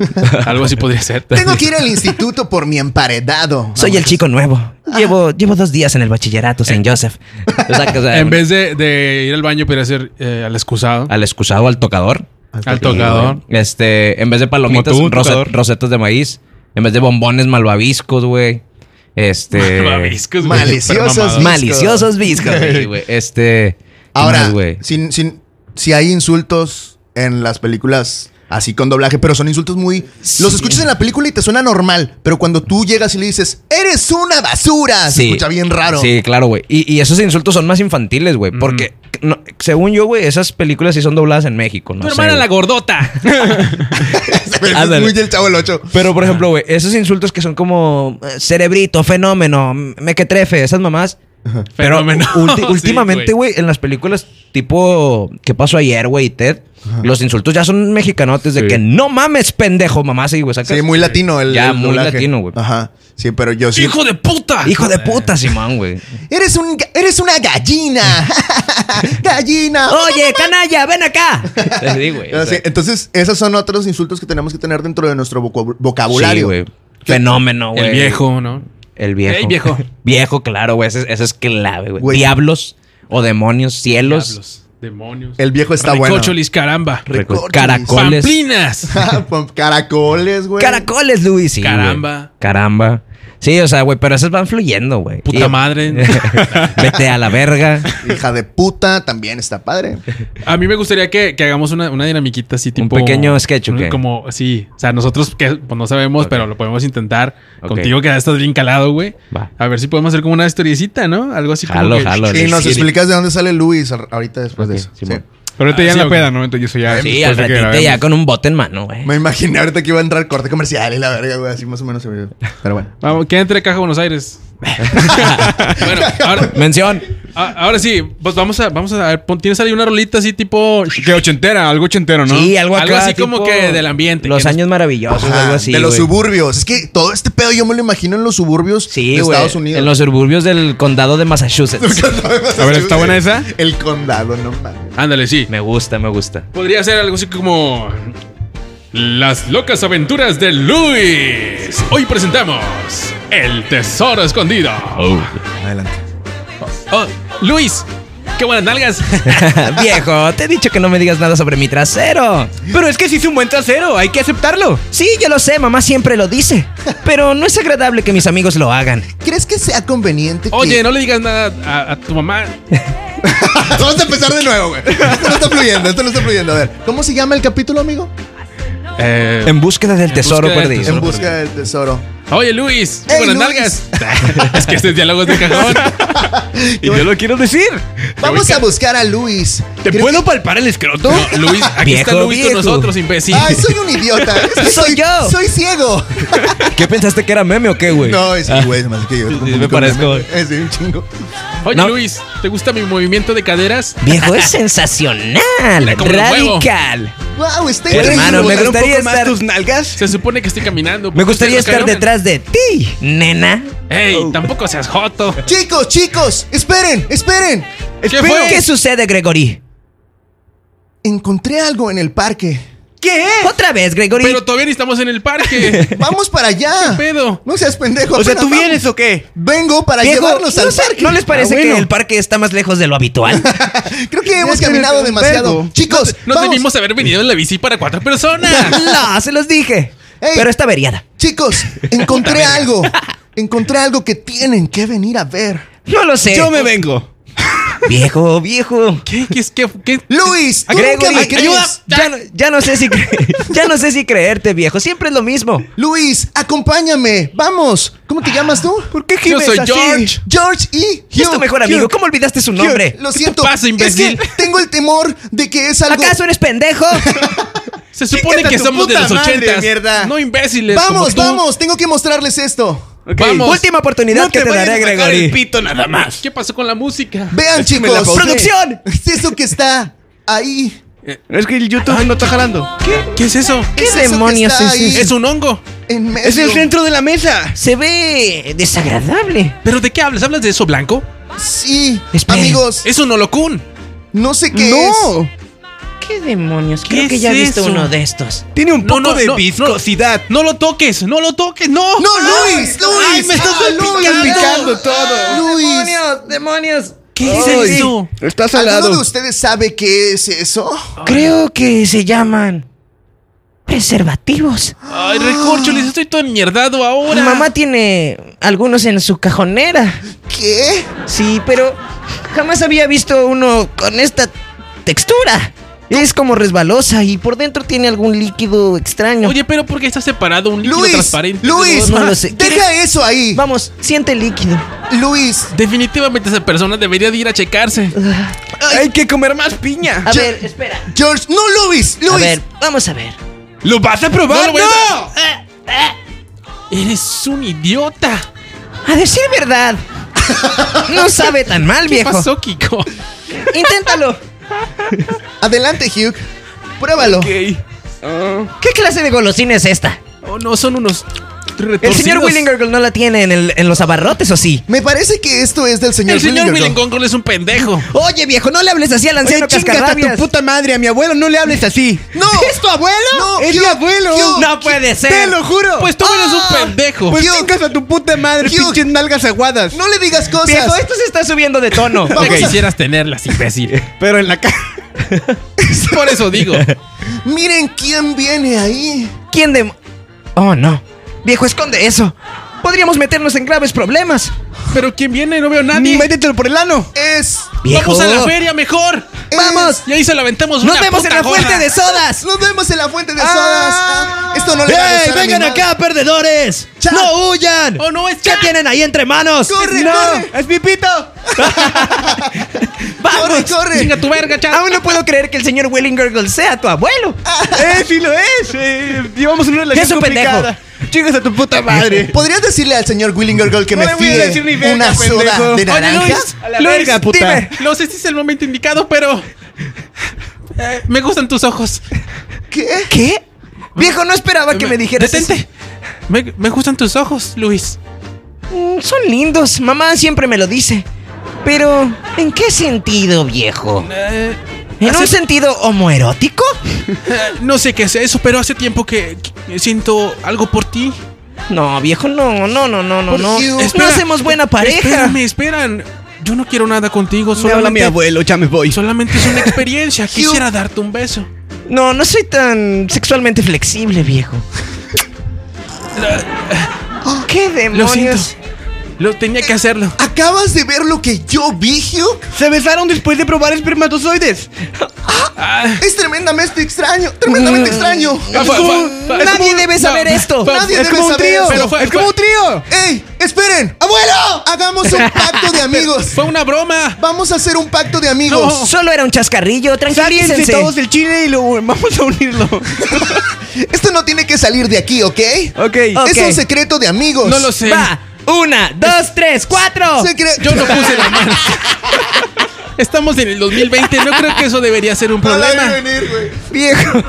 [SPEAKER 1] Algo así podría ser.
[SPEAKER 2] Tengo que ir al instituto por mi emparedado.
[SPEAKER 3] [laughs] Soy el
[SPEAKER 2] Vamos.
[SPEAKER 3] chico nuevo. Llevo, llevo dos días en el bachillerato, Saint Joseph. Ah. Eh. O sea, que, o
[SPEAKER 1] [laughs]
[SPEAKER 3] sea,
[SPEAKER 1] En vez de, de ir al baño, podría ser eh, al excusado,
[SPEAKER 3] al excusado, al tocador.
[SPEAKER 1] al tocador.
[SPEAKER 3] Este, en vez de palomitas,
[SPEAKER 4] Como tú, un
[SPEAKER 3] rose-
[SPEAKER 4] tocador.
[SPEAKER 3] rosetas de maíz. En vez de bombones, malvaviscos, güey.
[SPEAKER 1] [laughs]
[SPEAKER 3] Este.
[SPEAKER 1] Malvaviscos, güey.
[SPEAKER 2] Maliciosos.
[SPEAKER 1] Supermamado.
[SPEAKER 3] Maliciosos viscos,
[SPEAKER 1] [laughs]
[SPEAKER 3] güey, güey. Este. ¿qué
[SPEAKER 2] Ahora,
[SPEAKER 3] más, güey?
[SPEAKER 2] sin- sin- si hay insultos en las películas así con doblaje, pero son insultos muy... Los escuchas en la película y te suena normal, pero cuando tú llegas y le dices, eres una basura, se
[SPEAKER 3] Sí.
[SPEAKER 2] escucha bien raro. [laughs]
[SPEAKER 3] Sí, claro, güey. Y, y esos insultos son más infantiles, güey. Porque, no- según yo, güey, esas películas sí son dobladas en México, ¿no?
[SPEAKER 1] Mm. Tu
[SPEAKER 3] sé,
[SPEAKER 1] hermana
[SPEAKER 3] güey.
[SPEAKER 1] la gordota.
[SPEAKER 2] Pero es
[SPEAKER 3] [laughs] Ándale.
[SPEAKER 2] muy del chavo el 8.
[SPEAKER 3] Pero, por ejemplo, güey, esos insultos que son como eh, cerebrito, fenómeno, m- mequetrefe, esas mamás. Pero
[SPEAKER 1] Fenómeno. [laughs]
[SPEAKER 3] ulti-
[SPEAKER 1] Sí,
[SPEAKER 3] últimamente, güey, en las películas tipo ¿Qué pasó ayer, güey? y Ted, los insultos ya son mexicanotes de
[SPEAKER 4] Sí.
[SPEAKER 3] que no mames, pendejo, mamá, sí, güey. sacas.
[SPEAKER 2] Sí, muy latino el
[SPEAKER 3] Ya,
[SPEAKER 2] el
[SPEAKER 3] muy latino, güey.
[SPEAKER 2] Ajá. Sí, pero yo sí...
[SPEAKER 1] ¡Hijo de puta!
[SPEAKER 3] [laughs] Hijo de puta,
[SPEAKER 2] [laughs]
[SPEAKER 3] Simón, güey.
[SPEAKER 2] Eres, un, ga- eres una
[SPEAKER 3] [laughs]
[SPEAKER 2] gallina. [laughs] gallina.
[SPEAKER 3] Oye, canalla,
[SPEAKER 2] [laughs]
[SPEAKER 3] ven acá. Sí, güey. o
[SPEAKER 2] Ah, sí,
[SPEAKER 3] sea,
[SPEAKER 2] Entonces, esos son otros insultos que tenemos que tener dentro de nuestro vocab- vocabulario.
[SPEAKER 3] sí, güey. Fenómeno, güey.
[SPEAKER 1] El viejo, ¿no?
[SPEAKER 3] El viejo.
[SPEAKER 1] Ey, viejo.
[SPEAKER 3] [laughs] viejo, claro, güey. Eso es, ese es clave, güey.
[SPEAKER 2] Güey.
[SPEAKER 3] Diablos o demonios, cielos.
[SPEAKER 1] Diablos, demonios.
[SPEAKER 2] El viejo está bueno. [laughs]
[SPEAKER 1] Ricocholis, caramba.
[SPEAKER 2] Recorcholis.
[SPEAKER 3] Caracoles.
[SPEAKER 1] Pamplinas.
[SPEAKER 2] pues, Caracoles, güey.
[SPEAKER 3] Caracoles, Luis. Sí, güey.
[SPEAKER 1] Caramba.
[SPEAKER 3] Caramba. Sí, o sea, güey, pero esas van fluyendo, güey.
[SPEAKER 1] Puta
[SPEAKER 3] Y-
[SPEAKER 1] madre.
[SPEAKER 3] [laughs] Vete a la verga.
[SPEAKER 2] Hija de puta, también está padre.
[SPEAKER 1] A mí me gustaría que, que hagamos una, una dinamiquita así, tipo.
[SPEAKER 3] pequeño sketch, ¿o
[SPEAKER 1] un-
[SPEAKER 3] qué?
[SPEAKER 1] Como, sí. O sea, nosotros que pues, no sabemos, pero lo podemos intentar.
[SPEAKER 3] Ok.
[SPEAKER 1] Contigo que ya estás bien calado, güey.
[SPEAKER 3] Va.
[SPEAKER 1] A ver si podemos hacer como una historiecita, ¿no? Algo así como.
[SPEAKER 3] Jalo,
[SPEAKER 1] que-
[SPEAKER 3] jalo.
[SPEAKER 2] Y
[SPEAKER 3] Sí,
[SPEAKER 2] nos
[SPEAKER 3] sí.
[SPEAKER 2] explicas de dónde sale Luis a- ahorita después
[SPEAKER 3] Ok,
[SPEAKER 2] de eso.
[SPEAKER 3] Simón.
[SPEAKER 2] Sí.
[SPEAKER 4] Pero ahorita
[SPEAKER 1] Ah,
[SPEAKER 4] ya en
[SPEAKER 1] sí,
[SPEAKER 4] la
[SPEAKER 1] ok.
[SPEAKER 4] peda, ¿no? Entonces eso ya.
[SPEAKER 3] Sí,
[SPEAKER 4] después
[SPEAKER 3] al
[SPEAKER 4] de que
[SPEAKER 3] ratito ya
[SPEAKER 4] grabemos.
[SPEAKER 3] con un bote en mano, güey.
[SPEAKER 2] Me imaginé ahorita que iba a entrar corte comercial y la verga, güey. Así más o menos se me Pero bueno.
[SPEAKER 1] Vamos, queda entre caja Buenos
[SPEAKER 3] [laughs]
[SPEAKER 1] Aires. bueno, ahora,
[SPEAKER 3] Mención.
[SPEAKER 1] a- ahora sí, pues vamos a, vamos a ver, pon- tienes ahí una rolita así tipo.
[SPEAKER 4] Que ochentera, algo ochentero, ¿no?
[SPEAKER 3] Sí, algo acá.
[SPEAKER 1] Algo así como que del ambiente,
[SPEAKER 3] Los
[SPEAKER 1] que nos-
[SPEAKER 3] años maravillosos,
[SPEAKER 2] Ajá,
[SPEAKER 3] Ah, algo así.
[SPEAKER 2] de los
[SPEAKER 3] güey.
[SPEAKER 2] suburbios. Es que todo este pedo yo me lo imagino en los suburbios
[SPEAKER 3] Sí,
[SPEAKER 2] de
[SPEAKER 3] güey.
[SPEAKER 2] Estados Unidos. [laughs]
[SPEAKER 3] En los suburbios del condado de Massachusetts.
[SPEAKER 4] A ver, ¿está buena esa?
[SPEAKER 2] El condado, no mames.
[SPEAKER 1] Ándale, sí.
[SPEAKER 3] me gusta, me gusta. [laughs]
[SPEAKER 1] Podría ser algo así como. Las locas aventuras de Luis. Hoy presentamos El Tesoro Escondido.
[SPEAKER 2] Adelante.
[SPEAKER 1] Oh, Luis, qué buenas nalgas.
[SPEAKER 3] Viejo, te he dicho que no me digas nada sobre mi trasero. Pero es que sí hice un buen trasero, hay que aceptarlo. Sí, yo lo sé, mamá siempre lo dice. Pero no es agradable que mis amigos lo hagan.
[SPEAKER 2] ¿Crees que sea conveniente que-
[SPEAKER 1] Oye, no le digas nada a, a tu mamá.
[SPEAKER 2] Vamos a empezar de nuevo, güey. Esto no está fluyendo, esto no está fluyendo. A ver, ¿cómo se llama el capítulo, amigo?
[SPEAKER 1] Eh,
[SPEAKER 3] En búsqueda del tesoro
[SPEAKER 1] búsqueda del
[SPEAKER 3] perdido.
[SPEAKER 1] tesoro.
[SPEAKER 2] En busca del tesoro.
[SPEAKER 1] Oye, Luis,
[SPEAKER 2] ¡Ey,
[SPEAKER 1] con las
[SPEAKER 2] Luis!
[SPEAKER 1] nalgas. [laughs] es que este diálogo es de cajón.
[SPEAKER 4] Y yo lo quiero decir.
[SPEAKER 2] Vamos a buscar a Luis.
[SPEAKER 4] ¿Te
[SPEAKER 2] Creo-
[SPEAKER 4] puedo palpar el escroto?
[SPEAKER 1] No, Luis, aquí está
[SPEAKER 3] Viejo,
[SPEAKER 1] Luis
[SPEAKER 3] viejo.
[SPEAKER 1] con nosotros, imbécil.
[SPEAKER 2] Ay, soy un idiota. Es que
[SPEAKER 3] Soy yo.
[SPEAKER 2] Soy ciego.
[SPEAKER 3] ¿Qué pensaste que era meme o qué, güey?
[SPEAKER 2] No, es que, güey, es más que yo.
[SPEAKER 3] Sí, me parezco.
[SPEAKER 2] Es de un chingo.
[SPEAKER 1] Oye,
[SPEAKER 3] No.
[SPEAKER 1] Luis, ¿te gusta mi movimiento de caderas?
[SPEAKER 3] Viejo, es sensacional,
[SPEAKER 1] como el huevo.
[SPEAKER 3] radical.
[SPEAKER 2] Wow, está increíble.
[SPEAKER 3] Hermano, me
[SPEAKER 4] ¿Botar un
[SPEAKER 3] gustaría
[SPEAKER 4] poco más
[SPEAKER 3] estar-
[SPEAKER 4] tus nalgas?
[SPEAKER 1] Se supone que estoy caminando.
[SPEAKER 3] Me gustaría
[SPEAKER 1] Ustedes
[SPEAKER 3] estar
[SPEAKER 1] caminan.
[SPEAKER 3] detrás de ti, nena.
[SPEAKER 1] ¡Ey! Tampoco seas joto.
[SPEAKER 2] Chicos, chicos, esperen, esperen.
[SPEAKER 1] ¿Qué
[SPEAKER 3] Pero,
[SPEAKER 1] fue?
[SPEAKER 3] ¿Qué sucede, Gregory?
[SPEAKER 2] Encontré algo en el parque.
[SPEAKER 3] ¿Qué? Otra vez, Gregory.
[SPEAKER 1] Pero todavía ni estamos en
[SPEAKER 2] [laughs]
[SPEAKER 1] el parque.
[SPEAKER 2] Vamos para
[SPEAKER 1] [laughs]
[SPEAKER 2] allá.
[SPEAKER 1] pedo?
[SPEAKER 2] No seas pendejo.
[SPEAKER 4] O sea,
[SPEAKER 2] apenas
[SPEAKER 4] ¿tú
[SPEAKER 2] vamos.
[SPEAKER 4] vienes o qué?
[SPEAKER 2] Vengo para
[SPEAKER 3] Viejo,
[SPEAKER 2] llevarlos al
[SPEAKER 3] ¿no, se-
[SPEAKER 2] parque.
[SPEAKER 3] ¿no les parece
[SPEAKER 4] Ah, bueno.
[SPEAKER 3] que el parque está más lejos de lo
[SPEAKER 4] [laughs]
[SPEAKER 3] habitual?
[SPEAKER 2] [laughs] Creo que hemos
[SPEAKER 4] Es que
[SPEAKER 2] caminado
[SPEAKER 4] me- me
[SPEAKER 2] demasiado.
[SPEAKER 4] pego.
[SPEAKER 2] Chicos,
[SPEAKER 1] No
[SPEAKER 2] vamos.
[SPEAKER 1] debimos haber venido en la bici para cuatro
[SPEAKER 3] [laughs]
[SPEAKER 1] personas.
[SPEAKER 3] no, se los dije.
[SPEAKER 2] Ey.
[SPEAKER 3] Pero está averiada.
[SPEAKER 2] Chicos, encontré algo. Encontré algo que tienen que venir a ver.
[SPEAKER 3] No lo sé.
[SPEAKER 4] Yo me vengo.
[SPEAKER 3] Viejo, viejo.
[SPEAKER 1] ¿Qué? ¿Qué? es- ¿Qué? ¿Qué?
[SPEAKER 2] Luis, ¿tú nunca
[SPEAKER 3] Gregory,
[SPEAKER 2] me crees?
[SPEAKER 3] ayuda. Ya, no- ya no sé si cre- ya no sé si creerte, viejo. Siempre es lo mismo.
[SPEAKER 2] Luis, acompáñame. Vamos. ¿Cómo te llamas tú? Ah, ¿Por qué
[SPEAKER 1] Yo soy George.
[SPEAKER 2] George y
[SPEAKER 3] es tu mejor amigo. ¿Cómo olvidaste su nombre?
[SPEAKER 2] Lo siento.
[SPEAKER 1] pasa,
[SPEAKER 2] Es
[SPEAKER 1] imbécil?
[SPEAKER 2] que tengo el temor de que es algo.
[SPEAKER 3] ¿Acaso eres pendejo?
[SPEAKER 1] Se supone
[SPEAKER 4] Chíquete
[SPEAKER 1] que
[SPEAKER 4] a tu
[SPEAKER 1] somos de
[SPEAKER 4] puta
[SPEAKER 1] los
[SPEAKER 4] madre,
[SPEAKER 1] ochentas.
[SPEAKER 4] mierda.
[SPEAKER 1] No imbéciles. como
[SPEAKER 2] Vamos,
[SPEAKER 1] tú.
[SPEAKER 2] vamos. Tengo que mostrarles esto.
[SPEAKER 4] Ok.
[SPEAKER 1] Vamos.
[SPEAKER 3] Última oportunidad
[SPEAKER 4] No
[SPEAKER 3] que te,
[SPEAKER 4] vayas
[SPEAKER 3] daré,
[SPEAKER 4] a sacar el
[SPEAKER 3] Gregory.
[SPEAKER 4] pito nada más.
[SPEAKER 1] ¿Qué pasó con la música?
[SPEAKER 2] Vean,
[SPEAKER 4] Es que me la
[SPEAKER 2] chicos.
[SPEAKER 4] pausé.
[SPEAKER 3] ¡Producción!
[SPEAKER 2] Es eso que está ahí.
[SPEAKER 4] Es que el YouTube no está jalando.
[SPEAKER 1] ¿Qué? ¿Qué es eso?
[SPEAKER 2] ¿Qué demonios es eso? que
[SPEAKER 1] Es
[SPEAKER 2] está ahí
[SPEAKER 1] un hongo.
[SPEAKER 2] en medio.
[SPEAKER 4] Es el centro de la mesa.
[SPEAKER 3] Se ve desagradable.
[SPEAKER 1] ¿Pero de qué hablas? ¿Hablas de eso blanco?
[SPEAKER 2] Sí.
[SPEAKER 3] Esperen.
[SPEAKER 2] Amigos,
[SPEAKER 1] Es un holocún.
[SPEAKER 2] no sé qué
[SPEAKER 4] No.
[SPEAKER 2] es.
[SPEAKER 3] ¿Qué demonios? Creo
[SPEAKER 1] ¿Qué
[SPEAKER 3] que
[SPEAKER 1] es
[SPEAKER 3] ya he visto
[SPEAKER 1] eso?
[SPEAKER 3] uno de estos.
[SPEAKER 4] Tiene un
[SPEAKER 1] No,
[SPEAKER 4] poco
[SPEAKER 1] no,
[SPEAKER 4] de
[SPEAKER 1] no, no.
[SPEAKER 4] viscosidad.
[SPEAKER 1] No lo toques, no lo toques, no.
[SPEAKER 2] No, Luis, Luis.
[SPEAKER 1] Ay, me estás
[SPEAKER 2] Ah, Luis,
[SPEAKER 1] salpicando.
[SPEAKER 4] picando todo.
[SPEAKER 2] Luis.
[SPEAKER 3] ¡Demonios! ¡Demonios!
[SPEAKER 1] ¿Qué es
[SPEAKER 4] Ay.
[SPEAKER 1] eso?
[SPEAKER 4] Está
[SPEAKER 2] ¿Alguno de
[SPEAKER 4] salado.
[SPEAKER 2] ustedes sabe qué es eso?
[SPEAKER 3] Creo que se llaman preservativos.
[SPEAKER 1] Ay, recorcholis, estoy todo enmierdado ahora.
[SPEAKER 3] Mi mamá tiene algunos en su cajonera.
[SPEAKER 2] ¿Qué?
[SPEAKER 3] Sí, pero jamás había visto uno con esta textura. Es como resbalosa y por dentro tiene algún líquido extraño.
[SPEAKER 1] Oye, pero ¿por qué está separado un líquido
[SPEAKER 2] Luis,
[SPEAKER 1] transparente?
[SPEAKER 2] Luis,
[SPEAKER 3] No lo sé.
[SPEAKER 2] deja eso ahí.
[SPEAKER 3] Vamos, siente el líquido.
[SPEAKER 2] Luis,
[SPEAKER 1] Definitivamente esa persona debería de ir a checarse.
[SPEAKER 4] Hay que comer más piña.
[SPEAKER 3] A
[SPEAKER 2] Ya-
[SPEAKER 3] ver, espera.
[SPEAKER 2] George, no Luis,
[SPEAKER 3] A
[SPEAKER 2] Luis.
[SPEAKER 3] ver, vamos a ver.
[SPEAKER 4] ¿Lo vas a
[SPEAKER 1] No
[SPEAKER 4] probar?
[SPEAKER 1] lo voy a Eh,
[SPEAKER 4] ¡No!
[SPEAKER 1] Eres un idiota.
[SPEAKER 3] A decir verdad. No sabe tan mal,
[SPEAKER 1] ¿Qué
[SPEAKER 3] viejo.
[SPEAKER 1] pasó, Kiko?
[SPEAKER 3] Inténtalo.
[SPEAKER 2] Adelante, Hugh. Pruébalo.
[SPEAKER 4] Ok. Ah.
[SPEAKER 3] ¿Qué clase de golosina es esta?
[SPEAKER 1] Oh, no, son unos retorcidos.
[SPEAKER 3] ¿El señor Willingergirl no la tiene en, el- en los abarrotes o sí?
[SPEAKER 2] Me parece que esto es del señor
[SPEAKER 1] El señor
[SPEAKER 2] Willingerton.
[SPEAKER 1] Willingongol es un pendejo.
[SPEAKER 3] Oye, viejo, no le hables así al anciano cascarrabias.
[SPEAKER 4] madre, a mi abuelo no le hables así.
[SPEAKER 2] ¡No!
[SPEAKER 4] ¿Es tu abuelo?
[SPEAKER 2] No,
[SPEAKER 4] ¡Es mi
[SPEAKER 2] yo-
[SPEAKER 4] abuelo!
[SPEAKER 2] yo-
[SPEAKER 3] No puede ser.
[SPEAKER 4] ¡Te lo juro!
[SPEAKER 1] Pues tú eres
[SPEAKER 5] Ah.
[SPEAKER 1] un pendejo.
[SPEAKER 4] Pues
[SPEAKER 2] yo-
[SPEAKER 4] chingas a tu puta madre,
[SPEAKER 2] yo-
[SPEAKER 4] pinches nalgas aguadas.
[SPEAKER 2] No le digas cosas.
[SPEAKER 3] Viejo, esto se está subiendo de [laughs] tono.
[SPEAKER 1] No
[SPEAKER 2] vamos a-
[SPEAKER 1] quisieras tenerlas, imbécil.
[SPEAKER 4] Pues, Pero en la cara.
[SPEAKER 1] [laughs] Por eso digo.
[SPEAKER 2] Miren quién viene ahí.
[SPEAKER 3] ¿Quién de... Oh, no. Viejo, esconde eso. Podríamos meternos en graves problemas.
[SPEAKER 1] Pero ¿quién viene? No veo a nadie.
[SPEAKER 4] Métetelo por el ano.
[SPEAKER 2] Es.
[SPEAKER 3] Viejo.
[SPEAKER 1] Vamos a la feria mejor.
[SPEAKER 2] es-
[SPEAKER 3] Vamos.
[SPEAKER 1] Y ahí se la aventamos
[SPEAKER 3] Nos
[SPEAKER 1] una
[SPEAKER 3] vemos en
[SPEAKER 1] puta
[SPEAKER 3] la
[SPEAKER 1] gorda.
[SPEAKER 3] fuente de sodas.
[SPEAKER 2] Nos vemos en la fuente de
[SPEAKER 4] Ah.
[SPEAKER 2] sodas. Ah, esto no le va a gustar a mi madre.
[SPEAKER 3] perdedores!
[SPEAKER 2] Cha. ¡No
[SPEAKER 3] huyan!
[SPEAKER 1] Oh, no, es ¿Qué cha. tienen
[SPEAKER 3] ahí entre manos?
[SPEAKER 2] ¡Corre, corre!
[SPEAKER 4] ¡Es mi pito!
[SPEAKER 3] ¡Vamos!
[SPEAKER 2] ¡Corre, corre!
[SPEAKER 1] Chinga tu verga, chaval.
[SPEAKER 3] Aún no puedo creer que el señor Willingergirl sea tu abuelo.
[SPEAKER 4] [laughs] ¡Eh, sí lo es! Eh, llevamos una relación
[SPEAKER 3] Es un pendejo.
[SPEAKER 4] complicada. ¡Chingas a tu puta madre!
[SPEAKER 2] ¿Podrías decirle al señor Willinger Girl que
[SPEAKER 4] No
[SPEAKER 2] me
[SPEAKER 4] le voy a
[SPEAKER 2] fíe
[SPEAKER 4] decir ni verga,
[SPEAKER 2] una soda
[SPEAKER 4] pendejo.
[SPEAKER 2] de
[SPEAKER 4] Oye,
[SPEAKER 2] naranja?
[SPEAKER 1] Luis,
[SPEAKER 4] A la
[SPEAKER 1] Luis,
[SPEAKER 4] verga, puta.
[SPEAKER 1] dime. No sé si es el momento indicado, pero. eh, me gustan tus ojos.
[SPEAKER 2] [laughs] ¿Qué?
[SPEAKER 3] ¿Qué? Viejo, no esperaba que me dijeras.
[SPEAKER 1] Eh, Detente. Me, me gustan tus ojos, Luis.
[SPEAKER 3] eso. Mm, Son lindos. Mamá siempre me lo dice. Pero, ¿en qué sentido, viejo?
[SPEAKER 1] Eh,
[SPEAKER 3] ¿En
[SPEAKER 1] hace-
[SPEAKER 3] un sentido homoerótico?
[SPEAKER 1] eh, no sé qué es eso, pero hace tiempo que, que siento algo por ti.
[SPEAKER 3] No, viejo, no, no, no, no, no,
[SPEAKER 2] Por
[SPEAKER 3] no.
[SPEAKER 2] Dios.
[SPEAKER 3] No
[SPEAKER 1] Espera, eh,
[SPEAKER 3] hacemos buena pareja.
[SPEAKER 1] Espérame, esperan. Yo no quiero nada contigo.
[SPEAKER 4] Me habla mi
[SPEAKER 1] Solamente,
[SPEAKER 4] abuelo, ya me voy.
[SPEAKER 1] solamente es una
[SPEAKER 4] [laughs]
[SPEAKER 1] experiencia. Quisiera darte un beso.
[SPEAKER 3] No, no soy tan sexualmente flexible, viejo. ¿Qué
[SPEAKER 1] Lo siento.
[SPEAKER 3] demonios?
[SPEAKER 1] Lo tenía que hacerlo.
[SPEAKER 2] ¿Acabas de ver lo que yo vi, Hugh?
[SPEAKER 4] Se besaron después de probar espermatozoides.
[SPEAKER 2] Ah, Es tremendamente extraño. Tremendamente extraño.
[SPEAKER 3] Ah, Nadie debe saber esto.
[SPEAKER 2] Nadie
[SPEAKER 1] es
[SPEAKER 2] debe
[SPEAKER 1] como un
[SPEAKER 2] saber
[SPEAKER 1] trío.
[SPEAKER 2] eso.
[SPEAKER 1] pero fue-
[SPEAKER 3] es como un trío.
[SPEAKER 2] ¡Ey! ¡Esperen! ¡Abuelo! Hagamos [laughs] un pacto de amigos.
[SPEAKER 1] Fue una broma.
[SPEAKER 2] Vamos a hacer un pacto de amigos.
[SPEAKER 3] Solo era un chascarrillo,
[SPEAKER 6] Sáquense
[SPEAKER 3] tranquilícense.
[SPEAKER 6] todos del chile y lo vamos a unirlo.
[SPEAKER 2] [laughs] Esto no tiene que salir de aquí, ¿ok?
[SPEAKER 6] Ok.
[SPEAKER 3] Ok.
[SPEAKER 2] Es un secreto de amigos.
[SPEAKER 1] No lo sé.
[SPEAKER 3] Va, una, dos, tres, cuatro.
[SPEAKER 2] Secre- [laughs]
[SPEAKER 1] Yo no puse la mano. Estamos en el 2020. No creo que eso debería
[SPEAKER 4] [laughs]
[SPEAKER 1] ser un
[SPEAKER 2] No la vi
[SPEAKER 1] problema.
[SPEAKER 2] venir, güey.
[SPEAKER 3] Viejo.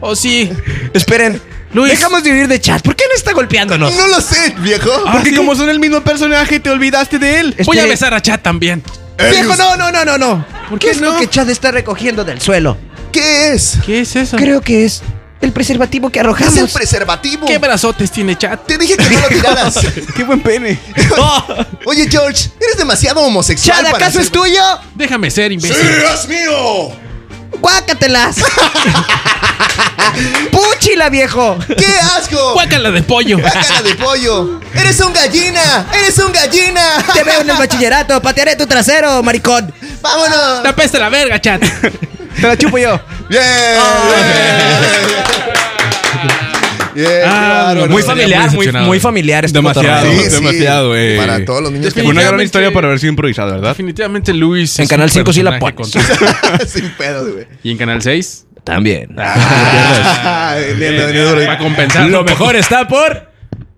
[SPEAKER 1] O sí.
[SPEAKER 3] Esperen.
[SPEAKER 1] Luis.
[SPEAKER 3] Dejamos de vivir de chat. ¿Por qué no está golpeándonos?
[SPEAKER 2] No lo sé, viejo.
[SPEAKER 1] Ah.
[SPEAKER 4] Porque como son el mismo personaje, te olvidaste de él.
[SPEAKER 1] Voy a
[SPEAKER 3] Este-
[SPEAKER 1] besar a Chat también.
[SPEAKER 3] Viejo, no, no, no, no, no. ¿Por
[SPEAKER 1] qué
[SPEAKER 3] qué, es
[SPEAKER 1] no?
[SPEAKER 3] lo que Chad está recogiendo del suelo?
[SPEAKER 2] ¿Qué es?
[SPEAKER 1] ¿Qué es eso?
[SPEAKER 3] Creo que es el preservativo que
[SPEAKER 2] ¿Qué es el
[SPEAKER 3] arrojamos.
[SPEAKER 2] preservativo?
[SPEAKER 1] ¿Qué brazotes tiene Chat?
[SPEAKER 2] Te dije que no lo
[SPEAKER 1] [laughs]
[SPEAKER 2] tiraras.
[SPEAKER 4] Qué
[SPEAKER 2] [laughs]
[SPEAKER 4] buen pene.
[SPEAKER 3] Oh,
[SPEAKER 2] Oye, George, eres demasiado homosexual.
[SPEAKER 3] Chad,
[SPEAKER 2] para
[SPEAKER 3] ¿acaso
[SPEAKER 2] ser-
[SPEAKER 3] es tuyo?
[SPEAKER 1] Déjame ser, imbécil.
[SPEAKER 2] es mío!
[SPEAKER 3] ¡Guácatelas! ¡Púchila, viejo!
[SPEAKER 2] ¡Qué asco!
[SPEAKER 1] Guácala de pollo.
[SPEAKER 2] ¡Cara de pollo! ¡Eres un gallina! ¡Eres un gallina!
[SPEAKER 3] Te veo en el bachillerato, patearé tu trasero, maricón.
[SPEAKER 2] [laughs] ¡Vámonos!
[SPEAKER 1] La peste la verga, Chat.
[SPEAKER 3] Te la chupo yo.
[SPEAKER 2] ¡Bien! ¡Bien! ¡Bien!
[SPEAKER 1] Ah,
[SPEAKER 2] bárbaro.
[SPEAKER 1] muy
[SPEAKER 3] Muy
[SPEAKER 1] Sería
[SPEAKER 3] familiar, muy,
[SPEAKER 1] decepcionado.
[SPEAKER 3] muy familiar. este
[SPEAKER 4] Demasiado,
[SPEAKER 3] cotorreo.
[SPEAKER 2] Sí, sí.
[SPEAKER 4] demasiado, güey.
[SPEAKER 2] Para todos los niños que
[SPEAKER 4] Fue una gran
[SPEAKER 1] Definitivamente-
[SPEAKER 4] historia para haber sido improvisada, ¿verdad?
[SPEAKER 1] Definitivamente Luis.
[SPEAKER 3] En
[SPEAKER 1] es
[SPEAKER 3] Canal
[SPEAKER 1] un
[SPEAKER 3] 5 sí la
[SPEAKER 1] personaje
[SPEAKER 3] pones.
[SPEAKER 2] [laughs]
[SPEAKER 1] con-
[SPEAKER 2] Sin pedos, güey.
[SPEAKER 1] Y en Canal 6.
[SPEAKER 3] También.
[SPEAKER 2] Ah, bien, bien, bien, duro.
[SPEAKER 1] Para compensar.
[SPEAKER 3] Lo mejor está por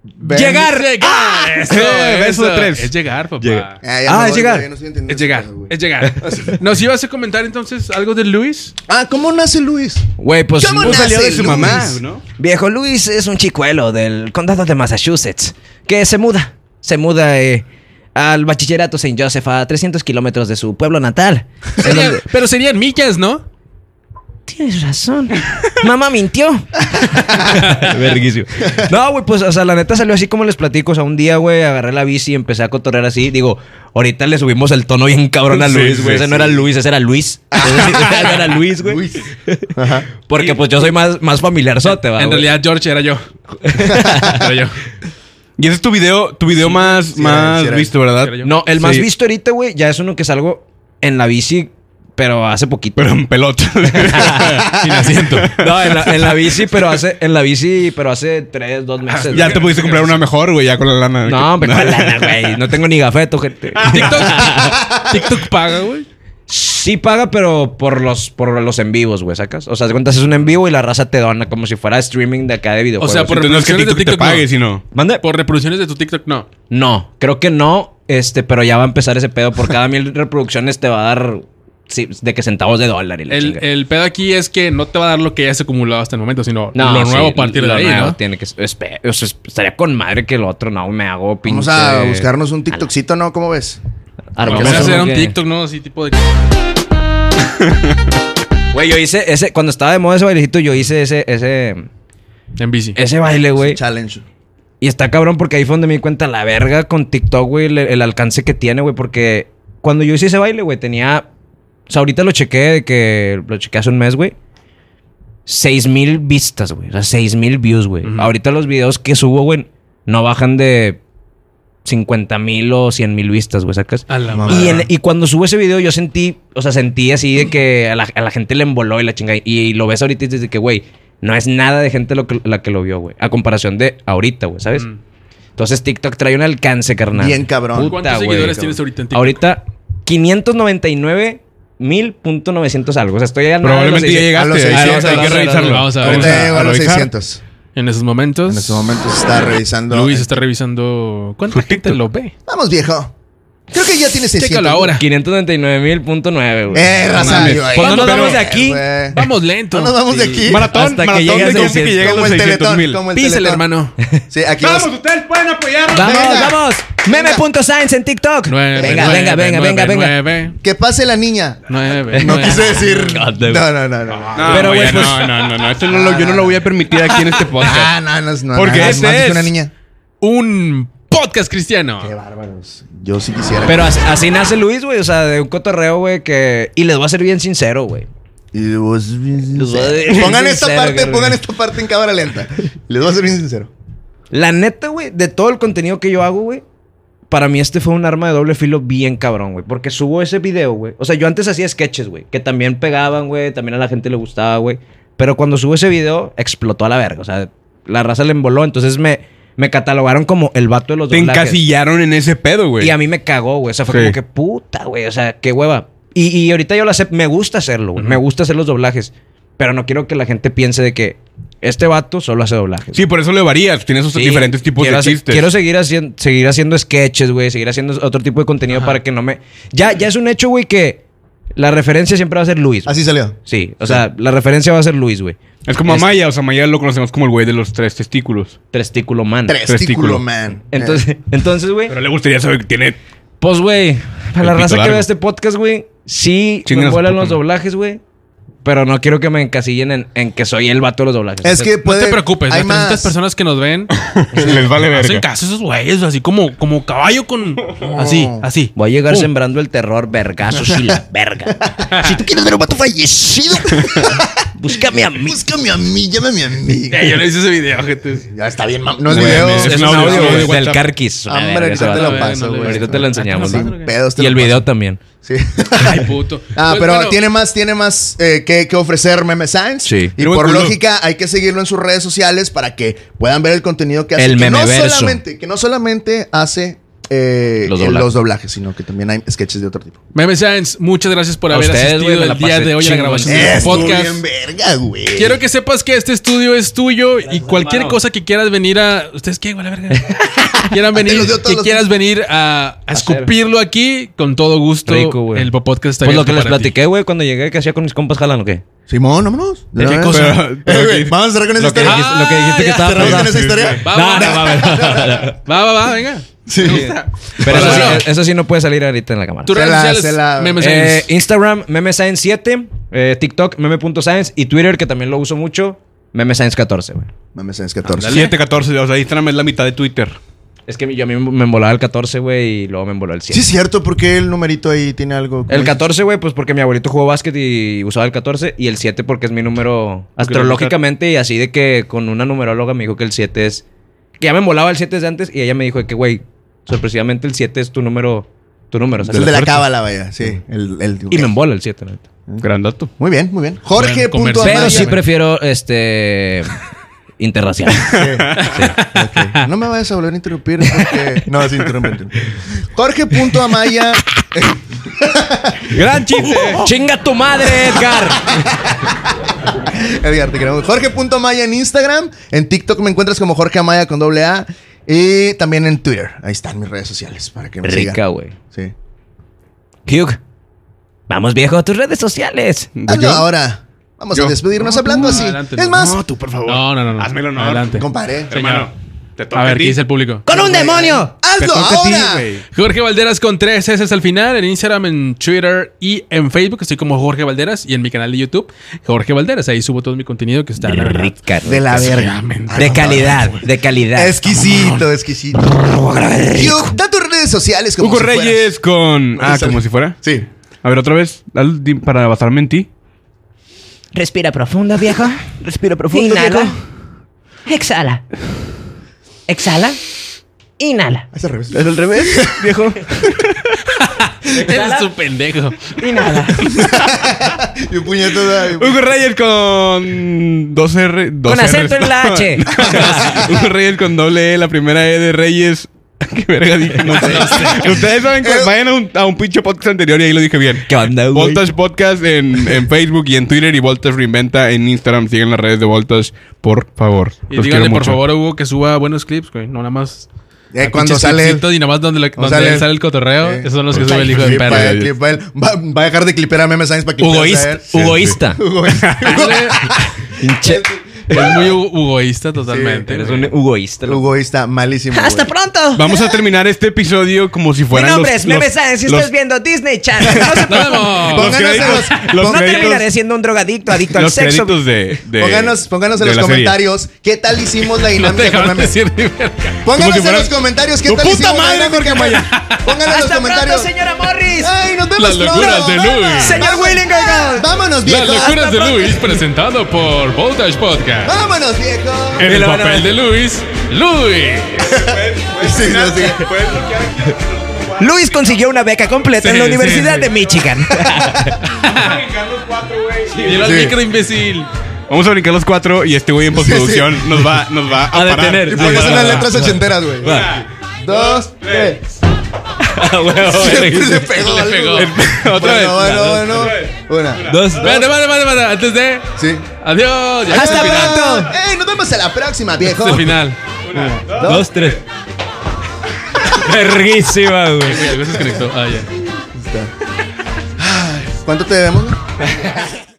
[SPEAKER 2] Ven.
[SPEAKER 3] llegar.
[SPEAKER 1] Eso,
[SPEAKER 4] Eh, beso de
[SPEAKER 1] eso.
[SPEAKER 4] tres.
[SPEAKER 1] Es llegar, papá.
[SPEAKER 4] Llega.
[SPEAKER 2] Ah, ya
[SPEAKER 3] Ah,
[SPEAKER 2] me
[SPEAKER 3] es
[SPEAKER 2] voy,
[SPEAKER 3] llegar.
[SPEAKER 2] güey, no estoy entendiendo
[SPEAKER 1] Es llegar.
[SPEAKER 2] esas cosas, güey.
[SPEAKER 1] Es llegar. ¿Nos ibas a comentar entonces algo de Luis?
[SPEAKER 2] Ah, ¿cómo nace Luis?
[SPEAKER 3] Güey, pues.
[SPEAKER 2] ¿Cómo
[SPEAKER 3] pues,
[SPEAKER 2] nace
[SPEAKER 4] Salió de su
[SPEAKER 2] Luis?
[SPEAKER 4] mamá, ¿no?
[SPEAKER 3] Viejo Luis es un chicuelo del condado de Massachusetts que se muda, se muda eh, al bachillerato St. Joseph a 300 kilómetros de su pueblo natal. En
[SPEAKER 1] Sería-
[SPEAKER 3] donde-
[SPEAKER 1] pero serían millas, ¿no?
[SPEAKER 3] Tienes razón. [laughs] Mamá [laughs] mintió.
[SPEAKER 4] Verguísimo.
[SPEAKER 3] No, güey, pues, o sea, la neta salió así como les platico. O sea, un día, güey, agarré la bici y empecé a cotorrear así. Digo, ahorita le subimos el tono bien cabrón a
[SPEAKER 4] Sí,
[SPEAKER 3] Luis,
[SPEAKER 4] sí,
[SPEAKER 3] güey. ese no
[SPEAKER 4] sí. Ah,
[SPEAKER 3] era Luis, ese era
[SPEAKER 4] [laughs]
[SPEAKER 3] Luis. ese era Luis, güey. Porque, pues, yo soy más, más familiar sote, va.
[SPEAKER 1] en
[SPEAKER 3] Ah, güey.
[SPEAKER 1] realidad, George era yo. era yo.
[SPEAKER 4] Y ese es tu video, tu video más,
[SPEAKER 2] sí era,
[SPEAKER 4] más
[SPEAKER 2] sí era.
[SPEAKER 4] visto, ¿verdad?
[SPEAKER 1] Sí era yo.
[SPEAKER 3] No, el más
[SPEAKER 4] Sí.
[SPEAKER 3] visto ahorita, güey, ya es uno que salgo en la bici, pero hace poquito.
[SPEAKER 4] Pero [laughs]
[SPEAKER 3] [laughs]
[SPEAKER 4] en pelota. Sin asiento.
[SPEAKER 3] No, en la, en la bici, pero hace, en la bici, pero hace tres, dos meses.
[SPEAKER 4] Ya
[SPEAKER 3] güey.
[SPEAKER 4] te pudiste comprar una mejor, güey, ya con la
[SPEAKER 1] [laughs]
[SPEAKER 4] lana.
[SPEAKER 3] No, hombre, ¿cuál lana, güey. No tengo ni gafeto, gente.
[SPEAKER 1] TikTok, TikTok paga, güey.
[SPEAKER 3] Sí paga, pero por los, por los en vivos, güey, ¿sacas? O sea, te cuentas, es un en vivo y la raza te dona como si fuera streaming de acá de
[SPEAKER 1] O
[SPEAKER 3] videojuegos.
[SPEAKER 1] sea, por-
[SPEAKER 4] [laughs] Entonces, no es que
[SPEAKER 1] reproducciones de
[SPEAKER 4] TikTok te
[SPEAKER 1] TikTok no.
[SPEAKER 4] pague, sino...
[SPEAKER 3] ¿Mande?
[SPEAKER 1] Por reproducciones de tu TikTok, no.
[SPEAKER 3] No, creo que no, este, pero ya va a empezar ese pedo. Por cada mil reproducciones te va a dar sí, de que centavos de dólar y la
[SPEAKER 1] El,
[SPEAKER 3] chinga.
[SPEAKER 1] el pedo aquí es que no te va a dar lo que ya has acumulado hasta el momento, sino
[SPEAKER 3] No,
[SPEAKER 1] lo
[SPEAKER 3] sí,
[SPEAKER 1] nuevo a partir de
[SPEAKER 3] lo
[SPEAKER 1] ahí,
[SPEAKER 3] nuevo
[SPEAKER 1] ¿no?
[SPEAKER 3] tiene que ser- espe- o sea, es- estaría con madre que el otro no me hago
[SPEAKER 2] Vamos
[SPEAKER 3] pinche.
[SPEAKER 2] a buscarnos un TikTokcito, ¿no? ¿Cómo ves?
[SPEAKER 1] Vamos
[SPEAKER 3] Armamos
[SPEAKER 1] a hacer
[SPEAKER 3] uno
[SPEAKER 1] un
[SPEAKER 3] que-
[SPEAKER 1] TikTok, ¿no? Así tipo de...
[SPEAKER 3] Güey, yo hice ese cuando estaba de moda ese bailecito, yo hice ese ese
[SPEAKER 1] En bici.
[SPEAKER 3] ese baile, güey.
[SPEAKER 2] Challenge.
[SPEAKER 3] Y está cabrón porque ahí fue donde me di cuenta la verga con TikTok, güey, el, el alcance que tiene, güey, porque cuando yo hice ese baile, güey, tenía o sea, ahorita lo chequé de que lo chequé hace un mes, güey. 6 mil vistas, güey. O sea, 6 mil views, güey.
[SPEAKER 1] Ujú.
[SPEAKER 3] Ahorita los videos que subo, güey, no bajan de 50 mil o 100 mil vistas, güey, sacas.
[SPEAKER 1] A la
[SPEAKER 2] Mamá.
[SPEAKER 1] madre.
[SPEAKER 3] Y, en- y cuando subo ese video, yo sentí, o sea, sentí así de que a la, a la gente le emboló y la chinga. Y, y lo ves ahorita y dices de que, güey, no es nada de gente lo que- la que lo vio, güey. A comparación de ahorita, güey, ¿sabes?
[SPEAKER 1] Mm.
[SPEAKER 3] Entonces TikTok trae un alcance, carnal.
[SPEAKER 2] Bien cabrón.
[SPEAKER 3] Puta,
[SPEAKER 1] ¿Cuántos
[SPEAKER 3] güey,
[SPEAKER 1] seguidores
[SPEAKER 3] cabrón.
[SPEAKER 1] tienes ahorita en TikTok?
[SPEAKER 3] Ahorita 599 mil punto 900 algo. O sea, estoy a nada de los
[SPEAKER 4] Probablemente
[SPEAKER 3] 600.
[SPEAKER 4] ya
[SPEAKER 2] A los
[SPEAKER 4] llegaste.
[SPEAKER 2] seiscientos,
[SPEAKER 4] Hay que- hay
[SPEAKER 2] vamos
[SPEAKER 4] que
[SPEAKER 2] a ver,
[SPEAKER 4] revisarlo.
[SPEAKER 1] vamos a ver.
[SPEAKER 4] Vamos
[SPEAKER 2] Ahorita llegó a los
[SPEAKER 4] revisar.
[SPEAKER 2] 600.
[SPEAKER 1] En esos momentos.
[SPEAKER 2] En estos momentos eh, se está revisando.
[SPEAKER 1] Luis está revisando. ¿Cuánta gente lo ve?
[SPEAKER 2] Vamos, viejo. Creo que ya tiene 600.
[SPEAKER 1] Chécalo ahora.
[SPEAKER 3] 599 mil punto 9, güey.
[SPEAKER 2] Eh, raza.
[SPEAKER 4] mames.
[SPEAKER 2] yo ahí.
[SPEAKER 3] Pues no nos
[SPEAKER 2] Pero-
[SPEAKER 3] vamos de aquí.
[SPEAKER 2] Eh, güey.
[SPEAKER 1] Vamos lento.
[SPEAKER 2] No nos vamos de aquí.
[SPEAKER 4] Maratón,
[SPEAKER 3] Hasta que
[SPEAKER 4] maratón
[SPEAKER 3] llegue a
[SPEAKER 4] de gente que
[SPEAKER 3] 600.
[SPEAKER 4] llega a
[SPEAKER 2] como
[SPEAKER 4] los
[SPEAKER 2] el
[SPEAKER 4] 600
[SPEAKER 2] teletón.
[SPEAKER 4] mil.
[SPEAKER 2] Como el
[SPEAKER 1] Písele,
[SPEAKER 2] teletón.
[SPEAKER 1] hermano.
[SPEAKER 2] Sí, aquí
[SPEAKER 4] Vamos,
[SPEAKER 2] vas-
[SPEAKER 4] ustedes pueden apoyarnos.
[SPEAKER 3] Vamos,
[SPEAKER 2] Venga.
[SPEAKER 3] vamos. Meme.science en TikTok.
[SPEAKER 1] Nueve,
[SPEAKER 3] venga,
[SPEAKER 1] nueve,
[SPEAKER 3] venga, venga,
[SPEAKER 1] nueve,
[SPEAKER 3] venga, venga.
[SPEAKER 1] Nueve,
[SPEAKER 2] Que pase la niña.
[SPEAKER 1] nueve.
[SPEAKER 2] No
[SPEAKER 1] nueve.
[SPEAKER 2] quise decir. No,
[SPEAKER 3] God damn.
[SPEAKER 2] no, no. no.
[SPEAKER 4] No,
[SPEAKER 3] Pero,
[SPEAKER 4] pero
[SPEAKER 3] güey, pues-
[SPEAKER 4] no, no, no, no, esto no lo- yo no lo voy a permitir aquí en este podcast.
[SPEAKER 2] Ah, no, no, no.
[SPEAKER 4] Porque
[SPEAKER 2] no, no,
[SPEAKER 4] ese
[SPEAKER 2] no, es
[SPEAKER 4] es-
[SPEAKER 2] una niña.
[SPEAKER 1] Un podcast cristiano.
[SPEAKER 2] Qué bárbaros. Yo sí quisiera.
[SPEAKER 3] Pero así, así nace Luis, güey. O sea, de un cotorreo, güey, que. Y les voy a ser bien sincero, güey.
[SPEAKER 2] Y vos-
[SPEAKER 3] Les voy a ser bien
[SPEAKER 2] Pongan esta
[SPEAKER 3] sincero,
[SPEAKER 2] parte,
[SPEAKER 3] carnal.
[SPEAKER 2] pongan esta parte en cámara lenta. Les voy a ser bien sincero.
[SPEAKER 3] La neta, güey, de todo el contenido que yo hago, güey, para mí este fue un arma de doble filo bien cabrón, güey. Porque subo ese video, güey. O sea, yo antes hacía sketches, güey. Que también pegaban, güey. También a la gente le gustaba, güey. Pero cuando subo ese video, explotó a la verga. O sea, la raza le emboló. Entonces me, me catalogaron como el vato de los
[SPEAKER 4] Te
[SPEAKER 3] doblajes.
[SPEAKER 4] encasillaron en ese pedo, güey.
[SPEAKER 3] Y a mí me cagó, güey. O sea, fue
[SPEAKER 4] Sí.
[SPEAKER 3] como que puta, güey. O sea, qué hueva. Y, y ahorita yo lo sé, me gusta hacerlo, güey. Me gusta hacer los doblajes. Pero no quiero que la gente piense de que este vato solo hace doblajes.
[SPEAKER 4] Sí, por eso le varías. Tienes esos
[SPEAKER 3] Sí.
[SPEAKER 4] diferentes tipos
[SPEAKER 3] quiero
[SPEAKER 4] de
[SPEAKER 3] hacer-
[SPEAKER 4] chistes.
[SPEAKER 3] Quiero seguir, haciendo seguir haciendo sketches, güey. Seguir haciendo otro tipo de contenido para que no me. Ya, ya es un hecho, güey, que la referencia siempre va a ser Luis. güey.
[SPEAKER 2] Así salió.
[SPEAKER 3] Sí, o sea, la referencia va a ser Luis, güey.
[SPEAKER 4] Es como
[SPEAKER 3] Es-
[SPEAKER 4] Amaya. O sea, Amaya lo conocemos como el güey de los tres testículos.
[SPEAKER 3] Testículo man.
[SPEAKER 2] Testículo, man.
[SPEAKER 3] Entonces, [laughs]
[SPEAKER 2] Eh.
[SPEAKER 3] entonces, güey.
[SPEAKER 4] Pero le gustaría saber
[SPEAKER 3] [laughs]
[SPEAKER 4] que tiene...
[SPEAKER 3] Pues, güey, para la
[SPEAKER 4] pito
[SPEAKER 3] raza que
[SPEAKER 4] largo.
[SPEAKER 3] vea este podcast, güey, sí
[SPEAKER 4] Chinguen
[SPEAKER 3] me
[SPEAKER 4] a su
[SPEAKER 3] vuelan
[SPEAKER 4] puta
[SPEAKER 3] los
[SPEAKER 4] madre.
[SPEAKER 3] doblajes, güey. Pero no quiero que me encasillen en, en que soy el vato de los doblajes.
[SPEAKER 2] Es que
[SPEAKER 1] No
[SPEAKER 2] puede.
[SPEAKER 1] te preocupes,
[SPEAKER 2] Hay
[SPEAKER 1] las 300
[SPEAKER 2] más.
[SPEAKER 1] personas que nos ven [coughs]
[SPEAKER 4] Les vale
[SPEAKER 1] hacen
[SPEAKER 4] verga.
[SPEAKER 1] caso a esos güeyes, así como, como caballo con. Así, así.
[SPEAKER 3] Voy a llegar sembrando el terror, vergazos y la verga.
[SPEAKER 2] Si tú quieres ver un vato fallecido,
[SPEAKER 3] Búscame a mí.
[SPEAKER 2] búscame a mí, llámame a mí.
[SPEAKER 1] Eh, yo le hice ese video, gente.
[SPEAKER 2] Ya está bien, mam. No es
[SPEAKER 4] Güey,
[SPEAKER 2] video.
[SPEAKER 4] es-
[SPEAKER 3] Es,
[SPEAKER 4] un
[SPEAKER 3] un
[SPEAKER 4] audio,
[SPEAKER 3] audio,
[SPEAKER 4] güey,
[SPEAKER 3] güey,
[SPEAKER 4] de
[SPEAKER 3] del
[SPEAKER 4] WhatsApp.
[SPEAKER 3] Carquis. Una
[SPEAKER 2] Hombre,
[SPEAKER 3] verga,
[SPEAKER 2] ahorita
[SPEAKER 3] ese
[SPEAKER 2] te
[SPEAKER 3] vato.
[SPEAKER 2] lo paso, güey.
[SPEAKER 3] Ahorita te lo enseñamos.
[SPEAKER 1] Ah, te lo
[SPEAKER 3] güey.
[SPEAKER 1] paso,
[SPEAKER 2] Pedos, te
[SPEAKER 3] Y
[SPEAKER 2] lo
[SPEAKER 3] el
[SPEAKER 2] paso.
[SPEAKER 3] video también.
[SPEAKER 2] Sí.
[SPEAKER 1] Ay, puto.
[SPEAKER 2] [laughs] Ah,
[SPEAKER 1] Pues,
[SPEAKER 2] pero
[SPEAKER 1] bueno,
[SPEAKER 2] tiene más, tiene más eh, que, que ofrecer Meme Science.
[SPEAKER 3] Sí.
[SPEAKER 2] Y
[SPEAKER 4] Pero
[SPEAKER 2] por
[SPEAKER 4] bueno, lo-
[SPEAKER 2] lógica, hay que seguirlo en sus redes sociales para que puedan ver el contenido que hace.
[SPEAKER 3] El
[SPEAKER 2] que no
[SPEAKER 3] memeverso.
[SPEAKER 2] solamente, que no solamente hace eh, eh,
[SPEAKER 3] Los
[SPEAKER 2] los,
[SPEAKER 3] doblajes.
[SPEAKER 2] doblajes. sino que también hay sketches de otro tipo.
[SPEAKER 1] Meme Science, muchas gracias por
[SPEAKER 3] A
[SPEAKER 1] haber
[SPEAKER 3] ustedes,
[SPEAKER 1] asistido
[SPEAKER 3] güey, me la
[SPEAKER 1] el día
[SPEAKER 3] pasé
[SPEAKER 1] de hoy a la
[SPEAKER 3] chingón.
[SPEAKER 1] grabación de este
[SPEAKER 2] Es
[SPEAKER 1] podcast.
[SPEAKER 2] bien verga, güey.
[SPEAKER 1] Quiero que sepas que este estudio es tuyo y cualquier cosa que quieras venir a. ¿Ustedes qué, güey? La
[SPEAKER 3] [laughs]
[SPEAKER 1] verga. Quieran venir,
[SPEAKER 2] los dio todos
[SPEAKER 1] que
[SPEAKER 2] los-
[SPEAKER 1] quieras venir a, a escupirlo aquí, con todo gusto.
[SPEAKER 3] Rico, güey.
[SPEAKER 1] El podcast está
[SPEAKER 3] Pues lo
[SPEAKER 1] abierto
[SPEAKER 3] que les
[SPEAKER 1] para ti.
[SPEAKER 3] platiqué, güey, cuando llegué, que hacía con mis compas jalan, ¿o qué?
[SPEAKER 2] Simón, vámonos. De una vez.
[SPEAKER 4] cosa?
[SPEAKER 2] Pero- pero- Ah, Eh, güey, vamos a cerrar con esa
[SPEAKER 3] Lo que
[SPEAKER 2] historia.
[SPEAKER 3] dijiste, lo que, dijiste que
[SPEAKER 1] ya,
[SPEAKER 3] estaba
[SPEAKER 2] ¿Cerramos con
[SPEAKER 3] pasando.
[SPEAKER 2] esa historia?
[SPEAKER 1] Va,
[SPEAKER 3] No,
[SPEAKER 1] va,
[SPEAKER 3] no, mames, no, no, no.
[SPEAKER 1] va, va, va, venga.
[SPEAKER 3] Pero eso
[SPEAKER 1] Bueno.
[SPEAKER 3] sí, eso sí no puede salir ahorita en la cámara.
[SPEAKER 1] Tus
[SPEAKER 2] Se
[SPEAKER 1] redes
[SPEAKER 2] la-
[SPEAKER 1] sociales,
[SPEAKER 2] se la-
[SPEAKER 1] Meme Science.
[SPEAKER 3] Eh, Instagram, meme science 7, eh, TikTok, meme.science y Twitter, que también lo uso mucho, meme science 14, güey.
[SPEAKER 2] Meme Science 14.
[SPEAKER 4] 7, 14. O sea, Instagram es la mitad de Twitter.
[SPEAKER 3] Es que yo a mí me embolaba el 14, güey, y luego me emboló el 7.
[SPEAKER 2] Sí, es cierto, porque el numerito ahí tiene algo. como
[SPEAKER 3] El
[SPEAKER 2] dices.
[SPEAKER 3] 14, güey, pues porque mi abuelito jugó básquet y usaba el 14. Y el 7 porque es mi número astrológicamente y así de que con una numeróloga me dijo que el 7 es... Que ya me molaba el 7 desde antes y ella me dijo de que, güey, sorpresivamente el 7 es tu número, tu número. o sea,
[SPEAKER 2] Es el de la
[SPEAKER 3] suerte.
[SPEAKER 2] cábala, vaya. Sí. El, el-
[SPEAKER 3] Y me embola el 7, la neta.
[SPEAKER 4] Gran dato.
[SPEAKER 2] Muy bien, muy bien. Jorge.
[SPEAKER 1] Bueno,
[SPEAKER 2] punto
[SPEAKER 1] comercial.
[SPEAKER 3] Pero
[SPEAKER 2] Amaya.
[SPEAKER 3] sí prefiero, [laughs] este... interracial.
[SPEAKER 2] Ok. No me vayas a volver a interrumpir porque... No, sí, interrumpe, interrumpe. Jorge punto Amaya.
[SPEAKER 3] ¡Gran chiste! [laughs] ¡Chinga tu madre, Edgar!
[SPEAKER 2] Edgar, te queremos. Jorge punto Amaya en Instagram. En TikTok me encuentras como Jorge Amaya con doble A. Y también en Twitter. Ahí están mis redes sociales para que me sigan.
[SPEAKER 3] [laughs] Rica, güey.
[SPEAKER 2] Sí.
[SPEAKER 3] Hugh, vamos viejo a tus redes sociales.
[SPEAKER 2] Ah, no, ahora vamos a despedirnos hablando
[SPEAKER 1] no,
[SPEAKER 2] así.
[SPEAKER 1] adelante,
[SPEAKER 2] es
[SPEAKER 1] no.
[SPEAKER 2] más,
[SPEAKER 4] tú, por favor.
[SPEAKER 1] No, no, no, no.
[SPEAKER 4] Hazme el honor.
[SPEAKER 1] Adelante.
[SPEAKER 2] compadre.
[SPEAKER 4] Hermano, te toca
[SPEAKER 1] A ver,
[SPEAKER 4] ti.
[SPEAKER 1] ¿qué dice el público?
[SPEAKER 3] ¡Con un demonio!
[SPEAKER 2] ¡Hazlo
[SPEAKER 4] toca a ti,
[SPEAKER 2] ahora!
[SPEAKER 4] güey.
[SPEAKER 1] Jorge Valderas con tres S al final, en Instagram, en Twitter y en Facebook. Estoy como Jorge Valderas y en mi canal de YouTube, Jorge Valderas. Ahí subo todo mi contenido que está la verdad.
[SPEAKER 3] Rica.
[SPEAKER 2] de la verga.
[SPEAKER 3] De calidad, de calidad.
[SPEAKER 2] Exquisito, exquisito. Yo, da tus redes sociales como
[SPEAKER 4] Hugo
[SPEAKER 2] si fueras-
[SPEAKER 4] Reyes con... Ah,
[SPEAKER 2] Exacto.
[SPEAKER 4] como si fuera.
[SPEAKER 2] Sí.
[SPEAKER 4] A ver, otra vez. Al- di- Para basarme en ti.
[SPEAKER 7] Respira profundo, viejo.
[SPEAKER 6] Respira profundo,
[SPEAKER 7] Inhala.
[SPEAKER 6] viejo.
[SPEAKER 7] Exhala. Exhala. Inhala.
[SPEAKER 2] Es al revés.
[SPEAKER 6] Es al revés, viejo.
[SPEAKER 1] Eres tu pendejo.
[SPEAKER 7] Inhala.
[SPEAKER 2] Y un puñetazo de-
[SPEAKER 4] Hugo Reyes con... Dos R... dos
[SPEAKER 3] Con acento
[SPEAKER 4] Rs.
[SPEAKER 3] en
[SPEAKER 4] [laughs]
[SPEAKER 3] la H.
[SPEAKER 4] Hugo Reyes con doble E. La primera E de Reyes. [laughs] Qué verga dije. No [laughs] sé. Ustedes saben que vayan a un, a un pinche podcast anterior y ahí lo dije bien.
[SPEAKER 3] ¿Qué onda, güey?
[SPEAKER 4] Voltage Podcast en, en Facebook y en Twitter y Voltage Reinventa en Instagram. Sigan las redes de Voltage, por favor.
[SPEAKER 1] Y
[SPEAKER 4] Los
[SPEAKER 1] díganle,
[SPEAKER 4] quiero
[SPEAKER 1] por
[SPEAKER 4] mucho.
[SPEAKER 1] favor, a Hugo, que suba buenos clips, güey. No nada más.
[SPEAKER 2] Eh,
[SPEAKER 1] a
[SPEAKER 2] cuando
[SPEAKER 1] pinches
[SPEAKER 2] sale él.
[SPEAKER 1] clipsitos Y nada más donde, la- donde
[SPEAKER 2] sale
[SPEAKER 1] sale,
[SPEAKER 2] él.
[SPEAKER 1] el cotorreo.
[SPEAKER 2] Eh,
[SPEAKER 1] Esos son los que sube el hijo de
[SPEAKER 2] Clipa
[SPEAKER 1] perra.
[SPEAKER 2] él, clipa él. Va, va a dejar de clipear a Meme Science para que
[SPEAKER 3] Hugoísta. Hugoísta.
[SPEAKER 1] [laughs]
[SPEAKER 2] Hugoísta.
[SPEAKER 3] Pinche-
[SPEAKER 1] Es muy hu- hugoísta totalmente.
[SPEAKER 3] Eres
[SPEAKER 1] güey.
[SPEAKER 3] un hugoísta. loco.
[SPEAKER 2] Hugoísta, malísimo. güey.
[SPEAKER 7] Hasta pronto.
[SPEAKER 4] Vamos a terminar este episodio como si
[SPEAKER 7] Mi
[SPEAKER 4] fueran
[SPEAKER 7] nombre
[SPEAKER 4] los-
[SPEAKER 7] es Meme
[SPEAKER 4] los-
[SPEAKER 7] Sáenz y
[SPEAKER 4] los-
[SPEAKER 7] estás viendo
[SPEAKER 4] [laughs]
[SPEAKER 7] Disney Channel. No, se
[SPEAKER 1] ¡Nos
[SPEAKER 2] Pónganos en
[SPEAKER 1] vemos!
[SPEAKER 4] Los
[SPEAKER 7] preocupen.
[SPEAKER 4] créditos,
[SPEAKER 2] los-
[SPEAKER 4] los
[SPEAKER 7] No
[SPEAKER 4] créditos-
[SPEAKER 7] terminaré siendo un drogadicto, adicto al
[SPEAKER 4] los
[SPEAKER 7] sexo.
[SPEAKER 4] créditos de, de-
[SPEAKER 2] Pónganos, pónganos en
[SPEAKER 4] de
[SPEAKER 2] los
[SPEAKER 4] la serie.
[SPEAKER 2] comentarios qué tal hicimos la
[SPEAKER 1] [laughs] No te
[SPEAKER 2] dinámica con
[SPEAKER 1] dejaron
[SPEAKER 2] Meme.
[SPEAKER 1] decir ni verga.
[SPEAKER 2] Pónganos
[SPEAKER 4] Como si
[SPEAKER 2] en
[SPEAKER 4] fueras-
[SPEAKER 2] los comentarios qué
[SPEAKER 4] ¡Tu
[SPEAKER 2] tal
[SPEAKER 4] puta
[SPEAKER 2] hicimos
[SPEAKER 4] madre,
[SPEAKER 2] la dinámica. Pónganos en los
[SPEAKER 7] Hasta pronto,
[SPEAKER 2] comentarios. Eh.
[SPEAKER 7] señora Morris.
[SPEAKER 2] Ay, nos vemos
[SPEAKER 1] Las locuras
[SPEAKER 2] pronto.
[SPEAKER 1] de
[SPEAKER 2] Bye, bye.
[SPEAKER 1] Luis.
[SPEAKER 7] Señor Willinger.
[SPEAKER 2] Vámonos,
[SPEAKER 1] Las
[SPEAKER 2] viejo.
[SPEAKER 1] locuras de Luis, presentado por Voltage Podcast.
[SPEAKER 2] ¡Vámonos, viejo!
[SPEAKER 1] En el papel de Luis, Luis.
[SPEAKER 2] Sí, sí,
[SPEAKER 1] pues,
[SPEAKER 2] sí.
[SPEAKER 7] Luis consiguió una beca completa en la
[SPEAKER 1] Sí, sí,
[SPEAKER 7] Universidad
[SPEAKER 1] sí.
[SPEAKER 4] [laughs]
[SPEAKER 7] de Michigan.
[SPEAKER 1] Dilo al
[SPEAKER 2] Sí.
[SPEAKER 1] micro, imbécil.
[SPEAKER 4] Vamos a brincar los cuatro y este güey en postproducción nos va, nos va a,
[SPEAKER 1] A
[SPEAKER 4] parar.
[SPEAKER 1] detener.
[SPEAKER 2] Y
[SPEAKER 1] Ah,
[SPEAKER 2] pones
[SPEAKER 1] va,
[SPEAKER 2] unas
[SPEAKER 1] va,
[SPEAKER 2] letras ochenteras, güey. Dos,
[SPEAKER 1] [laughs]
[SPEAKER 2] tres.
[SPEAKER 1] Oh,
[SPEAKER 2] Siempre le pegó.
[SPEAKER 1] Le
[SPEAKER 2] algo,
[SPEAKER 1] pegó. [laughs]
[SPEAKER 2] güey. [laughs]
[SPEAKER 1] Otra vez.
[SPEAKER 2] Bueno, bueno, bueno. Una.
[SPEAKER 1] Dos. Espérate, espérate, espérate, espérate. Antes de.
[SPEAKER 2] Sí.
[SPEAKER 1] Adiós. Ya
[SPEAKER 7] Hasta
[SPEAKER 1] es el final.
[SPEAKER 7] pronto.
[SPEAKER 2] ¡Ey! Nos vemos en la próxima, viejo.
[SPEAKER 1] Es el Este final.
[SPEAKER 6] Dos, tres.
[SPEAKER 3] Verguísima, güey.
[SPEAKER 1] Oye, algo se desconectó. Ah, ya.
[SPEAKER 2] ¿Cuánto te debemos? güey?